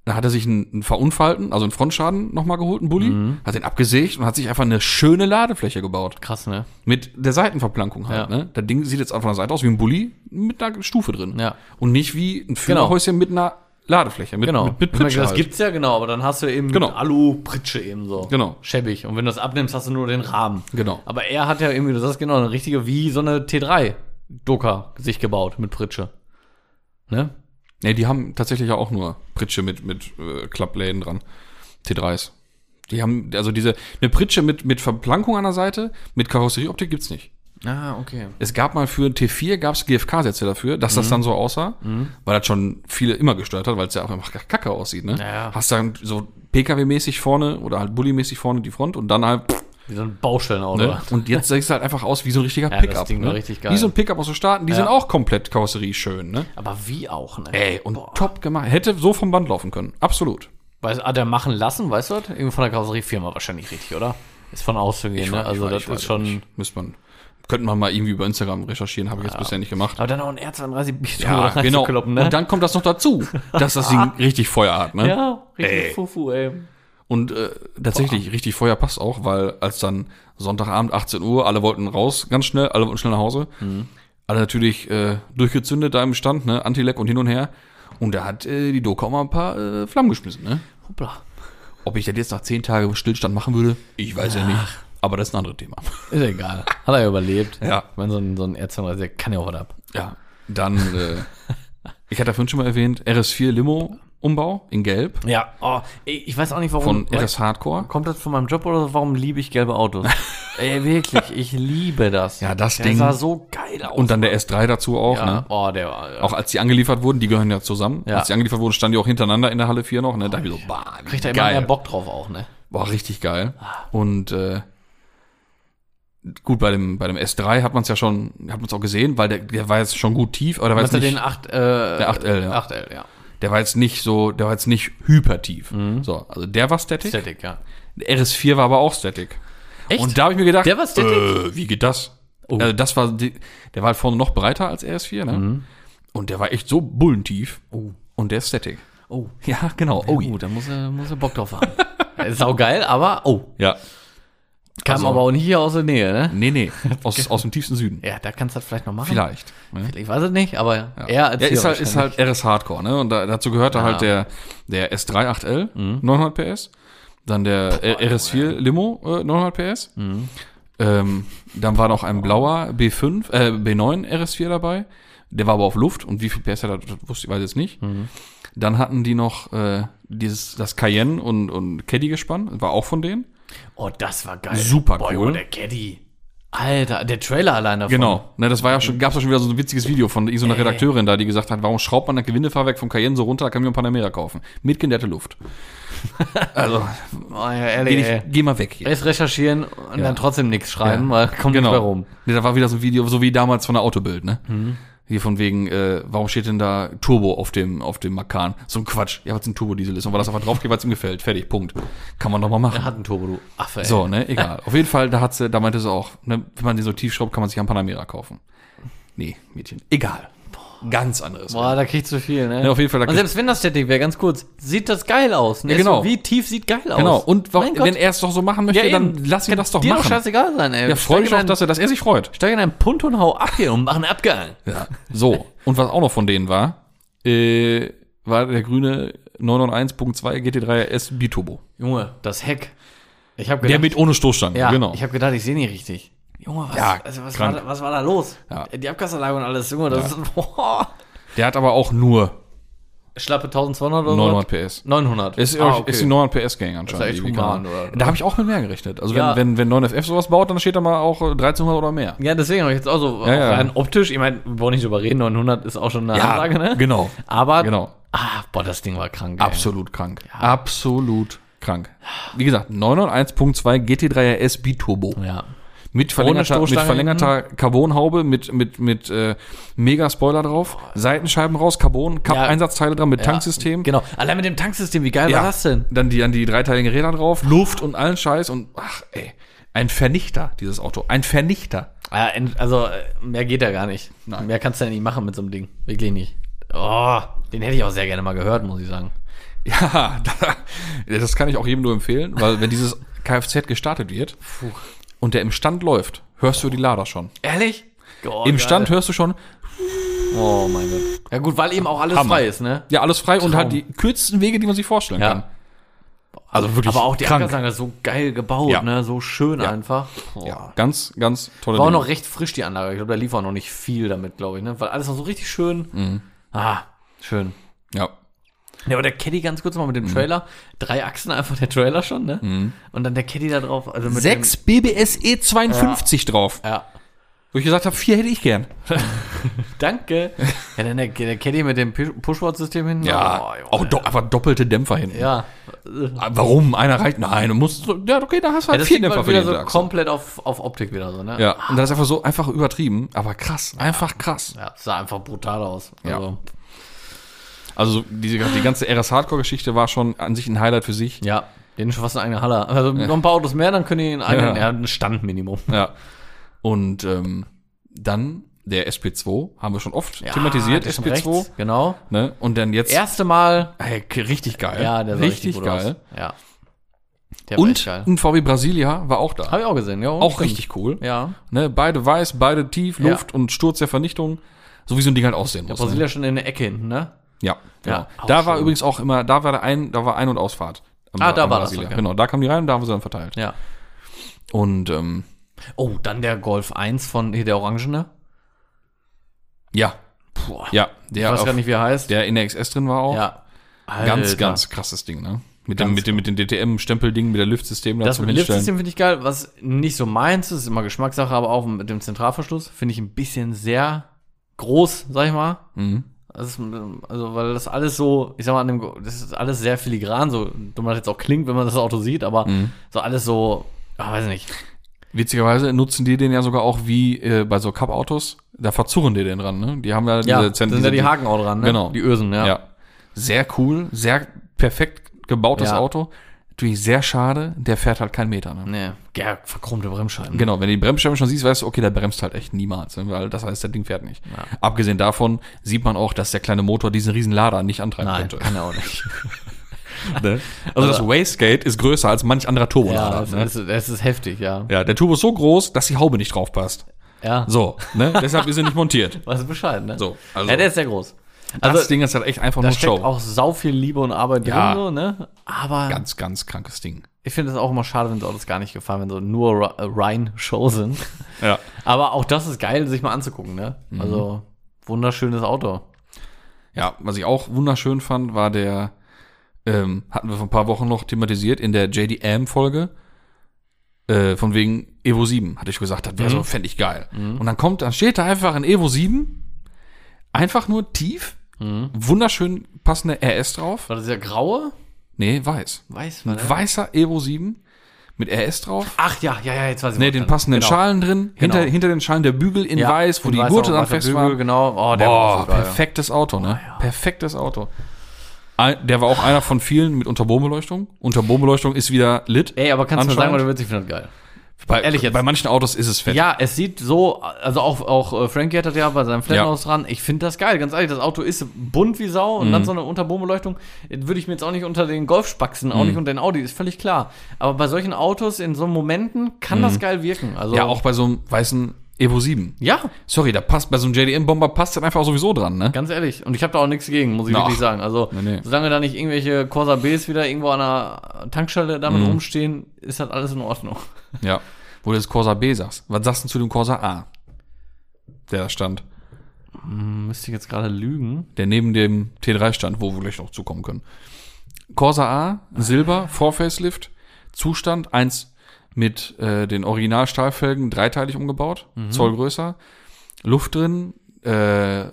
B: Da hat er sich einen, einen Verunfallten, also einen Frontschaden nochmal geholt, einen Bulli,
A: Mhm.
B: hat den abgesägt und hat sich einfach eine schöne Ladefläche gebaut.
A: Krass, ne?
B: Mit der Seitenverplankung halt.
A: Ja.
B: Ne? Das Ding sieht jetzt einfach von der Seite aus wie ein Bulli mit einer Stufe drin.
A: Ja.
B: Und nicht wie ein Führerhäuschen mit einer Ladefläche. Mit,
A: Genau.
B: mit, mit
A: Ich meine,
B: Pritsche
A: das
B: halt.
A: gibt's ja, genau, aber dann hast du eben
B: Genau.
A: Alu-Pritsche eben so.
B: Genau.
A: Schäbig. Und wenn du das abnimmst, hast du nur den Rahmen.
B: Genau.
A: Aber er hat ja irgendwie, du sagst genau, eine richtige, wie so eine T3-Doka sich gebaut mit Pritsche. Ne?
B: Ne, die haben tatsächlich ja auch nur Pritsche mit, mit äh, Klappläden dran. T3s. Die haben, also diese, eine Pritsche mit, mit Verplankung an der Seite, mit Karosserieoptik gibt's nicht.
A: Ah, okay.
B: Es gab mal für einen T4 gab's GFK-Sätze dafür, dass
A: Mhm.
B: das dann so aussah, weil das schon viele immer gestört hat, weil es ja auch einfach kacke aussieht, ne?
A: Ja.
B: Hast dann so PKW-mäßig vorne oder halt Bulli-mäßig vorne die Front und dann halt, pff,
A: Wie so ein Baustellenauto.
B: ne? Und jetzt sieht's halt einfach aus wie so ein richtiger
A: Ja, das
B: Pickup.
A: Ding
B: ne?
A: war richtig geil.
B: Wie so ein Pickup aus den Staaten, die
A: Ja.
B: sind auch komplett Karosserie schön, ne?
A: Aber wie auch, ne?
B: Ey, und top gemacht. Hätte so vom Band laufen können. Absolut.
A: Weiß, hat er machen lassen, weißt du das? Irgendwie von der Karosseriefirma wahrscheinlich richtig, oder? Ist von auszugehen, ne?
B: Ich
A: Also
B: weiß-
A: das
B: ich weiß
A: ist schon.
B: nicht. Müsste man. Könnte man mal irgendwie über Instagram recherchieren, habe ich jetzt bisher nicht gemacht.
A: Aber dann auch ein R32 Bier
B: Kloppen,
A: reinzukloppen, ne?
B: Und dann kommt das noch dazu, dass das Ding richtig Feuer hat. Ne?
A: ja, richtig
B: Ey.
A: Fufu, ey.
B: Und äh, tatsächlich, richtig Feuer passt auch, weil als dann Sonntagabend 18 Uhr, alle wollten raus, ganz schnell, alle wollten schnell nach Hause. Alle natürlich äh, durchgezündet da im Stand, ne? Antileck und hin und her. Und da hat äh, die Doka auch mal ein paar äh, Flammen geschmissen, ne?
A: Hoppla.
B: Ob ich das jetzt nach 10 Tagen Stillstand machen würde, ich weiß ja nicht. Aber das ist ein anderes Thema.
A: Ist egal. Hat er ja überlebt.
B: Ja.
A: Ich meine, so ein, so ein R32 der kann ja auch was ab.
B: Ja, dann, äh, ich hatte vorhin schon mal erwähnt, RS4 Limo-Umbau in Gelb
A: Ja, oh, ey, ich weiß auch nicht, warum.
B: von RS Hardcore.
A: Kommt das von meinem Job oder so? Warum liebe ich gelbe Autos? ey, wirklich, ich liebe das.
B: Ja, das
A: der
B: Ding.
A: sah so geil aus.
B: Und dann der S3 dazu auch,
A: ja.
B: ne?
A: Oh, der war.
B: Auch als die angeliefert wurden, die gehören ja zusammen.
A: Ja.
B: Als die angeliefert wurden, standen die auch hintereinander in der Halle 4 noch, ne? Da hab ich so, bah, wie
A: kriegt er immer
B: geil.
A: mehr Bock Ah. drauf auch, ne?
B: War richtig geil. Und äh, gut, bei dem, bei dem S3 hat man es ja schon, hat man es auch gesehen, weil der, der war jetzt schon gut tief, aber der war,
A: Dass
B: jetzt
A: er den
B: nicht,
A: 8, äh, der
B: 8L, ja.
A: 8L, ja.
B: der war jetzt nicht so, der war jetzt nicht hypertief.
A: Mhm.
B: So, also der war static.
A: Static, ja.
B: RS4 war aber auch static.
A: Echt?
B: Und da habe ich mir gedacht,
A: Der war static?
B: Äh, wie geht das?
A: Oh.
B: Also das war, die, der war halt vorne noch breiter als RS4, ne?
A: Mhm.
B: Und der war echt so bullentief. Und der ist static.
A: Oh.
B: Ja, genau. Oh,
A: Gut, da muss er, muss er Bock drauf haben. Ist auch geil, aber oh,
B: ja.
A: kam
B: Also-
A: aber auch nicht hier aus der Nähe, ne?
B: Nee, nee. Aus, aus dem tiefsten Süden.
A: Ja, da kannst du das vielleicht noch machen.
B: Vielleicht. Ne?
A: Ich weiß es nicht, aber er als
B: ja,
A: hier
B: ist halt, ist
A: wahrscheinlich.
B: halt RS Hardcore, ne? Und da, dazu gehört da halt der, der S3 8L, 900 PS. Dann der RS4 Limo, äh, 900 PS. Ähm, dann war noch ein blauer B5, äh, B9 RS4 dabei. Der war aber auf Luft und wie viel PS hat er, das wusste ich, weiß ich jetzt nicht. Dann hatten die noch äh, dieses, das Cayenne und, und Caddy gespann, war auch von denen.
A: Oh, das war geil.
B: halt Super
A: Boah,
B: cool.
A: Junge, der Caddy. Alter, der Trailer allein davon.
B: Genau. Ne, das war ja schon, gab's ja schon wieder so ein witziges Video von irgendeiner Redakteurin da, die gesagt hat, warum schraubt man das Gewindefahrwerk vom Cayenne so runter, da kann man ein Panamera kaufen. Mit genährte Luft. Also,
A: Oh, ja,
B: geh,
A: ehrlich,
B: nicht,
A: ey.
B: geh mal weg hier.
A: Erst recherchieren und dann trotzdem nichts schreiben,
B: Ja.
A: weil kommt Äh, nicht mehr rum. Mhm.
B: Ne, da war wieder so ein Video, so wie damals von der Autobild, ne? Hier von wegen, äh, warum steht denn da Turbo auf dem, auf dem Makan? So ein Quatsch. Ja, weil es ein Turbodiesel ist und weil das einfach draufgeht, weil es ihm gefällt. Fertig, Punkt. Kann man doch mal machen.
A: Er hat einen Turbo, du Affe, ey.
B: So, ne, egal. Auf jeden Fall, da hat sie, da meinte sie auch, ne, wenn man den so tief schraubt, kann man sich einen Panamera kaufen. Nee, Mädchen, egal. Ganz anderes.
A: Boah, da krieg ich zu viel, ne?
B: Ja, auf jeden Fall, da
A: Und
B: krieg-
A: selbst wenn das Static wäre, ganz kurz, sieht das geil aus. Ne?
B: Ja, genau.
A: Wie tief sieht geil aus.
B: Genau. Und
A: Mein
B: warum,
A: Gott.
B: wenn er es doch so machen möchte,
A: Ja,
B: dann
A: eben. Genau.
B: lass ihn das doch
A: Dir
B: machen.
A: doch scheißegal sein, ey.
B: ja, freu dich doch, dass er, dass er sich freut.
A: Steig in einen Punt und hau ab hier und mach einen Abgang.
B: Ja. So, und was auch noch von denen war, äh, war der grüne 991.2 GT3 S Biturbo.
A: Junge, das Heck. Ich hab
B: Der
A: gedacht,
B: mit ohne Stoßstangen,
A: Genau. ja,
B: genau.
A: ich habe gedacht, ich sehe nicht richtig. Junge, was,
B: Ja,
A: also was, war,
B: krank.
A: da- was war da los?
B: Ja.
A: Die Abgasanlage und alles, Junge, das ist boah.
B: Der hat aber auch nur
A: Schlappe 1200 oder
B: 900
A: 900.
B: PS.
A: 900.
B: Ist,
A: Ah,
B: ist die 900 PS Gang anscheinend.
A: echt
B: irgendwie, keine
A: human,
B: Ahnung.
A: oder?
B: Da habe ich auch mit mehr gerechnet. Also
A: Ja.
B: wenn, wenn, wenn 9FF sowas baut, dann steht da mal auch äh, 1300 oder mehr.
A: ja, deswegen habe ich jetzt auch so auch
B: ja.
A: rein optisch, ich meine, wir wollen nicht drüber reden, 900 ist auch schon eine Ansage, ne?
B: genau.
A: Aber,
B: Genau.
A: ah, boah, das Ding war krank. ey.
B: Absolut krank. Absolut krank. Wie gesagt, 901.2 GT3 RS Biturbo.
A: Ja.
B: Mit verlängerter, mit
A: Stoßstange
B: verlängerter Carbonhaube, mit, mit, mit äh, Mega-Spoiler drauf, Seitenscheiben raus, Carbon, Kap
A: Ja.
B: Einsatzteile dran mit Tanksystem.
A: Genau. Allein mit dem Tanksystem, wie geil
B: Ja.
A: war das denn?
B: Dann die, an die dreiteiligen Räder drauf, Luft und allen Scheiß und ach ey, ein Vernichter, dieses Auto. Ein Vernichter.
A: Ja, ent- Also, äh, mehr geht da gar nicht.
B: Nein.
A: Mehr kannst du ja nicht machen mit so einem Ding. Wirklich nicht. Oh, den hätte ich auch sehr gerne mal gehört, muss ich sagen.
B: Ja, da, das kann ich auch jedem nur empfehlen, weil wenn dieses Kfz gestartet wird und der im Stand läuft, hörst du die Lader schon.
A: Ehrlich? Oh,
B: Im
A: geil.
B: Stand hörst du schon,
A: Oh mein Gott. Ja gut, weil eben auch alles
B: Hammer.
A: frei ist, ne?
B: ja, alles frei und halt die kürzesten Wege, die man sich vorstellen
A: Ja.
B: kann. Also wirklich
A: Aber auch die
B: krank.
A: Abgasanlage ist so geil gebaut,
B: Ja.
A: ne? So schön einfach.
B: Ja, ganz, ganz tolle
A: War auch
B: Dinge.
A: noch recht frisch die Anlage. Ich glaube, da lief auch noch nicht viel damit, glaube ich, ne? Weil alles noch so richtig schön.
B: Mhm.
A: Ah, schön.
B: Ja.
A: Ja, aber der Caddy ganz kurz mal mit dem
B: Mhm.
A: Trailer. Drei Achsen einfach der Trailer schon, ne? Und dann der Caddy da drauf. Also mit
B: Sechs BBS
A: E
B: E52 drauf.
A: Dem, ja.
B: Wo ich gesagt habe, vier hätte ich gern.
A: Danke. ja, dann der, der Caddy mit dem Pu- Pushboard-System hinten. Oh, Junge.
B: auch do einfach doppelte Dämpfer hinten.
A: ja.
B: Ah, Warum? Einer reicht? Nein, du musst. Ja, okay, da hast
A: ja
B: du halt
A: das
B: vier
A: sieht man
B: Dämpfer für
A: wieder
B: jeden
A: so
B: Tag.
A: komplett auf, auf Optik wieder so, ne?
B: Ja, und das ist einfach so einfach übertrieben, aber krass, einfach krass.
A: Ja, sah einfach brutal aus.
B: Ja.
A: Also,
B: Also diese, die ganze RS Hardcore-Geschichte war schon an sich ein Highlight für sich.
A: ja. Den ist schon fast eine eigene Halle. Also noch ein paar Autos mehr, dann können die in einen,
B: Ja.
A: ja, ein Standminimum.
B: Ja. Und ähm, dann der SP2, haben wir schon oft thematisiert,
A: der ist
B: SP2.
A: rechts, Genau.
B: Ne? Und dann jetzt
A: Erste Mal.
B: Ey, k- richtig geil.
A: Ja, der sah richtig,
B: richtig
A: gut
B: geil.
A: Aus. Ja. Der war echt
B: Und
A: geil.
B: ein VW Brasilia war auch da.
A: Habe ich auch gesehen, ja.
B: auch
A: stimmt.
B: richtig cool.
A: Ja.
B: Ne? Beide weiß, beide tief,
A: Ja.
B: Luft und Sturz der Vernichtung. So wie so ein Ding halt aussehen muss. Ne?
A: Brasilia schon in der Ecke hinten, ne?
B: Ja, genau.
A: Ja, auch
B: da war
A: schön.
B: übrigens auch immer, da war der ein, da war Ein- und Ausfahrt. am-
A: Ah, da
B: am
A: war das
B: Brasilia.
A: sogar.
B: Genau, da kamen die rein und da haben sie dann verteilt.
A: Ja.
B: Und ähm,
A: Oh, dann der Golf 1 von hier der Orangene.
B: ja,
A: Boah.
B: ja,
A: ich
B: der,
A: weiß
B: auf,
A: gar nicht, wie er heißt.
B: der in der XS drin war auch.
A: ja. Alter.
B: Ganz, ganz krasses Ding, ne? Mit dem,
A: Ganz
B: mit dem, mit dem DTM-Stempelding, mit der Lüftsystem da
A: Das
B: zum
A: mit dem
B: Hinstellen.
A: Liftsystem finde ich geil, was nicht so meins ist, ist immer Geschmackssache, aber auch mit dem Zentralverschluss finde ich ein bisschen sehr groß, sag ich mal.
B: Mhm.
A: Das ist, also, weil das alles so, ich sag mal, an dem, Go- das ist alles sehr filigran, so dumm das jetzt auch klingt, wenn man das Auto sieht, aber
B: Mhm.
A: so alles so, ah, weiß nicht.
B: Witzigerweise nutzen die den ja sogar auch wie äh, bei so Cup-Autos. Da verzurren die den ran, ne? Die haben ja
A: Ja,
B: Zent-
A: sind ja die Haken auch dran, ne?
B: Genau.
A: Die Ösen, ja.
B: Ja. Sehr cool, sehr perfekt gebautes
A: Ja.
B: Auto. Natürlich sehr schade, der fährt halt keinen Meter, ne?
A: Nee, ja, verchromte Bremsscheiben.
B: Genau, wenn du die Bremsscheibe schon siehst, weißt du, okay, der bremst halt echt niemals, ne? weil das heißt, der Ding fährt nicht. Abgesehen davon sieht man auch, dass der kleine Motor diesen riesen Lader nicht antreiben
A: Nein,
B: könnte.
A: kann er auch nicht.
B: Ne? Also, das Wastegate ist größer als manch anderer
A: Ja,
B: Turbolader.
A: das,
B: ne?
A: ist, das ist heftig, ja.
B: ja, der Turbo ist so groß, dass die Haube nicht drauf passt.
A: Ja,
B: So, ne? deshalb ist er nicht montiert.
A: weißt du Bescheid, ne?
B: So, also-
A: also. Ja, der ist sehr groß.
B: Das
A: Also,
B: Ding ist halt echt einfach
A: da
B: nur
A: steckt
B: Show.
A: auch sau viel Liebe und Arbeit
B: Ja.
A: drin, so, ne? Aber
B: Ganz, ganz krankes Ding.
A: ich finde es auch immer schade, wenn so Autos gar nicht gefallen, wenn so nur Rhein-Show sind.
B: Ja.
A: Aber auch das ist geil, sich mal anzugucken, ne? Also, wunderschönes Auto.
B: Ja, was ich auch wunderschön fand, war der, ähm, hatten wir vor ein paar Wochen noch thematisiert in der JDM-Folge, äh, von wegen Evo 7, hatte ich gesagt,
A: Mhm.
B: das wäre so, fände ich geil. Und dann kommt, dann steht da einfach ein Evo 7, einfach nur tief, wunderschön passende RS drauf.
A: War das Mhm. ja graue?
B: Nee, weiß.
A: Weiß, war
B: Ein
A: das?
B: weißer Evo 7 mit RS drauf.
A: Ach ja, ja, ja, jetzt weiß ich
B: Nee,
A: was
B: den
A: dann.
B: passenden Schalen drin, hinter,
A: Genau.
B: hinter den Schalen der Bügel in
A: Ja,
B: weiß, wo
A: in
B: die
A: weiß
B: Gurte
A: auch,
B: dann
A: weißer
B: fest
A: Bügel,
B: waren.
A: Genau, oh, der war
B: Boah,
A: so geil.
B: perfektes Auto, ne?
A: Ah,
B: Perfektes Auto. Ein, der war auch einer von vielen mit Unterbodenbeleuchtung. Unterbodenbeleuchtung ist wieder lit.
A: Ey, aber kannst du mir sagen,
B: Anscheinend.
A: oder wird sich findet geil?
B: Bei,
A: Ehrlich jetzt.
B: bei manchen Autos ist es fett.
A: Ja, es sieht so, also auch, auch äh, Frankie hat das ja bei seinem Flattenhaus dran. Ich finde das geil, ganz ehrlich. Das Auto ist bunt wie Sau und dann so eine Unterbodenbeleuchtung äh, würde ich mir jetzt auch nicht unter den Golf spaxen, auch nicht unter den Audi, ist völlig klar. Aber bei solchen Autos in so Momenten kann das geil wirken. Also,
B: ja, auch bei so einem weißen Evo 7.
A: Ja,
B: Sorry, da passt bei so einem JDM-Bomber passt das einfach sowieso dran, ne?
A: ganz ehrlich. Und ich habe da auch nichts gegen, muss ich
B: Na,
A: wirklich
B: ach.
A: sagen. Also,
B: Nee, nee.
A: solange da nicht irgendwelche Corsa Bs wieder irgendwo an einer Tankstelle damit
B: Mhm.
A: rumstehen, ist das alles in Ordnung.
B: Ja. Wo du das Corsa B sagst. Was sagst du zu dem Corsa A? Der da stand.
A: Müsste ich jetzt gerade lügen?
B: Der neben dem T3 stand, wo wir gleich noch zukommen können. Corsa A, Silber, Vorfacelift, Zustand 1 mit äh, den Originalstahlfelgen dreiteilig umgebaut, Zoll größer, Luft drin, äh,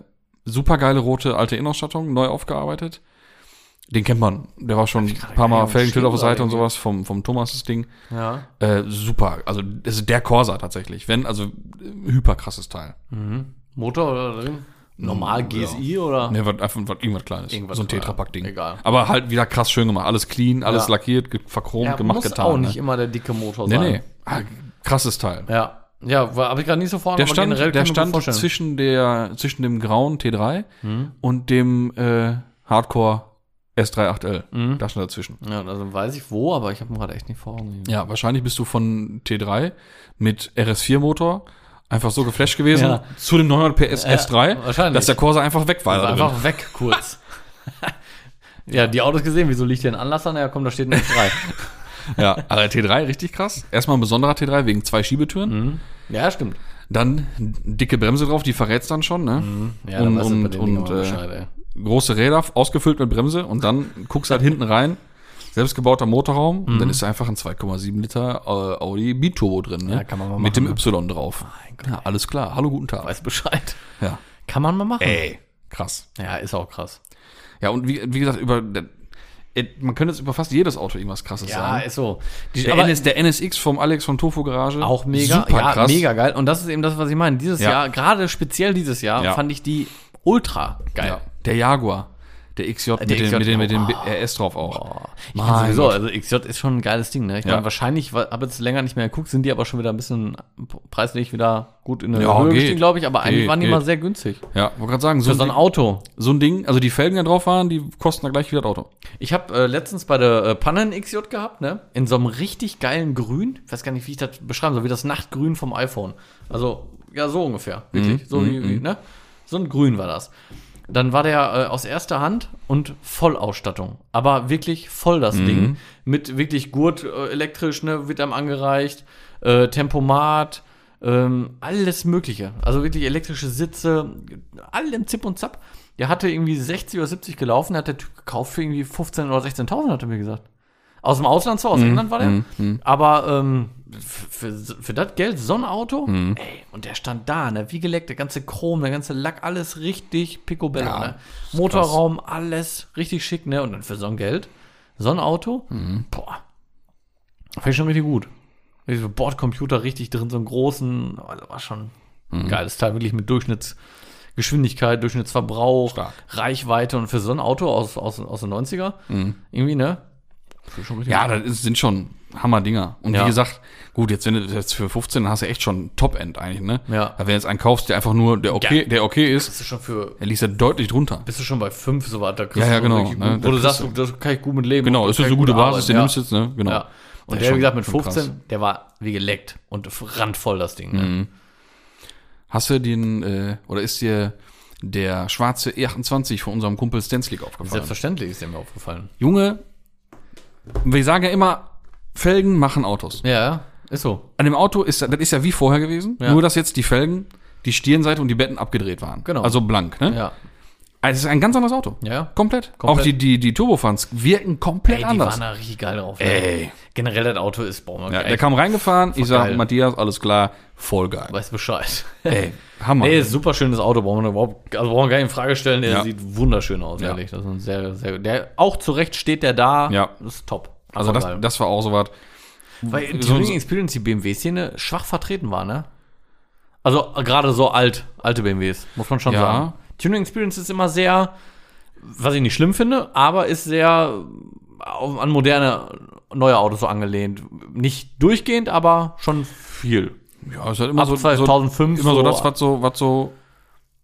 B: supergeile rote alte Innenausstattung, neu aufgearbeitet. Den kennt man. Der war schon ein paar
A: gar
B: Mal
A: nicht
B: Felgentilt auf der
A: geschrieben,
B: Seite und
A: oder
B: sowas vom, vom Thomas das Ding.
A: Ja.
B: Äh, super. Also das ist der Corsa tatsächlich. Wenn, also äh, hyper krasses Teil.
A: Motor oder drin? Normal GSI oder?
B: Ne, was, einfach was, irgendwas Kleines.
A: Ah. Irgendwas
B: so ein
A: Kleines.
B: Tetrapack-Ding.
A: Egal.
B: Aber halt wieder krass schön gemacht. Alles clean, alles
A: Ja.
B: lackiert, ge- verchromt,
A: Ja,
B: gemacht,
A: muss
B: getan.
A: auch nicht
B: ne?
A: immer der dicke Motor
B: Nee,
A: sein.
B: nee. Ah, krasses Teil.
A: Ja, ja, war- hab ich gerade nicht so vor,
B: Der stand, der
A: ich mir gut
B: stand
A: vorstellen. Mhm.
B: zwischen, der, zwischen dem grauen T3 und dem äh, Hardcore S38L.
A: Mhm.
B: Da stand dazwischen.
A: Ja, also weiß ich wo, aber ich habe ihn gerade echt nicht vor Augen.
B: Ja, wahrscheinlich bist du von T3 mit RS4-Motor einfach so geflasht gewesen
A: Ja.
B: zu dem 900 PS S3,
A: wahrscheinlich.
B: dass der Corsa einfach weg war. da drin.
A: Einfach weg kurz. ja, die Autos gesehen, wieso liegt hier ein Anlass an? Ja, komm, da steht ein F3.
B: Ja, aber der T3 richtig krass. Erstmal ein besonderer T3 wegen zwei Schiebetüren.
A: ja, stimmt.
B: Dann dicke Bremse drauf, die verrät's dann schon. Ne?
A: Ja,
B: und
A: weißt du bei
B: und,
A: den Dingen
B: und
A: aber
B: äh,
A: Bescheid, ey.
B: große Räder, ausgefüllt mit Bremse. Und dann guckst halt hinten rein. Selbstgebauter Motorraum.
A: Mhm.
B: Und dann ist da einfach ein 2,7 Liter äh, Audi Biturbo drin. Ne?
A: Ja, kann man mal
B: mit
A: machen,
B: dem Y drauf. ja, alles klar. Hallo, guten Tag.
A: Weiß Bescheid.
B: Ja.
A: Kann man mal machen.
B: Ey, krass.
A: Ja, ist auch krass.
B: Ja, und wie, wie gesagt, über... Der, äh, man könnte jetzt über fast jedes Auto irgendwas krasses
A: Ja,
B: sagen.
A: ist so. Die,
B: Der,
A: aber
B: NS, der NSX vom Alex von Tofu Garage.
A: auch mega,
B: Super
A: ja,
B: krass.
A: mega geil. Und das ist eben das, was ich meine. Dieses
B: Ja.
A: Jahr, gerade speziell dieses Jahr,
B: Ja.
A: fand ich die ultra geil.
B: Ja. Der Jaguar. Der XJ, mit,
A: XJ,
B: dem, mit, dem, mit dem
A: oh.
B: RS drauf auch.
A: Boah. Ich
B: Mein
A: mein sowieso,
B: Gott.
A: also XJ ist schon ein geiles Ding, ne? Ich
B: Ja.
A: meine, wahrscheinlich, habe jetzt länger nicht mehr geguckt, sind die aber schon wieder ein bisschen preislich wieder gut in der
B: Ja,
A: Höhe
B: geht.
A: gestiegen, glaube ich, aber eigentlich
B: Geht,
A: waren die
B: geht.
A: mal sehr günstig.
B: Ja, wollte gerade sagen, so,
A: Für so ein
B: ein,
A: Auto.
B: so ein Ding, also die Felgen, die da drauf waren, die kosten da gleich wie das Auto.
A: Ich habe äh, letztens bei der äh, Pannen XJ gehabt, ne? In so einem richtig geilen Grün. Ich weiß gar nicht, wie ich das beschreiben soll, wie das Nachtgrün vom iPhone. Also, ja, so ungefähr. Wirklich. so wie, wie, ne? So ein Grün war das. Dann war der äh, aus erster Hand und Vollausstattung. Aber wirklich voll das Ding. Mit wirklich Gurt äh, elektrisch, ne, wird einem angereicht, äh, Tempomat, ähm, alles Mögliche. Also wirklich elektrische Sitze, allem Zip und Zap. Der hatte irgendwie 60 oder 70 gelaufen, hat der Typ gekauft für irgendwie 15 oder 16.000, hat er mir gesagt. Aus dem Ausland zwar, aus
B: Mhm,
A: England war der. Aber ähm, f- für, für das Geld so ein Auto,
B: Mhm.
A: ey, und der stand da, ne, wie geleckt, der ganze Chrom, der ganze Lack, alles richtig picobello,
B: Ja,
A: ne? Motorraum, alles richtig schick, ne? Und dann für so ein Geld, so ein Auto,
B: Mhm.
A: boah, fand ich schon richtig gut. Diese Bordcomputer richtig drin, so einen großen, also war schon
B: Mhm.
A: ein geiles Teil, wirklich mit Durchschnittsgeschwindigkeit, Durchschnittsverbrauch,
B: Stark.
A: Reichweite und für so ein Auto aus, aus, aus den 90er,
B: Mhm.
A: irgendwie, ne? Fand ich Schon richtig
B: Ja, das ist, sind schon Hammer-Dinger. Und
A: Ja.
B: wie gesagt, gut, jetzt wenn du das jetzt für 15 dann hast du echt schon Top-End eigentlich, ne?
A: Ja.
B: Aber wenn du jetzt einen kaufst, der einfach nur, der okay,
A: Ja.
B: der okay ist,
A: Bist du schon für.
B: der liegt ja deutlich drunter.
A: Bist du schon bei fünf so weit? Da kriegst
B: Ja, ja,
A: du
B: genau,
A: richtig
B: ne,
A: gut,
B: da
A: wo du
B: kriegst
A: sagst,
B: du-
A: du, das kann ich gut mit leben.
B: Genau, ist das
A: kann
B: eine
A: ich
B: gute Basis,
A: arbeiten,
B: den
A: ja.
B: nimmst du jetzt, ne? Genau.
A: Ja. Und der,
B: ist
A: wie
B: schon-
A: gesagt, mit
B: schon krass.
A: 15, der war wie geleckt und randvoll das Ding. Ne?
B: Mhm. Hast du den, äh, oder ist dir der schwarze E28 von unserem Kumpel Stenslik aufgefallen?
A: Selbstverständlich ist dem mir aufgefallen.
B: Junge, wir sagen ja immer, Felgen machen Autos.
A: Ja, ist so.
B: An dem Auto ist das ist ja wie vorher gewesen,
A: Ja.
B: nur dass jetzt die Felgen, die Stirnseite und die Betten abgedreht waren.
A: Genau.
B: Also blank, ne?
A: Ja.
B: Also es ist ein ganz anderes Auto.
A: Ja, ja.
B: Komplett.
A: Komplett.
B: Auch die, die, die Turbofans wirken komplett
A: Ey, die
B: anders.
A: waren da richtig geil drauf. ne?
B: Ey.
A: Generell das Auto ist boah, man
B: Ja, der
A: echt,
B: kam reingefahren, ich sag,
A: geil.
B: Matthias, alles klar, voll geil.
A: weiß Bescheid.
B: Ey, Hammer.
A: Ey, super schönes Auto, brauchen wir überhaupt, also brauchen wir gar nicht in Frage stellen. Der
B: Ja.
A: sieht wunderschön aus, ehrlich. Das ist ein sehr, sehr, der, auch zu Recht steht der da.
B: Ja.
A: Das ist top.
B: also
A: Voll
B: das,
A: geil.
B: das war auch so was.
A: Weil die
B: so-
A: Tuning Experience, die BMW-Szene, schwach vertreten war, ne? Also äh, gerade so alt, alte BMWs, muss man schon
B: Ja.
A: sagen. Tuning Experience ist immer sehr, was ich nicht schlimm finde, aber ist sehr, auf, an moderne neue Autos so angelehnt. Nicht durchgehend, aber schon viel.
B: Ja, ist halt immer
A: Ab
B: so, so,
A: 2005
B: immer so das, was so, was so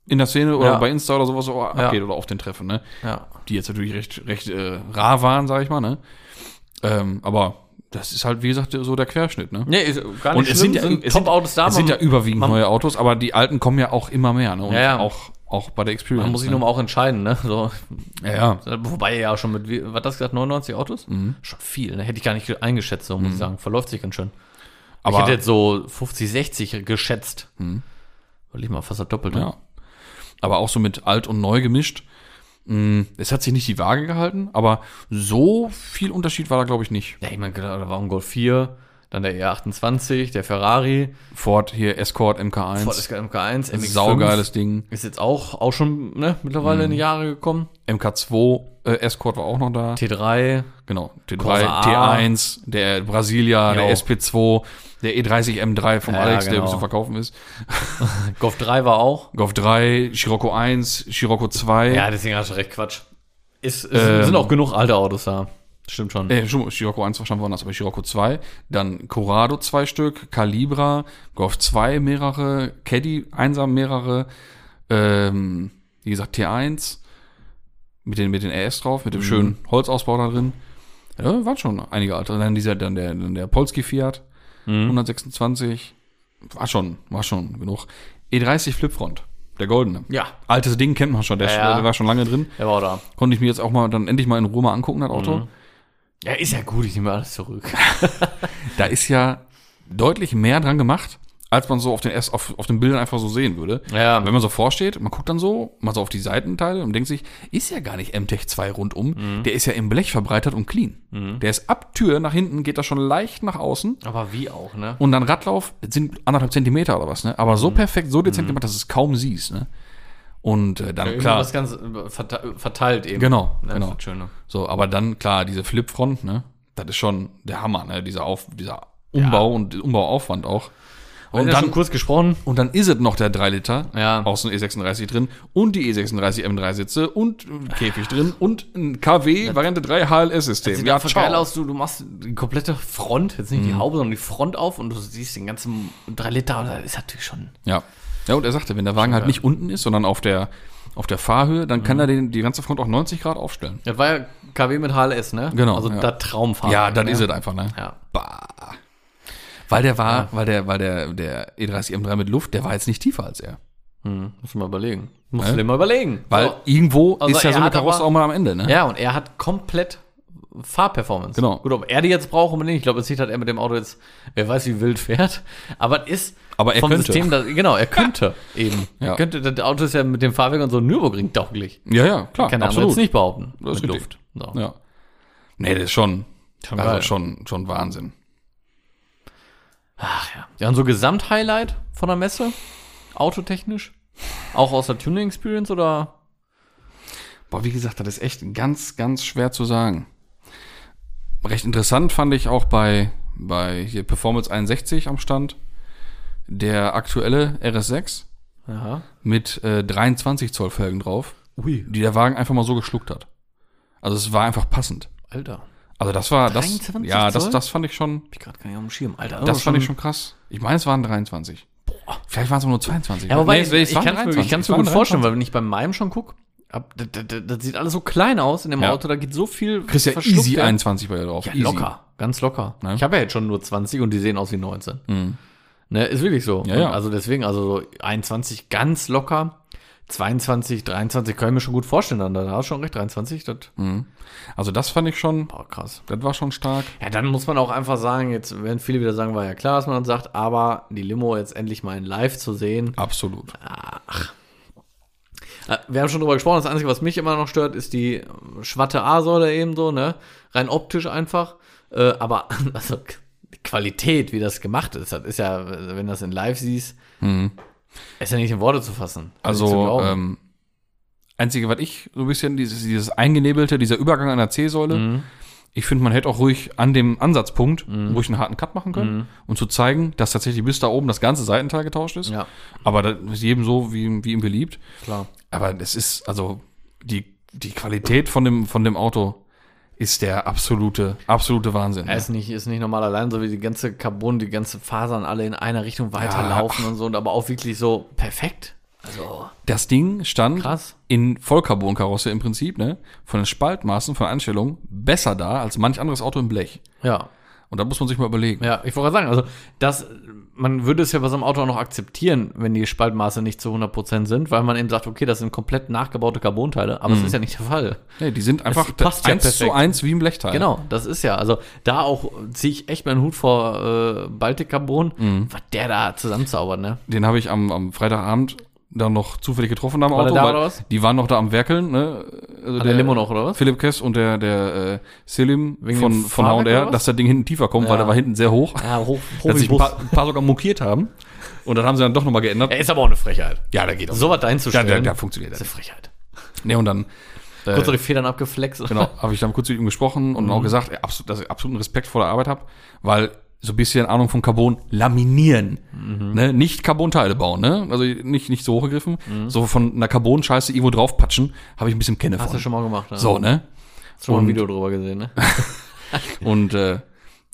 B: in der Szene oder
A: Ja.
B: bei Insta oder sowas so abgeht oder auf den Treffen, ne?
A: ja.
B: Die jetzt natürlich recht, recht äh, rar waren, sag ich mal, ne? Ähm, aber das ist halt, wie gesagt, so der Querschnitt, ne?
A: Nee, ist gar
B: Und es sind ja- es sind-
A: Top-Autos da.
B: Es sind ja
A: man,
B: überwiegend
A: man-
B: neue Autos, aber die alten kommen ja auch immer mehr, ne? Und
A: Ja, ja.
B: Auch, auch bei der Experience.
A: man muss sich
B: ne?
A: nur mal auch entscheiden, ne? So,
B: Ja, ja.
A: wobei ja schon mit, wie- was hat das gesagt, 99 Autos?
B: Mhm.
A: Schon viel, ne? Hätte ich gar nicht ge- eingeschätzt, so muss ich sagen. Verläuft sich ganz schön. ich
B: Aber Mhm.
A: hätte jetzt so 50, 60 geschätzt. Weil ich mal fast das Doppelte.
B: Ja. Aber auch so mit alt und neu gemischt. Mm, Es hat sich nicht die Waage gehalten, aber so viel Unterschied war da, glaube ich, nicht.
A: Ja, ich meine, genau, da war ein Golf 4, dann der E28, der Ferrari,
B: Ford hier, Escort MK1.
A: Ford Escort MK1, MX5.
B: saugeiles Mhm. Ding.
A: Ist jetzt auch, auch schon ne, mittlerweile in die Jahre gekommen.
B: MK2, äh, Escort war auch noch da.
A: T3,
B: genau, T3,
A: Corsa A.
B: T1, der Brasilia,
A: Jo.
B: der SP2, der E E30 M3 vom
A: Ja,
B: Alex, der
A: genau.
B: zu verkaufen ist.
A: Golf 3 war auch.
B: Golf 3, Scirocco 1, Scirocco 2.
A: Ja, deswegen hast du recht, Quatsch. Ist, ist,
B: Ähm.
A: sind auch genug alte Autos da. Stimmt schon.
B: Äh, schon, Scirocco 1 war schon woanders, aber Scirocco 2, dann Corrado zwei Stück, Calibra, Golf 2 mehrere, Caddy einsam mehrere, ähm, wie gesagt T1 mit den mit den RS drauf,
A: Mhm.
B: mit dem schönen Holzausbau da drin. Ja, waren schon einige alte. Dann dieser dann der dann der Polski Fiat
A: Mhm.
B: 126 war schon war schon genug. E30 Flipfront, der goldene.
A: Ja,
B: Altes Ding kennt man schon, der,
A: Ja, ja.
B: der war schon lange drin.
A: der war da.
B: Konnte ich mir jetzt auch mal dann endlich mal in Ruhe mal angucken, das
A: Mhm.
B: Auto.
A: Ja, ist ja gut, ich nehme alles zurück.
B: da ist ja deutlich mehr dran gemacht, als man so auf den, erst auf, auf den Bildern einfach so sehen würde.
A: Ja.
B: Wenn man so vorsteht, man guckt dann so, mal so auf die Seitenteile und denkt sich, ist ja gar nicht MTech 2 rundum,
A: Mhm.
B: der ist ja im Blech verbreitert und clean. Der ist ab Tür nach hinten, geht da schon leicht nach außen
A: Aber wie auch, ne?
B: und dann Radlauf sind anderthalb Zentimeter oder was, ne? Aber
A: Mhm.
B: so perfekt, so dezent gemacht, dass du es kaum siehst, ne? Und äh, dann, klar,
A: Das Ganze äh, verte- verteilt eben.
B: Genau,
A: Ne,
B: genau.
A: Das Schöne.
B: So, aber dann, klar, diese Flipfront, ne? Das ist schon der Hammer, ne? Dieser, Auf, dieser Umbau und Umbauaufwand auch.
A: Und
B: Und
A: dann
B: dann,
A: schon kurz gesprochen.
B: und dann ist es noch der 3 Liter,
A: Ja.
B: außen E36 E drin und die E E36 M3 Sitze und ein Käfig drin und ein KW Variante 3 HLS-System.
A: Sieht ja, Mhm. einfach geil aus, du, du machst die komplette Front, jetzt nicht die Haube, sondern die Front auf und du siehst den ganzen 3 Liter, das ist natürlich schon.
B: Ja. Ja, und er sagte, wenn der Wagen halt nicht unten ist, sondern auf der, auf der Fahrhöhe, dann kann er den, die ganze Front auch 90 Grad aufstellen.
A: Das war ja KW mit HLS, ne?
B: Genau,
A: Also
B: ja.
A: da Traumfahrt.
B: Ja, dann
A: ne?
B: ist es einfach, ne?
A: Ja.
B: Bah. Weil der war, weil der, weil der, der E E30 M3 mit Luft, der war jetzt nicht tiefer als er.
A: Hm, musst du mal überlegen. Musst
B: Ja.
A: du dir mal überlegen.
B: Weil
A: So.
B: irgendwo
A: Also
B: ist ja
A: er
B: so eine
A: hat aber-
B: Karosse auch mal am Ende, ne?
A: Ja, und er hat komplett Fahrperformance.
B: Genau.
A: Gut, ob er die jetzt braucht oder nicht, ich glaube, es sieht halt er mit dem Auto jetzt, wer weiß, wie wild fährt. Aber es ist
B: Aber er könnte.
A: System, das, genau, er könnte eben.
B: Ja.
A: Er könnte, das Auto ist ja mit dem Fahrwerk und so Nürburgring tauglich.
B: Ja, ja, klar.
A: Kann er aber jetzt nicht behaupten.
B: Das ist
A: mit
B: richtig.
A: Luft. So.
B: Ja. Nee, das ist schon,
A: Schon
B: also
A: geil.
B: schon, schon Wahnsinn.
A: Ach ja. Ja, und so Gesamthighlight von der Messe, autotechnisch, auch aus der Tuning Experience oder?
B: Boah, wie gesagt, das ist echt ganz, ganz schwer zu sagen. Recht interessant fand ich auch bei, bei hier Performance 61 am Stand. Der aktuelle RS6
A: Aha.
B: mit äh, 23 Zoll Felgen drauf,
A: Ui,
B: die der Wagen einfach mal so geschluckt hat. Also es war einfach passend.
A: Alter.
B: Also das war das
A: 23
B: ja, das
A: Zoll?
B: das fand ich schon
A: Hab ich gerade gar nicht auf dem Schirm. Alter,
B: Das fand ich schon krass. Ich meine, es waren 23. Boah. Vielleicht waren es auch nur 22.
A: Ja, wobei,
B: Nee, es-
A: ich,
B: es
A: ich
B: waren
A: kann es mir, ich
B: 23.
A: kann's
B: Es
A: mir
B: waren
A: gut vorstellen,
B: 23.
A: weil wenn ich bei meinem schon gucke, das, das, das sieht alles so klein aus in dem
B: Ja.
A: Auto, da geht so viel
B: Kriegst ja
A: verschluckt
B: easy
A: werden.
B: 21 bei dir drauf.
A: Ja,
B: easy.
A: locker, ganz locker.
B: Ne? Mhm.
A: Ich habe ja jetzt schon nur 20 und die sehen aus wie 19. Ne, ist wirklich so.
B: Ja, ja.
A: Und Also deswegen, also so 21 ganz locker, 22, 23 kann ich mir schon gut vorstellen. Dann, da hast du schon recht, 23, das
B: Also das fand ich schon,
A: boah, krass.
B: das war schon stark.
A: Ja, dann muss man auch einfach sagen, jetzt werden viele wieder sagen, war ja klar, was man dann sagt, aber die Limo jetzt endlich mal in live zu sehen,
B: Absolut.
A: Äh, Wir haben schon drüber gesprochen, das Einzige, was mich immer noch stört, ist die äh, schwatte A-Säule eben so, ne? Rein optisch einfach. Äh, aber also, k- die Qualität, wie das gemacht ist, das ist ja, äh, wenn du das in live siehst, ist ja nicht in Worte zu fassen. Nicht zu
B: Mhm. Also,
A: glauben.
B: ähm, einzige, was ich so ein bisschen, dieses, dieses eingenebelte, dieser Übergang an der C-Säule,
A: Mhm.
B: ich finde, man hätte auch ruhig an dem Ansatzpunkt ruhig einen harten Cut machen
A: Mhm.
B: können und zu zeigen, dass tatsächlich bis da oben das ganze Seitenteil getauscht ist.
A: ja,
B: Aber das ist jedem so, wie, wie ihm beliebt.
A: klar.
B: Aber es ist, also, die, die Qualität von dem, von dem Auto ist der absolute, absolute Wahnsinn. ne?
A: Er ist nicht, ist nicht normal allein, so wie die ganze Carbon, die ganze Fasern alle in einer Richtung weiterlaufen und so, und aber auch wirklich so perfekt. Also,
B: Das Ding stand
A: Krass.
B: in Vollcarbonkarosse im Prinzip, ne? Von den Spaltmaßen, von der Einstellung besser da als manch anderes Auto im Blech.
A: ja.
B: Und da muss man sich mal überlegen.
A: Ja, ich wollte gerade sagen, also das, man würde es ja bei so einem Auto auch noch akzeptieren, wenn die Spaltmaße nicht zu 100% sind, weil man eben sagt, okay, das sind komplett nachgebaute Carbonteile,
B: Mhm.
A: aber es ist ja nicht der Fall.
B: Nee, die sind einfach
A: passt ja
B: eins zu
A: perfekt.
B: eins wie im Blechteil.
A: Genau, das ist ja, also da auch ziehe ich echt meinen Hut vor äh, Baltic Carbon,
B: Mhm.
A: was der da zusammenzaubert, ne?
B: Den habe ich am, am Freitagabend dann noch zufällig getroffen am
A: der
B: Auto.
A: da
B: weil
A: oder was?
B: Die waren noch da am Werkeln, ne? Also
A: Hat der Limo noch, oder was?
B: Philipp Kess und der, der äh, Selim
A: Wegen
B: von,
A: dem
B: von
A: Fahrwerk oder
B: H&R,
A: was?
B: dass das Ding hinten tiefer kommt, weil
A: Ja.
B: der war hinten sehr hoch.
A: Ja, hoch,
B: Dass sich ein paar, ein paar sogar mokiert haben. Und dann haben sie dann doch nochmal geändert.
A: Er ist aber auch eine Frechheit.
B: Ja, da geht auch.
A: So was da
B: Ja,
A: hinzustellen,
B: da, da funktioniert
A: ist
B: das.
A: eine Frechheit.
B: Nee, und dann
A: Kurz noch die Federn abgeflext.
B: genau, habe ich dann kurz mit ihm gesprochen und
A: Mhm.
B: auch gesagt, ey, absolut, dass ich absoluten Respekt vor der Arbeit habe, weil so ein bisschen Ahnung von Carbon laminieren,
A: Mhm.
B: ne? nicht Carbon-Teile bauen, ne? also nicht, nicht so hochgegriffen, so von einer Carbon-Scheiße irgendwo draufpatschen, habe ich ein bisschen Kenne
A: Mhm. Hast du
B: von.
A: schon mal gemacht, ne?
B: So, ne?
A: Schon mal
B: und-
A: ein Video drüber gesehen, ne?
B: Und äh,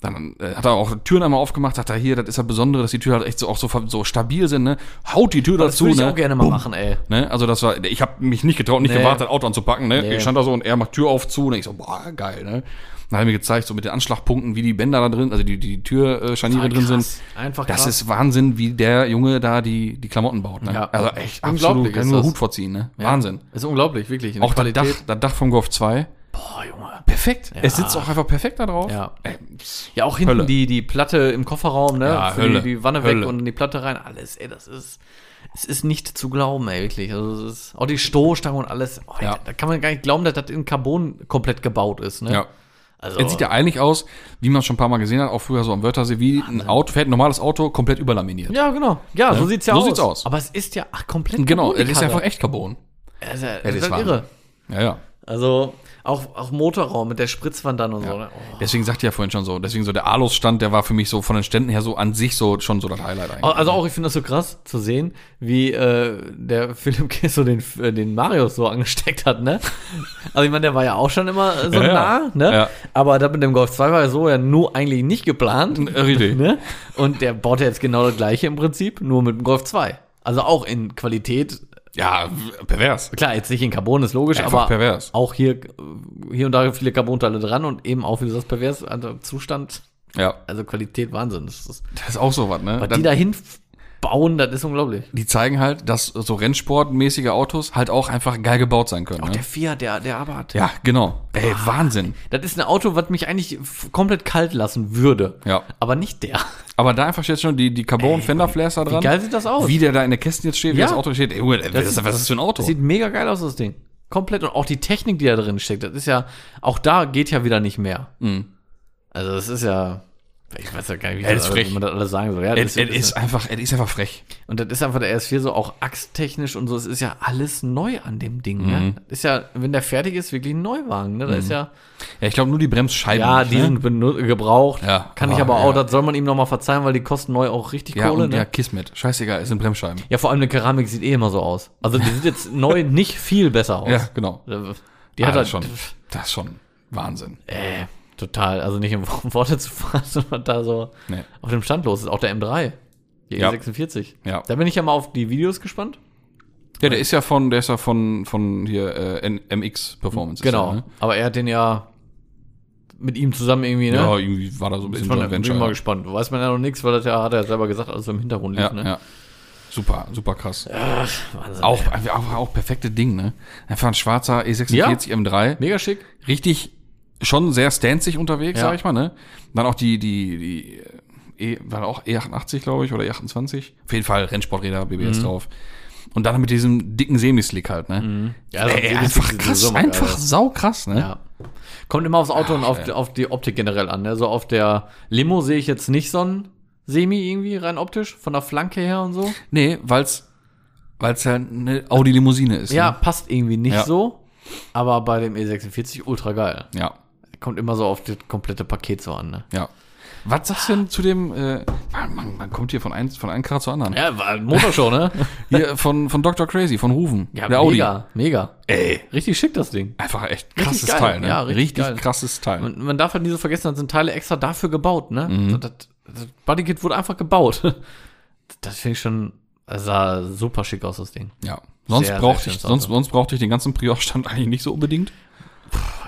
B: dann äh, hat er auch Türen einmal aufgemacht, sagt er, hier, das ist das Besondere, dass die Türen halt echt so, auch so, ver- so stabil sind, ne? haut die Tür
A: Das
B: dazu.
A: würde ich
B: ne?
A: auch gerne mal machen, ey.
B: Ne? Also das war, ich habe mich nicht getraut, nicht
A: Nee.
B: gewartet, ein Auto anzupacken. Ne?
A: Nee.
B: Ich stand da so und er macht Tür auf zu und ich so, boah, geil. Ne? Dann hat er mir gezeigt, so mit den Anschlagpunkten, wie die Bänder da drin, also die, die Türscharniere
A: Voll
B: drin
A: krass.
B: sind.
A: Einfach
B: Das
A: krass.
B: ist Wahnsinn, wie der Junge da die, die Klamotten baut. Ne?
A: Ja.
B: Also echt absolut,
A: Unglaublich
B: kann
A: ist
B: nur
A: das.
B: Hut vorziehen. Ne? Wahnsinn.
A: Ist unglaublich, wirklich. in der
B: Auch das Dach, das Dach vom Golf 2,
A: Boah, Junge.
B: perfekt. Es sitzt auch einfach perfekt da drauf.
A: Ja.
B: Ey,
A: Ja, auch hinten
B: Hölle.
A: die, die Platte im Kofferraum, ne?
B: Ja,
A: Für
B: Hölle.
A: Die, die Wanne
B: Hölle.
A: weg und in die Platte rein. Alles, ey, das ist. Es ist nicht zu glauben, ey, wirklich. Also, es ist, auch die Stoßstange und alles. Oh,
B: Ja.
A: da, da kann man gar nicht glauben, dass das in Carbon komplett gebaut ist, ne?
B: ja.
A: Also,
B: Es sieht ja eigentlich aus, wie man es schon ein paar Mal gesehen hat, auch früher so am Wörthersee, wie ein Auto, fährt ein normales Auto komplett überlaminiert.
A: ja, genau. Ja, so sieht's ja
B: So
A: aus.
B: sieht's aus.
A: Aber es ist ja ach, komplett.
B: Genau,
A: Carbon,
B: es
A: die
B: ist
A: Karre.
B: einfach echt Carbon.
A: Das ist, ja,
B: das
A: das ist
B: ist
A: halt
B: Wahnsinn.
A: irre.
B: Ja, ja.
A: Also, auch, auch Motorraum mit der Spritzwand dann und so, ne? Oh.
B: Deswegen sagte ich ja vorhin schon so, deswegen so der Alos-Stand, der war für mich so von den Ständen her so an sich so schon so das Highlight eigentlich.
A: Au- Also auch, ich finde das so krass zu sehen, wie äh, der Philipp Kess so den, äh, den Marius so angesteckt hat, ne? Also ich meine, der war ja auch schon immer äh, so
B: Ja, ja.
A: nah, ne?
B: Ja.
A: Aber da mit dem Golf 2 war ja so ja nur eigentlich nicht geplant.
B: Äh, Richtig.
A: Ne? Und der baut ja jetzt genau das gleiche im Prinzip, nur mit dem Golf 2. Also auch in Qualität,
B: Ja, w- pervers.
A: klar, jetzt nicht in Carbon, ist logisch,
B: Einfach
A: aber
B: pervers.
A: auch hier, äh, hier und da viele Carbonteile dran und eben auch, wie du sagst, pervers, also Zustand,
B: Ja,
A: also Qualität Wahnsinn. Das ist,
B: das ist auch so was, ne?
A: was die
B: Dann,
A: dahin f- bauen, das ist unglaublich.
B: die zeigen halt, dass so rennsportmäßige Autos halt auch einfach geil gebaut sein können.
A: Auch
B: Ne?
A: der Fiat, der, der Abarth.
B: Ja, genau. Ey, Wahnsinn.
A: Das ist ein Auto, was mich eigentlich f- komplett kalt lassen würde.
B: Ja.
A: Aber nicht der.
B: Aber da einfach jetzt schon die, die Carbon-Fender-Flares da dran.
A: geil sieht das aus?
B: Wie der da in der Kästen jetzt steht, wie
A: Ja.
B: das Auto steht. Ey, Junge, das,
A: sieht-
B: was ist das für ein Auto?
A: Das sieht mega geil aus, das Ding. Komplett. Und auch die Technik, die da drin steckt, das ist ja, auch da geht ja wieder nicht mehr. Also das ist ja, ich weiß ja gar nicht, wie,
B: Mhm. Ja, das
A: das, alles-
B: ist frech.
A: wie man das alles sagen soll. Ja, das
B: Es, es ist einfach, es ist einfach frech.
A: und das ist einfach der RS4 so auch axttechnisch und so, es ist ja alles neu an dem Ding.
B: Mhm.
A: Ne? Das ist ja, wenn der fertig ist, wirklich ein Neuwagen. Ne? Da ist ja,
B: Ja, ich glaube nur Mhm. die Bremsscheiben.
A: ja,
B: nicht,
A: die
B: ne?
A: sind benu- gebraucht.
B: Ja.
A: Kann ich
B: Ah,
A: aber auch,
B: ja.
A: das soll man ihm nochmal verzeihen, weil die kosten neu auch richtig
B: ja,
A: Kohle.
B: und,
A: ne?
B: ja, Kismet. Scheißegal, es sind Bremsscheiben.
A: Ja, vor allem eine Keramik sieht eh immer so aus. Also die sieht jetzt neu nicht viel besser aus.
B: Ja, genau.
A: Die hat
B: Ah,
A: halt
B: das schon. Das ist schon Wahnsinn.
A: Äh, total. Also nicht in Worte zu fassen, was da so
B: Nee.
A: auf dem Stand los ist. Auch der M3. Die
B: Ja.
A: E46.
B: Ja.
A: Da bin ich ja mal auf die Videos gespannt.
B: Ja, der ist ja von, der ist ja von, von hier äh, N- MX Performance.
A: genau.
B: Ist ne?
A: Aber er hat den ja mit ihm zusammen irgendwie, ne?
B: der, ne? Ja, irgendwie war da so ein
A: ich
B: bisschen
A: bin,
B: Joint
A: bin ich
B: Venture.
A: mal gespannt. Weiß man ja noch nichts, weil das ja, hat er ja selber gesagt, alles im Hintergrund lief,
B: ja,
A: ne?
B: ja. Super, super krass.
A: Wahnsinn.
B: Auch, auch, auch perfekte Ding, ne? Einfach ein schwarzer E E46 M3.
A: Mega schick.
B: Richtig, schon sehr stanzig unterwegs,
A: Ja.
B: sag ich mal, ne? Dann auch die, die, die, äh, E, war da auch E88, glaube ich, oder E28. Auf jeden Fall Rennsporträder,
A: Mhm.
B: BBS drauf. Und dann mit diesem dicken Semislick halt, ne?
A: Ja, also
B: Ey,
A: die
B: einfach
A: sind
B: krass,
A: sowieso mal geil.
B: einfach saukrass, ne?
A: Ja. Kommt immer aufs Auto und auf, auf die Optik generell an. Ne? So auf der Limo sehe ich jetzt nicht so ein Semi irgendwie rein optisch, von der Flanke her und so.
B: Nee, weil's, weil's ja eine Audi-Limousine ist. ne?
A: Ja, passt irgendwie nicht
B: Ja.
A: so. Aber bei dem E46 ultra geil.
B: Ne? Ja,
A: Kommt immer so auf das komplette Paket so an. Ne?
B: ja. Was sagst du denn zu dem, äh, man, man, man kommt hier von, ein, von einem Grad zur anderen.
A: Ja, war Motorshow, ne?
B: Hier von, von Dr. Crazy, von Ruven.
A: Ja,
B: der Audi.
A: mega, mega.
B: Ey.
A: Richtig schick das Ding.
B: Einfach echt
A: Richtig
B: krasses
A: geil.
B: Teil, ne?
A: Ja, richtig geil.
B: krasses Teil.
A: Man, man darf halt nie so vergessen, dann sind Teile extra dafür gebaut, ne?
B: Mhm.
A: Das, das Bodykit wurde einfach gebaut. Das finde ich schon, das sah super schick aus, das Ding.
B: ja. Sonst
A: sehr
B: brauchte ich,
A: schönes
B: sonst,
A: Auto.
B: sonst brauchte ich den ganzen Prior-Stand eigentlich nicht so unbedingt.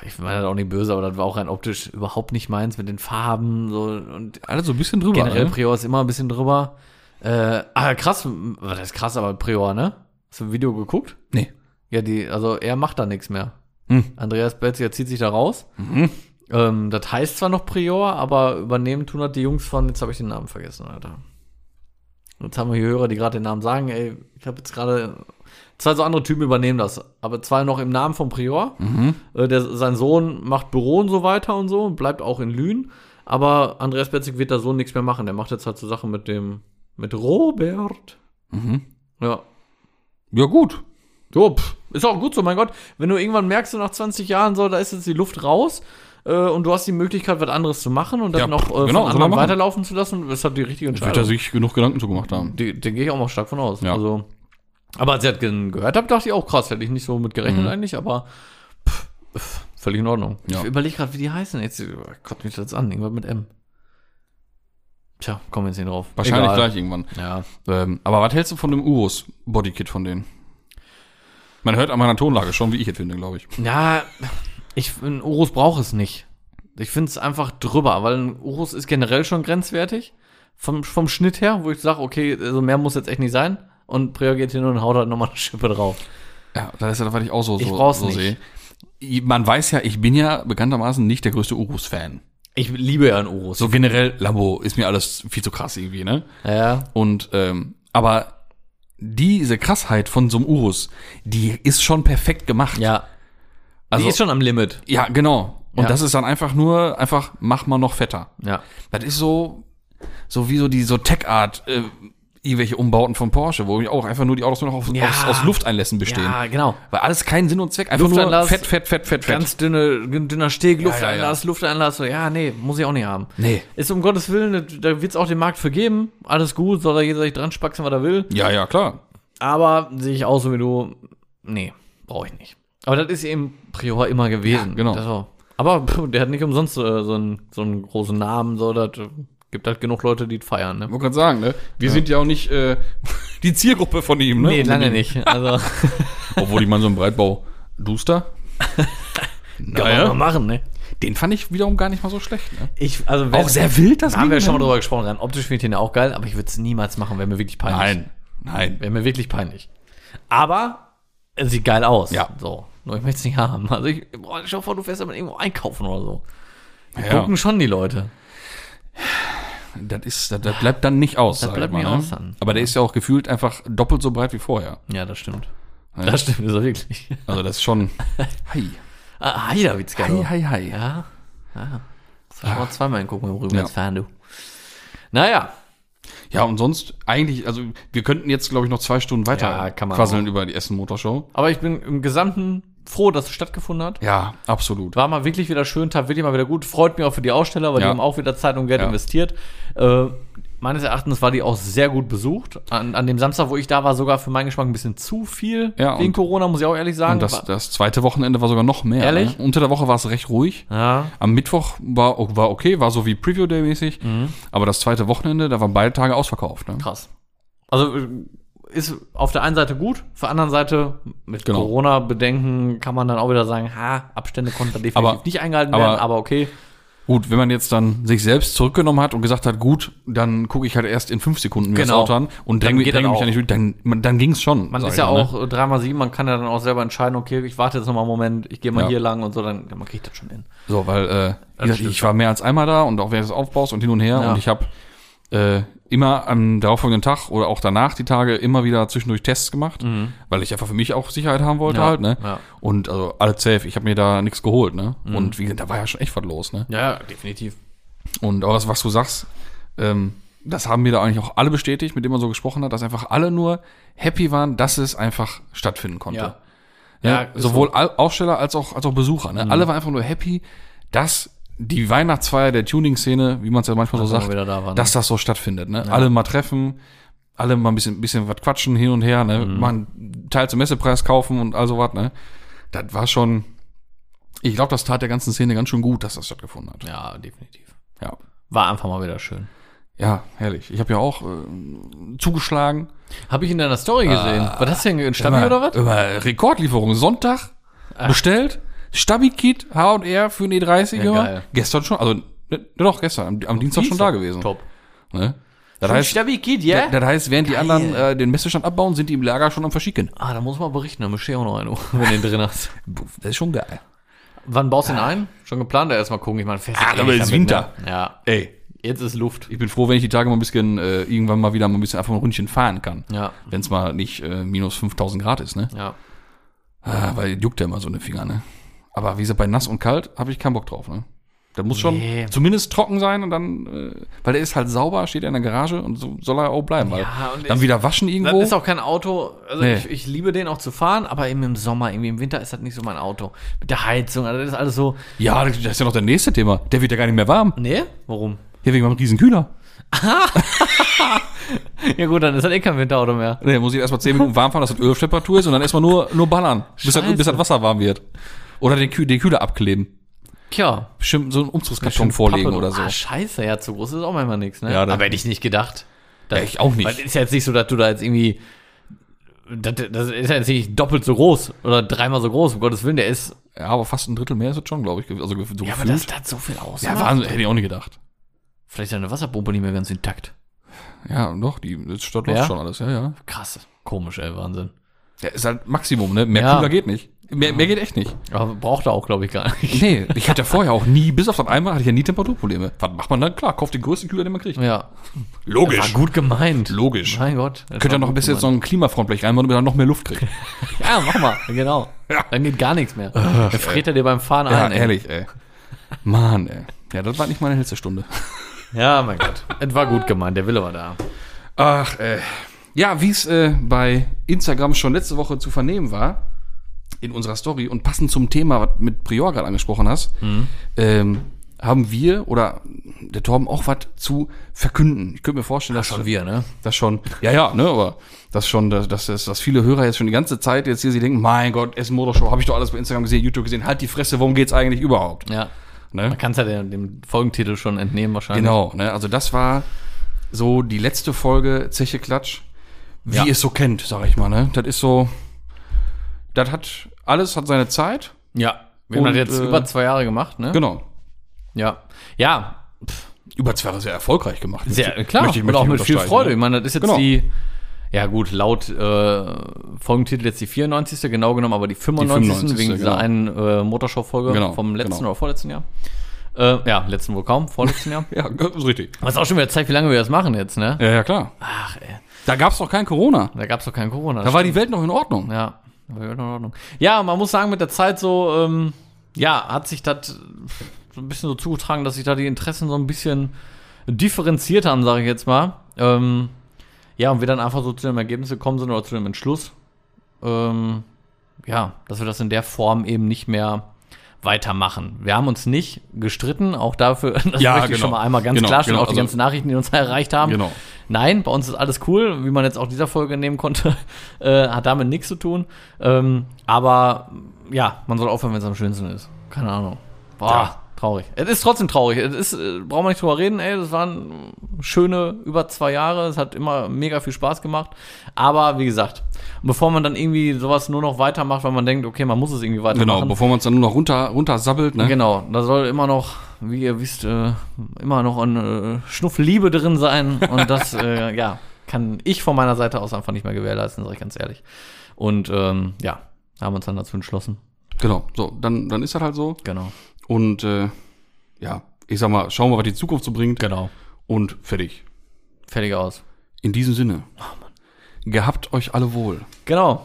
A: Ich meine das auch nicht böse, aber das war auch rein optisch überhaupt nicht meins mit den Farben so und
B: Alles so ein bisschen drüber.
A: generell
B: ne?
A: Prior ist immer ein bisschen drüber. Äh, ah, krass, das ist krass, aber Prior, ne? Hast du ein Video geguckt?
B: Nee.
A: Ja, die, also er macht da nichts mehr.
B: Hm.
A: Andreas Belziger zieht sich da raus. Ähm, das heißt zwar noch Prior, aber übernehmen tun halt die Jungs von, jetzt habe ich den Namen vergessen, Alter. Jetzt haben wir hier Hörer, die gerade den Namen sagen, ey, ich habe jetzt gerade. Zwei so andere Typen übernehmen das, aber zwei noch im Namen von Prior. Äh, der, sein Sohn macht Büro und so weiter und so und bleibt auch in Lünen. Aber Andreas Betzig wird da so nichts mehr machen. Der macht jetzt halt so Sachen mit dem, mit Robert. Ja,
B: Ja, gut.
A: Jo, pff, ist auch gut so, mein Gott. Wenn du irgendwann merkst, so nach 20 Jahren, so, da ist jetzt die Luft raus äh, und du hast die Möglichkeit, was anderes zu machen und dann
B: Ja,
A: noch
B: pff,
A: äh,
B: genau,
A: von
B: soll er
A: anderen
B: machen.
A: weiterlaufen zu lassen, ist halt die richtige
B: Wird er
A: Entscheidung.
B: sich genug Gedanken zugemacht haben.
A: Die- Da gehe ich auch mal stark von aus.
B: Ja.
A: Also, aber als ich das gen- gehört habe, dachte ich auch krass, hätte ich nicht so mit gerechnet eigentlich, aber pff, pff, völlig in Ordnung.
B: Mhm. Ja.
A: Ich überlege gerade, wie die heißen. Jetzt äh, kommt mich das an, irgendwas mit M. Tja, kommen wir jetzt nicht drauf.
B: Wahrscheinlich
A: Egal.
B: gleich irgendwann.
A: Ja.
B: Ähm, aber was hältst du von dem Urus Bodykit von denen? Man hört an meiner Tonlage schon, wie ich es finde, glaube ich.
A: Ja, ich, ein Urus braucht es nicht. Ich finde es einfach drüber, weil ein Urus ist generell schon grenzwertig. Vom, vom Schnitt her, wo ich sage, okay, also mehr muss jetzt echt nicht sein. Und Prior geht hin und haut halt nochmal eine Schippe drauf.
B: Ja, das ist ja das, was ich auch so,
A: Ich
B: so,
A: brauch's
B: so
A: nicht.
B: sehe. Man weiß ja, ich bin ja bekanntermaßen nicht der größte Urus-Fan.
A: Ich liebe ja einen Urus.
B: So generell, Labo ist mir alles viel zu krass irgendwie, ne?
A: Ja,
B: Und ähm, aber diese Krassheit von so einem Urus, die ist schon perfekt gemacht.
A: ja. Also,
B: also
A: Die ist schon am Limit.
B: ja, genau. Und
A: Ja.
B: das ist dann einfach nur einfach mach mal noch fetter.
A: Ja.
B: Das ist so so wie so die so Tech Art äh, irgendwelche Umbauten von Porsche, wo auch einfach nur die Autos nur noch auf,
A: Ja.
B: aus, aus Lufteinlässen bestehen.
A: Ja, genau.
B: Weil alles keinen Sinn und Zweck, einfach nur
A: Lufteinlass,
B: fett, fett, fett, fett, fett.
A: Ganz dünne, dünner Steg, Lufteinlass,
B: ja, ja.
A: Lufteinlass. So, ja, nee, muss ich auch nicht haben.
B: Nee.
A: Ist um Gottes Willen, da wird es auch den Markt für geben. Alles gut, soll da jeder sich dran spaxen, was er will.
B: Ja, ja, klar.
A: Aber sehe ich auch so wie du, nee, brauche ich nicht. Aber das ist eben Prior immer gewesen.
B: Ja, genau.
A: Das auch. Aber pff, der hat nicht umsonst äh, so, einen, so einen großen Namen, so, das äh, gibt halt genug Leute, die feiern, ne?
B: Ich wollte gerade sagen, ne? Wir sind ja auch nicht äh, die Zielgruppe von ihm, ne?
A: Nee, lange nicht. Also,
B: Obwohl ich mal so einen Breitbau Duster.
A: kann man mal machen, ne?
B: Den fand ich wiederum gar nicht mal so schlecht. Ne?
A: Ich, also, wenn-
B: wild, das
A: da haben wir schon mal drüber gesprochen. Rein optisch finde ich den ja auch geil, aber ich würde es niemals machen, wäre mir wirklich peinlich.
B: Nein, nein.
A: Wäre mir wirklich peinlich. Aber es sieht geil aus.
B: Ja.
A: So. Nur ich möchte es nicht haben. Also, ich, boah, schau vor, du fährst damit irgendwo einkaufen oder so.
B: Ja,
A: Gucken schon die Leute.
B: das, ist, das, das bleibt dann nicht aus. Das
A: bleibt nicht aus dann.
B: ne? Aber der ist ja auch gefühlt einfach doppelt so breit wie vorher.
A: Ja, das stimmt.
B: Ja.
A: Das stimmt, das ist wirklich.
B: Also das ist schon. Hi.
A: Ah, Heidawitzka.
B: hi, hi. Ja.
A: Ja. ja. Das war schon mal zweimal hingucken im
B: Ah. Ja.
A: Rübens fahren, du. Naja.
B: und sonst eigentlich, also wir könnten jetzt, glaube ich, noch zwei Stunden weiter
A: Ja, kann man
B: quasseln über die Essen Motorshow.
A: Aber ich bin im Gesamten froh, dass es stattgefunden hat.
B: Ja, absolut.
A: War mal wirklich wieder schön, tat wirklich mal wieder gut. Freut mich auch für die Aussteller, weil
B: Ja.
A: die haben auch wieder Zeit und Geld
B: Ja.
A: investiert. Äh, meines Erachtens war die auch sehr gut besucht. An, an dem Samstag, wo ich da war, sogar für meinen Geschmack ein bisschen zu viel.
B: Ja,
A: wegen
B: und-
A: Corona, muss ich auch ehrlich sagen.
B: Und das,
A: War-
B: das zweite Wochenende war sogar noch mehr.
A: Ehrlich?
B: Ne? Unter der Woche war es recht ruhig.
A: ja.
B: Am Mittwoch war, war okay, war so wie Preview Day mäßig.
A: Mhm.
B: Aber das zweite Wochenende, da waren beide Tage ausverkauft. Ne?
A: Krass. Also äh, ist auf der einen Seite gut, auf der anderen Seite mit
B: Genau.
A: Corona-Bedenken kann man dann auch wieder sagen, ha, Abstände konnten da definitiv
B: Aber-
A: nicht eingehalten
B: aber-
A: werden, aber okay.
B: Gut, wenn man jetzt dann sich selbst zurückgenommen hat und gesagt hat, gut, dann gucke ich halt erst in fünf Sekunden mir
A: Genau.
B: das Auto an und
A: Dann
B: dränge mich
A: geht das
B: dränge mich
A: auch.
B: ja nicht durch, dann, man- dann ging's schon.
A: Man
B: sag
A: ist
B: ich
A: ja
B: mal, ne?
A: auch äh, 3x7, man kann ja dann auch selber entscheiden, okay, ich warte jetzt nochmal einen Moment, ich gehe mal
B: Ja.
A: hier lang und so, dann man kriegt das schon hin.
B: So, weil, äh, wie gesagt,
A: stimmt.
B: ich war mehr als einmal da und auch während des Aufbaus und hin und her
A: Ja.
B: und ich habe äh, immer am darauffolgenden Tag oder auch danach die Tage immer wieder zwischendurch Tests gemacht, weil ich einfach für mich auch Sicherheit haben wollte
A: Mhm. Ja,
B: halt, ne?
A: ja. Mhm.
B: Und also alles safe, ich habe mir da nichts geholt, ne? Und wie gesagt, da war ja schon echt was los, ne?
A: Ja, definitiv.
B: Und aber das, was du sagst, ähm, das haben mir da eigentlich auch alle bestätigt, mit dem man so gesprochen hat, dass einfach alle nur happy waren, dass es einfach stattfinden konnte.
A: Ja.
B: Ja,
A: Ja, ist Mhm.
B: sowohl Au- Aussteller als auch, als auch Besucher. Ne? Alle waren einfach nur happy, dass die Weihnachtsfeier der Tuning-Szene, wie man es ja manchmal so
A: Wo wir
B: sagt,
A: wieder da waren.
B: dass das so stattfindet. Ne? Alle mal treffen, alle mal ein bisschen, bisschen was quatschen hin und her, ne?
A: Mhm.
B: mal einen Teil zum Messepreis kaufen und all sowas. Ne? Das war schon, ich glaube, das tat der ganzen Szene ganz schön gut, dass das stattgefunden hat.
A: ja, definitiv.
B: Ja,
A: War einfach mal wieder schön.
B: ja herrlich. Ich habe ja auch äh, zugeschlagen.
A: Habe ich in deiner Story gesehen. War das denn ein Stabi
B: Immer-
A: oder was? Ah.
B: Immer Rekordlieferung. Sonntag bestellt. Stabi-Kit H&R für den E30
A: Ja,
B: immer.
A: geil.
B: Gestern schon, also ne, doch gestern, am, am Dienstag schon da gewesen.
A: Top.
B: Ne? Das heißt,
A: Stabi geht,
B: das, das heißt, während die anderen äh, den Messestand abbauen, sind die im Lager schon am Verschicken.
A: Ah, da muss man berichten, da mische ich auch noch einen, um, wenn du den drin hast.
B: Das ist schon geil.
A: Wann baust du den ein? Schon geplant, da erstmal gucken. Ich meine, fest.
B: Ah,
A: ewig
B: aber ist
A: damit,
B: Winter.
A: Ne? Ja,
B: Ey,
A: jetzt ist Luft.
B: ich bin froh, wenn ich die Tage mal ein bisschen, äh, irgendwann mal wieder mal ein bisschen einfach ein Rundchen fahren kann.
A: Ja,
B: Wenn es mal nicht äh, minus 5000 Grad ist, ne?
A: ja.
B: Ah, weil juckt ja immer so eine Finger, ne? Aber wie gesagt, bei nass und kalt habe ich keinen Bock drauf, ne? Da muss schon
A: Nee.
B: zumindest trocken sein und dann, äh, weil der ist halt sauber, steht er in der Garage und so soll er auch bleiben. Weil
A: Ja, und
B: dann
A: ist-
B: wieder waschen
A: Das
B: irgendwo.
A: ist auch kein Auto. Also
B: Nee.
A: ich, ich liebe den auch zu fahren, aber eben im Sommer, irgendwie im Winter ist das nicht so mein Auto. Mit der Heizung, also das ist alles so.
B: ja, das ist ja noch das nächste Thema. Der wird ja gar nicht mehr warm.
A: Nee? Warum?
B: Hier wegen meinem riesen Kühler.
A: Ja gut, dann ist das eh kein Winterauto mehr.
B: Nee, muss ich erstmal 10 Minuten warm fahren, dass das Öl auf Temperatur ist und dann erstmal nur, nur ballern, bis das,
A: Scheiße.
B: bis das Wasser warm wird. Oder den, Kühl, den Kühler abkleben.
A: Tja.
B: Bestimmt so einen Umzugskarton
A: Pappe-
B: vorlegen oder so.
A: Ah, scheiße, ja, zu groß ist auch manchmal nichts, ne?
B: Ja, dann-
A: aber hätte ich nicht gedacht. Das,
B: Ja, ich auch nicht.
A: Weil ist ja jetzt nicht so, dass du da jetzt irgendwie. Das, das ist ja jetzt nicht doppelt so groß oder dreimal so groß, um Gottes Willen, der ist.
B: Ja, aber fast ein Drittel mehr ist das schon, glaube ich. ge- Also ge- so gefühlt.
A: hat so viel aus.
B: ja, Wahnsinn, hätte ich auch nicht gedacht.
A: Vielleicht ist deine Wasserpumpe nicht mehr ganz intakt.
B: Ja, doch, die, das statt
A: Ja?
B: läuft schon alles, ja, ja.
A: Krass. Komisch, ey, Wahnsinn.
B: Ja, ist halt Maximum, ne? Mehr
A: Ja.
B: Kühler geht nicht. Mehr, mehr geht echt nicht.
A: Aber braucht er auch, glaube ich, gar nicht.
B: Nee, ich hatte vorher auch nie, bis auf das einmal, hatte ich ja nie Temperaturprobleme. Was macht man dann? Klar, kauft den größten Kühler, den man kriegt.
A: Ja. War
B: Logisch.
A: gut gemeint.
B: Logisch.
A: Mein Gott.
B: Könnt ihr noch ein bisschen so ein Klimafrontblech reinmachen, damit er noch mehr Luft kriegt.
A: Ja, mach mal. Genau.
B: Ja.
A: Dann geht gar nichts mehr. Dann friert er dir beim Fahren
B: Ja,
A: ein. ey.
B: ehrlich, ey. Mann, ey. Ja, das war nicht meine Hitzestunde.
A: Ja, mein Gott. Es war gut gemeint. Der Wille war da.
B: Ach, äh. Ja, wie es äh, bei Instagram schon letzte Woche zu vernehmen war, in unserer Story und passend zum Thema, was mit Prior gerade angesprochen hast, ähm, haben wir oder der Torben auch was zu verkünden. Ich könnte mir vorstellen, dass schon
A: wir, ne?
B: das schon, ja, ja, ne, aber das schon, dass, dass, dass dass viele Hörer jetzt schon die ganze Zeit jetzt hier sie denken, mein Gott, Essen Motorshow, habe ich doch alles bei Instagram gesehen, YouTube gesehen, halt die Fresse, worum geht's eigentlich überhaupt?
A: Ja.
B: Ne?
A: Man kann es ja dem, dem Folgentitel schon entnehmen wahrscheinlich.
B: Genau, ne? also das war so die letzte Folge Zeche Klatsch, wie
A: Ja.
B: ihr es so kennt, sag ich mal. Ne? Das ist so, das hat, alles hat seine Zeit.
A: Ja. Wir haben das
B: Und,
A: jetzt
B: äh,
A: über zwei Jahre gemacht, ne?
B: Genau.
A: Ja. Ja.
B: Über zwei Jahre sehr erfolgreich gemacht.
A: Sehr, klar.
B: Möchte ich,
A: und
B: möchte
A: auch
B: ich
A: mit viel
B: unterstreichen,
A: Freude. Ich
B: Ne?
A: meine, das ist jetzt
B: Genau.
A: die, ja gut, laut äh, Folgentitel jetzt die 94. genau genommen, aber die 95.
B: 95.,
A: wegen dieser
B: genau.
A: einen äh, Motorshow-Folge
B: Genau,
A: vom letzten
B: genau.
A: oder vorletzten Jahr. Äh, ja, letzten wohl kaum, vorletzten Jahr.
B: ne? Ja, das ist richtig.
A: Was auch schon wieder zeigt, wie lange wir das machen jetzt, ne?
B: Ja, ja, klar.
A: Ach, ey.
B: Da gab es noch kein Corona.
A: Da gab's doch kein Corona.
B: Da war die Welt noch in Ordnung.
A: Ja, war in Ordnung. Ja, man muss sagen, mit der Zeit so, ähm, ja, hat sich das so ein bisschen so zugetragen, dass sich da die Interessen so ein bisschen differenziert haben, sage ich jetzt mal. Ähm, ja, und wir dann einfach so zu dem Ergebnis gekommen sind oder zu dem Entschluss, ähm, ja, dass wir das in der Form eben nicht mehr weitermachen. Wir haben uns nicht gestritten, auch dafür, das
B: Ja,
A: möchte ich
B: genau.
A: schon mal einmal ganz
B: Genau,
A: klarstellen,
B: genau,
A: auch die
B: also-
A: ganzen Nachrichten, die uns erreicht haben.
B: Genau.
A: Nein, bei uns ist alles cool, wie man jetzt auch dieser Folge nehmen konnte, äh, hat damit nichts zu tun. Ähm, aber ja, man soll aufhören, wenn es am schönsten ist. Keine Ahnung. Boah,
B: Ja.
A: traurig. Es ist trotzdem traurig. Es ist, äh, brauchen wir nicht drüber reden, ey. Das waren schöne über zwei Jahre. Es hat immer mega viel Spaß gemacht. Aber wie gesagt, bevor man dann irgendwie sowas nur noch weitermacht, weil man denkt, okay, man muss es irgendwie
B: Genau,
A: weitermachen.
B: bevor man es dann nur noch runter, runter sabbelt. Ne?
A: Genau, da soll immer noch, wie ihr wisst, äh, immer noch ein äh, Schnuff Liebe drin sein. Und das, äh, ja, kann ich von meiner Seite aus einfach nicht mehr gewährleisten, sage ich ganz ehrlich. Und ähm, ja, haben uns dann dazu entschlossen.
B: Genau, so, dann, dann ist das halt so.
A: Genau.
B: Und äh, ja, ich sag mal, schauen wir, was die Zukunft so bringt.
A: Genau.
B: Und fertig.
A: Fertig aus.
B: In diesem Sinne. Gehabt euch alle wohl.
A: Genau.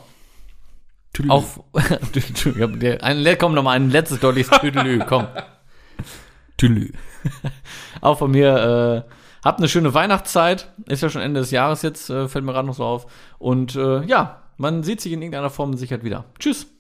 B: Tüdelü.
A: Auch Ich hab dir- ein, le- komm nochmal ein letztes deutliches Tüdelü, komm.
B: Tüdelü.
A: Auch von mir, äh, habt eine schöne Weihnachtszeit. Ist ja schon Ende des Jahres jetzt, äh, fällt mir gerade noch so auf. Und äh, ja, man sieht sich in irgendeiner Form sicher wieder. Tschüss.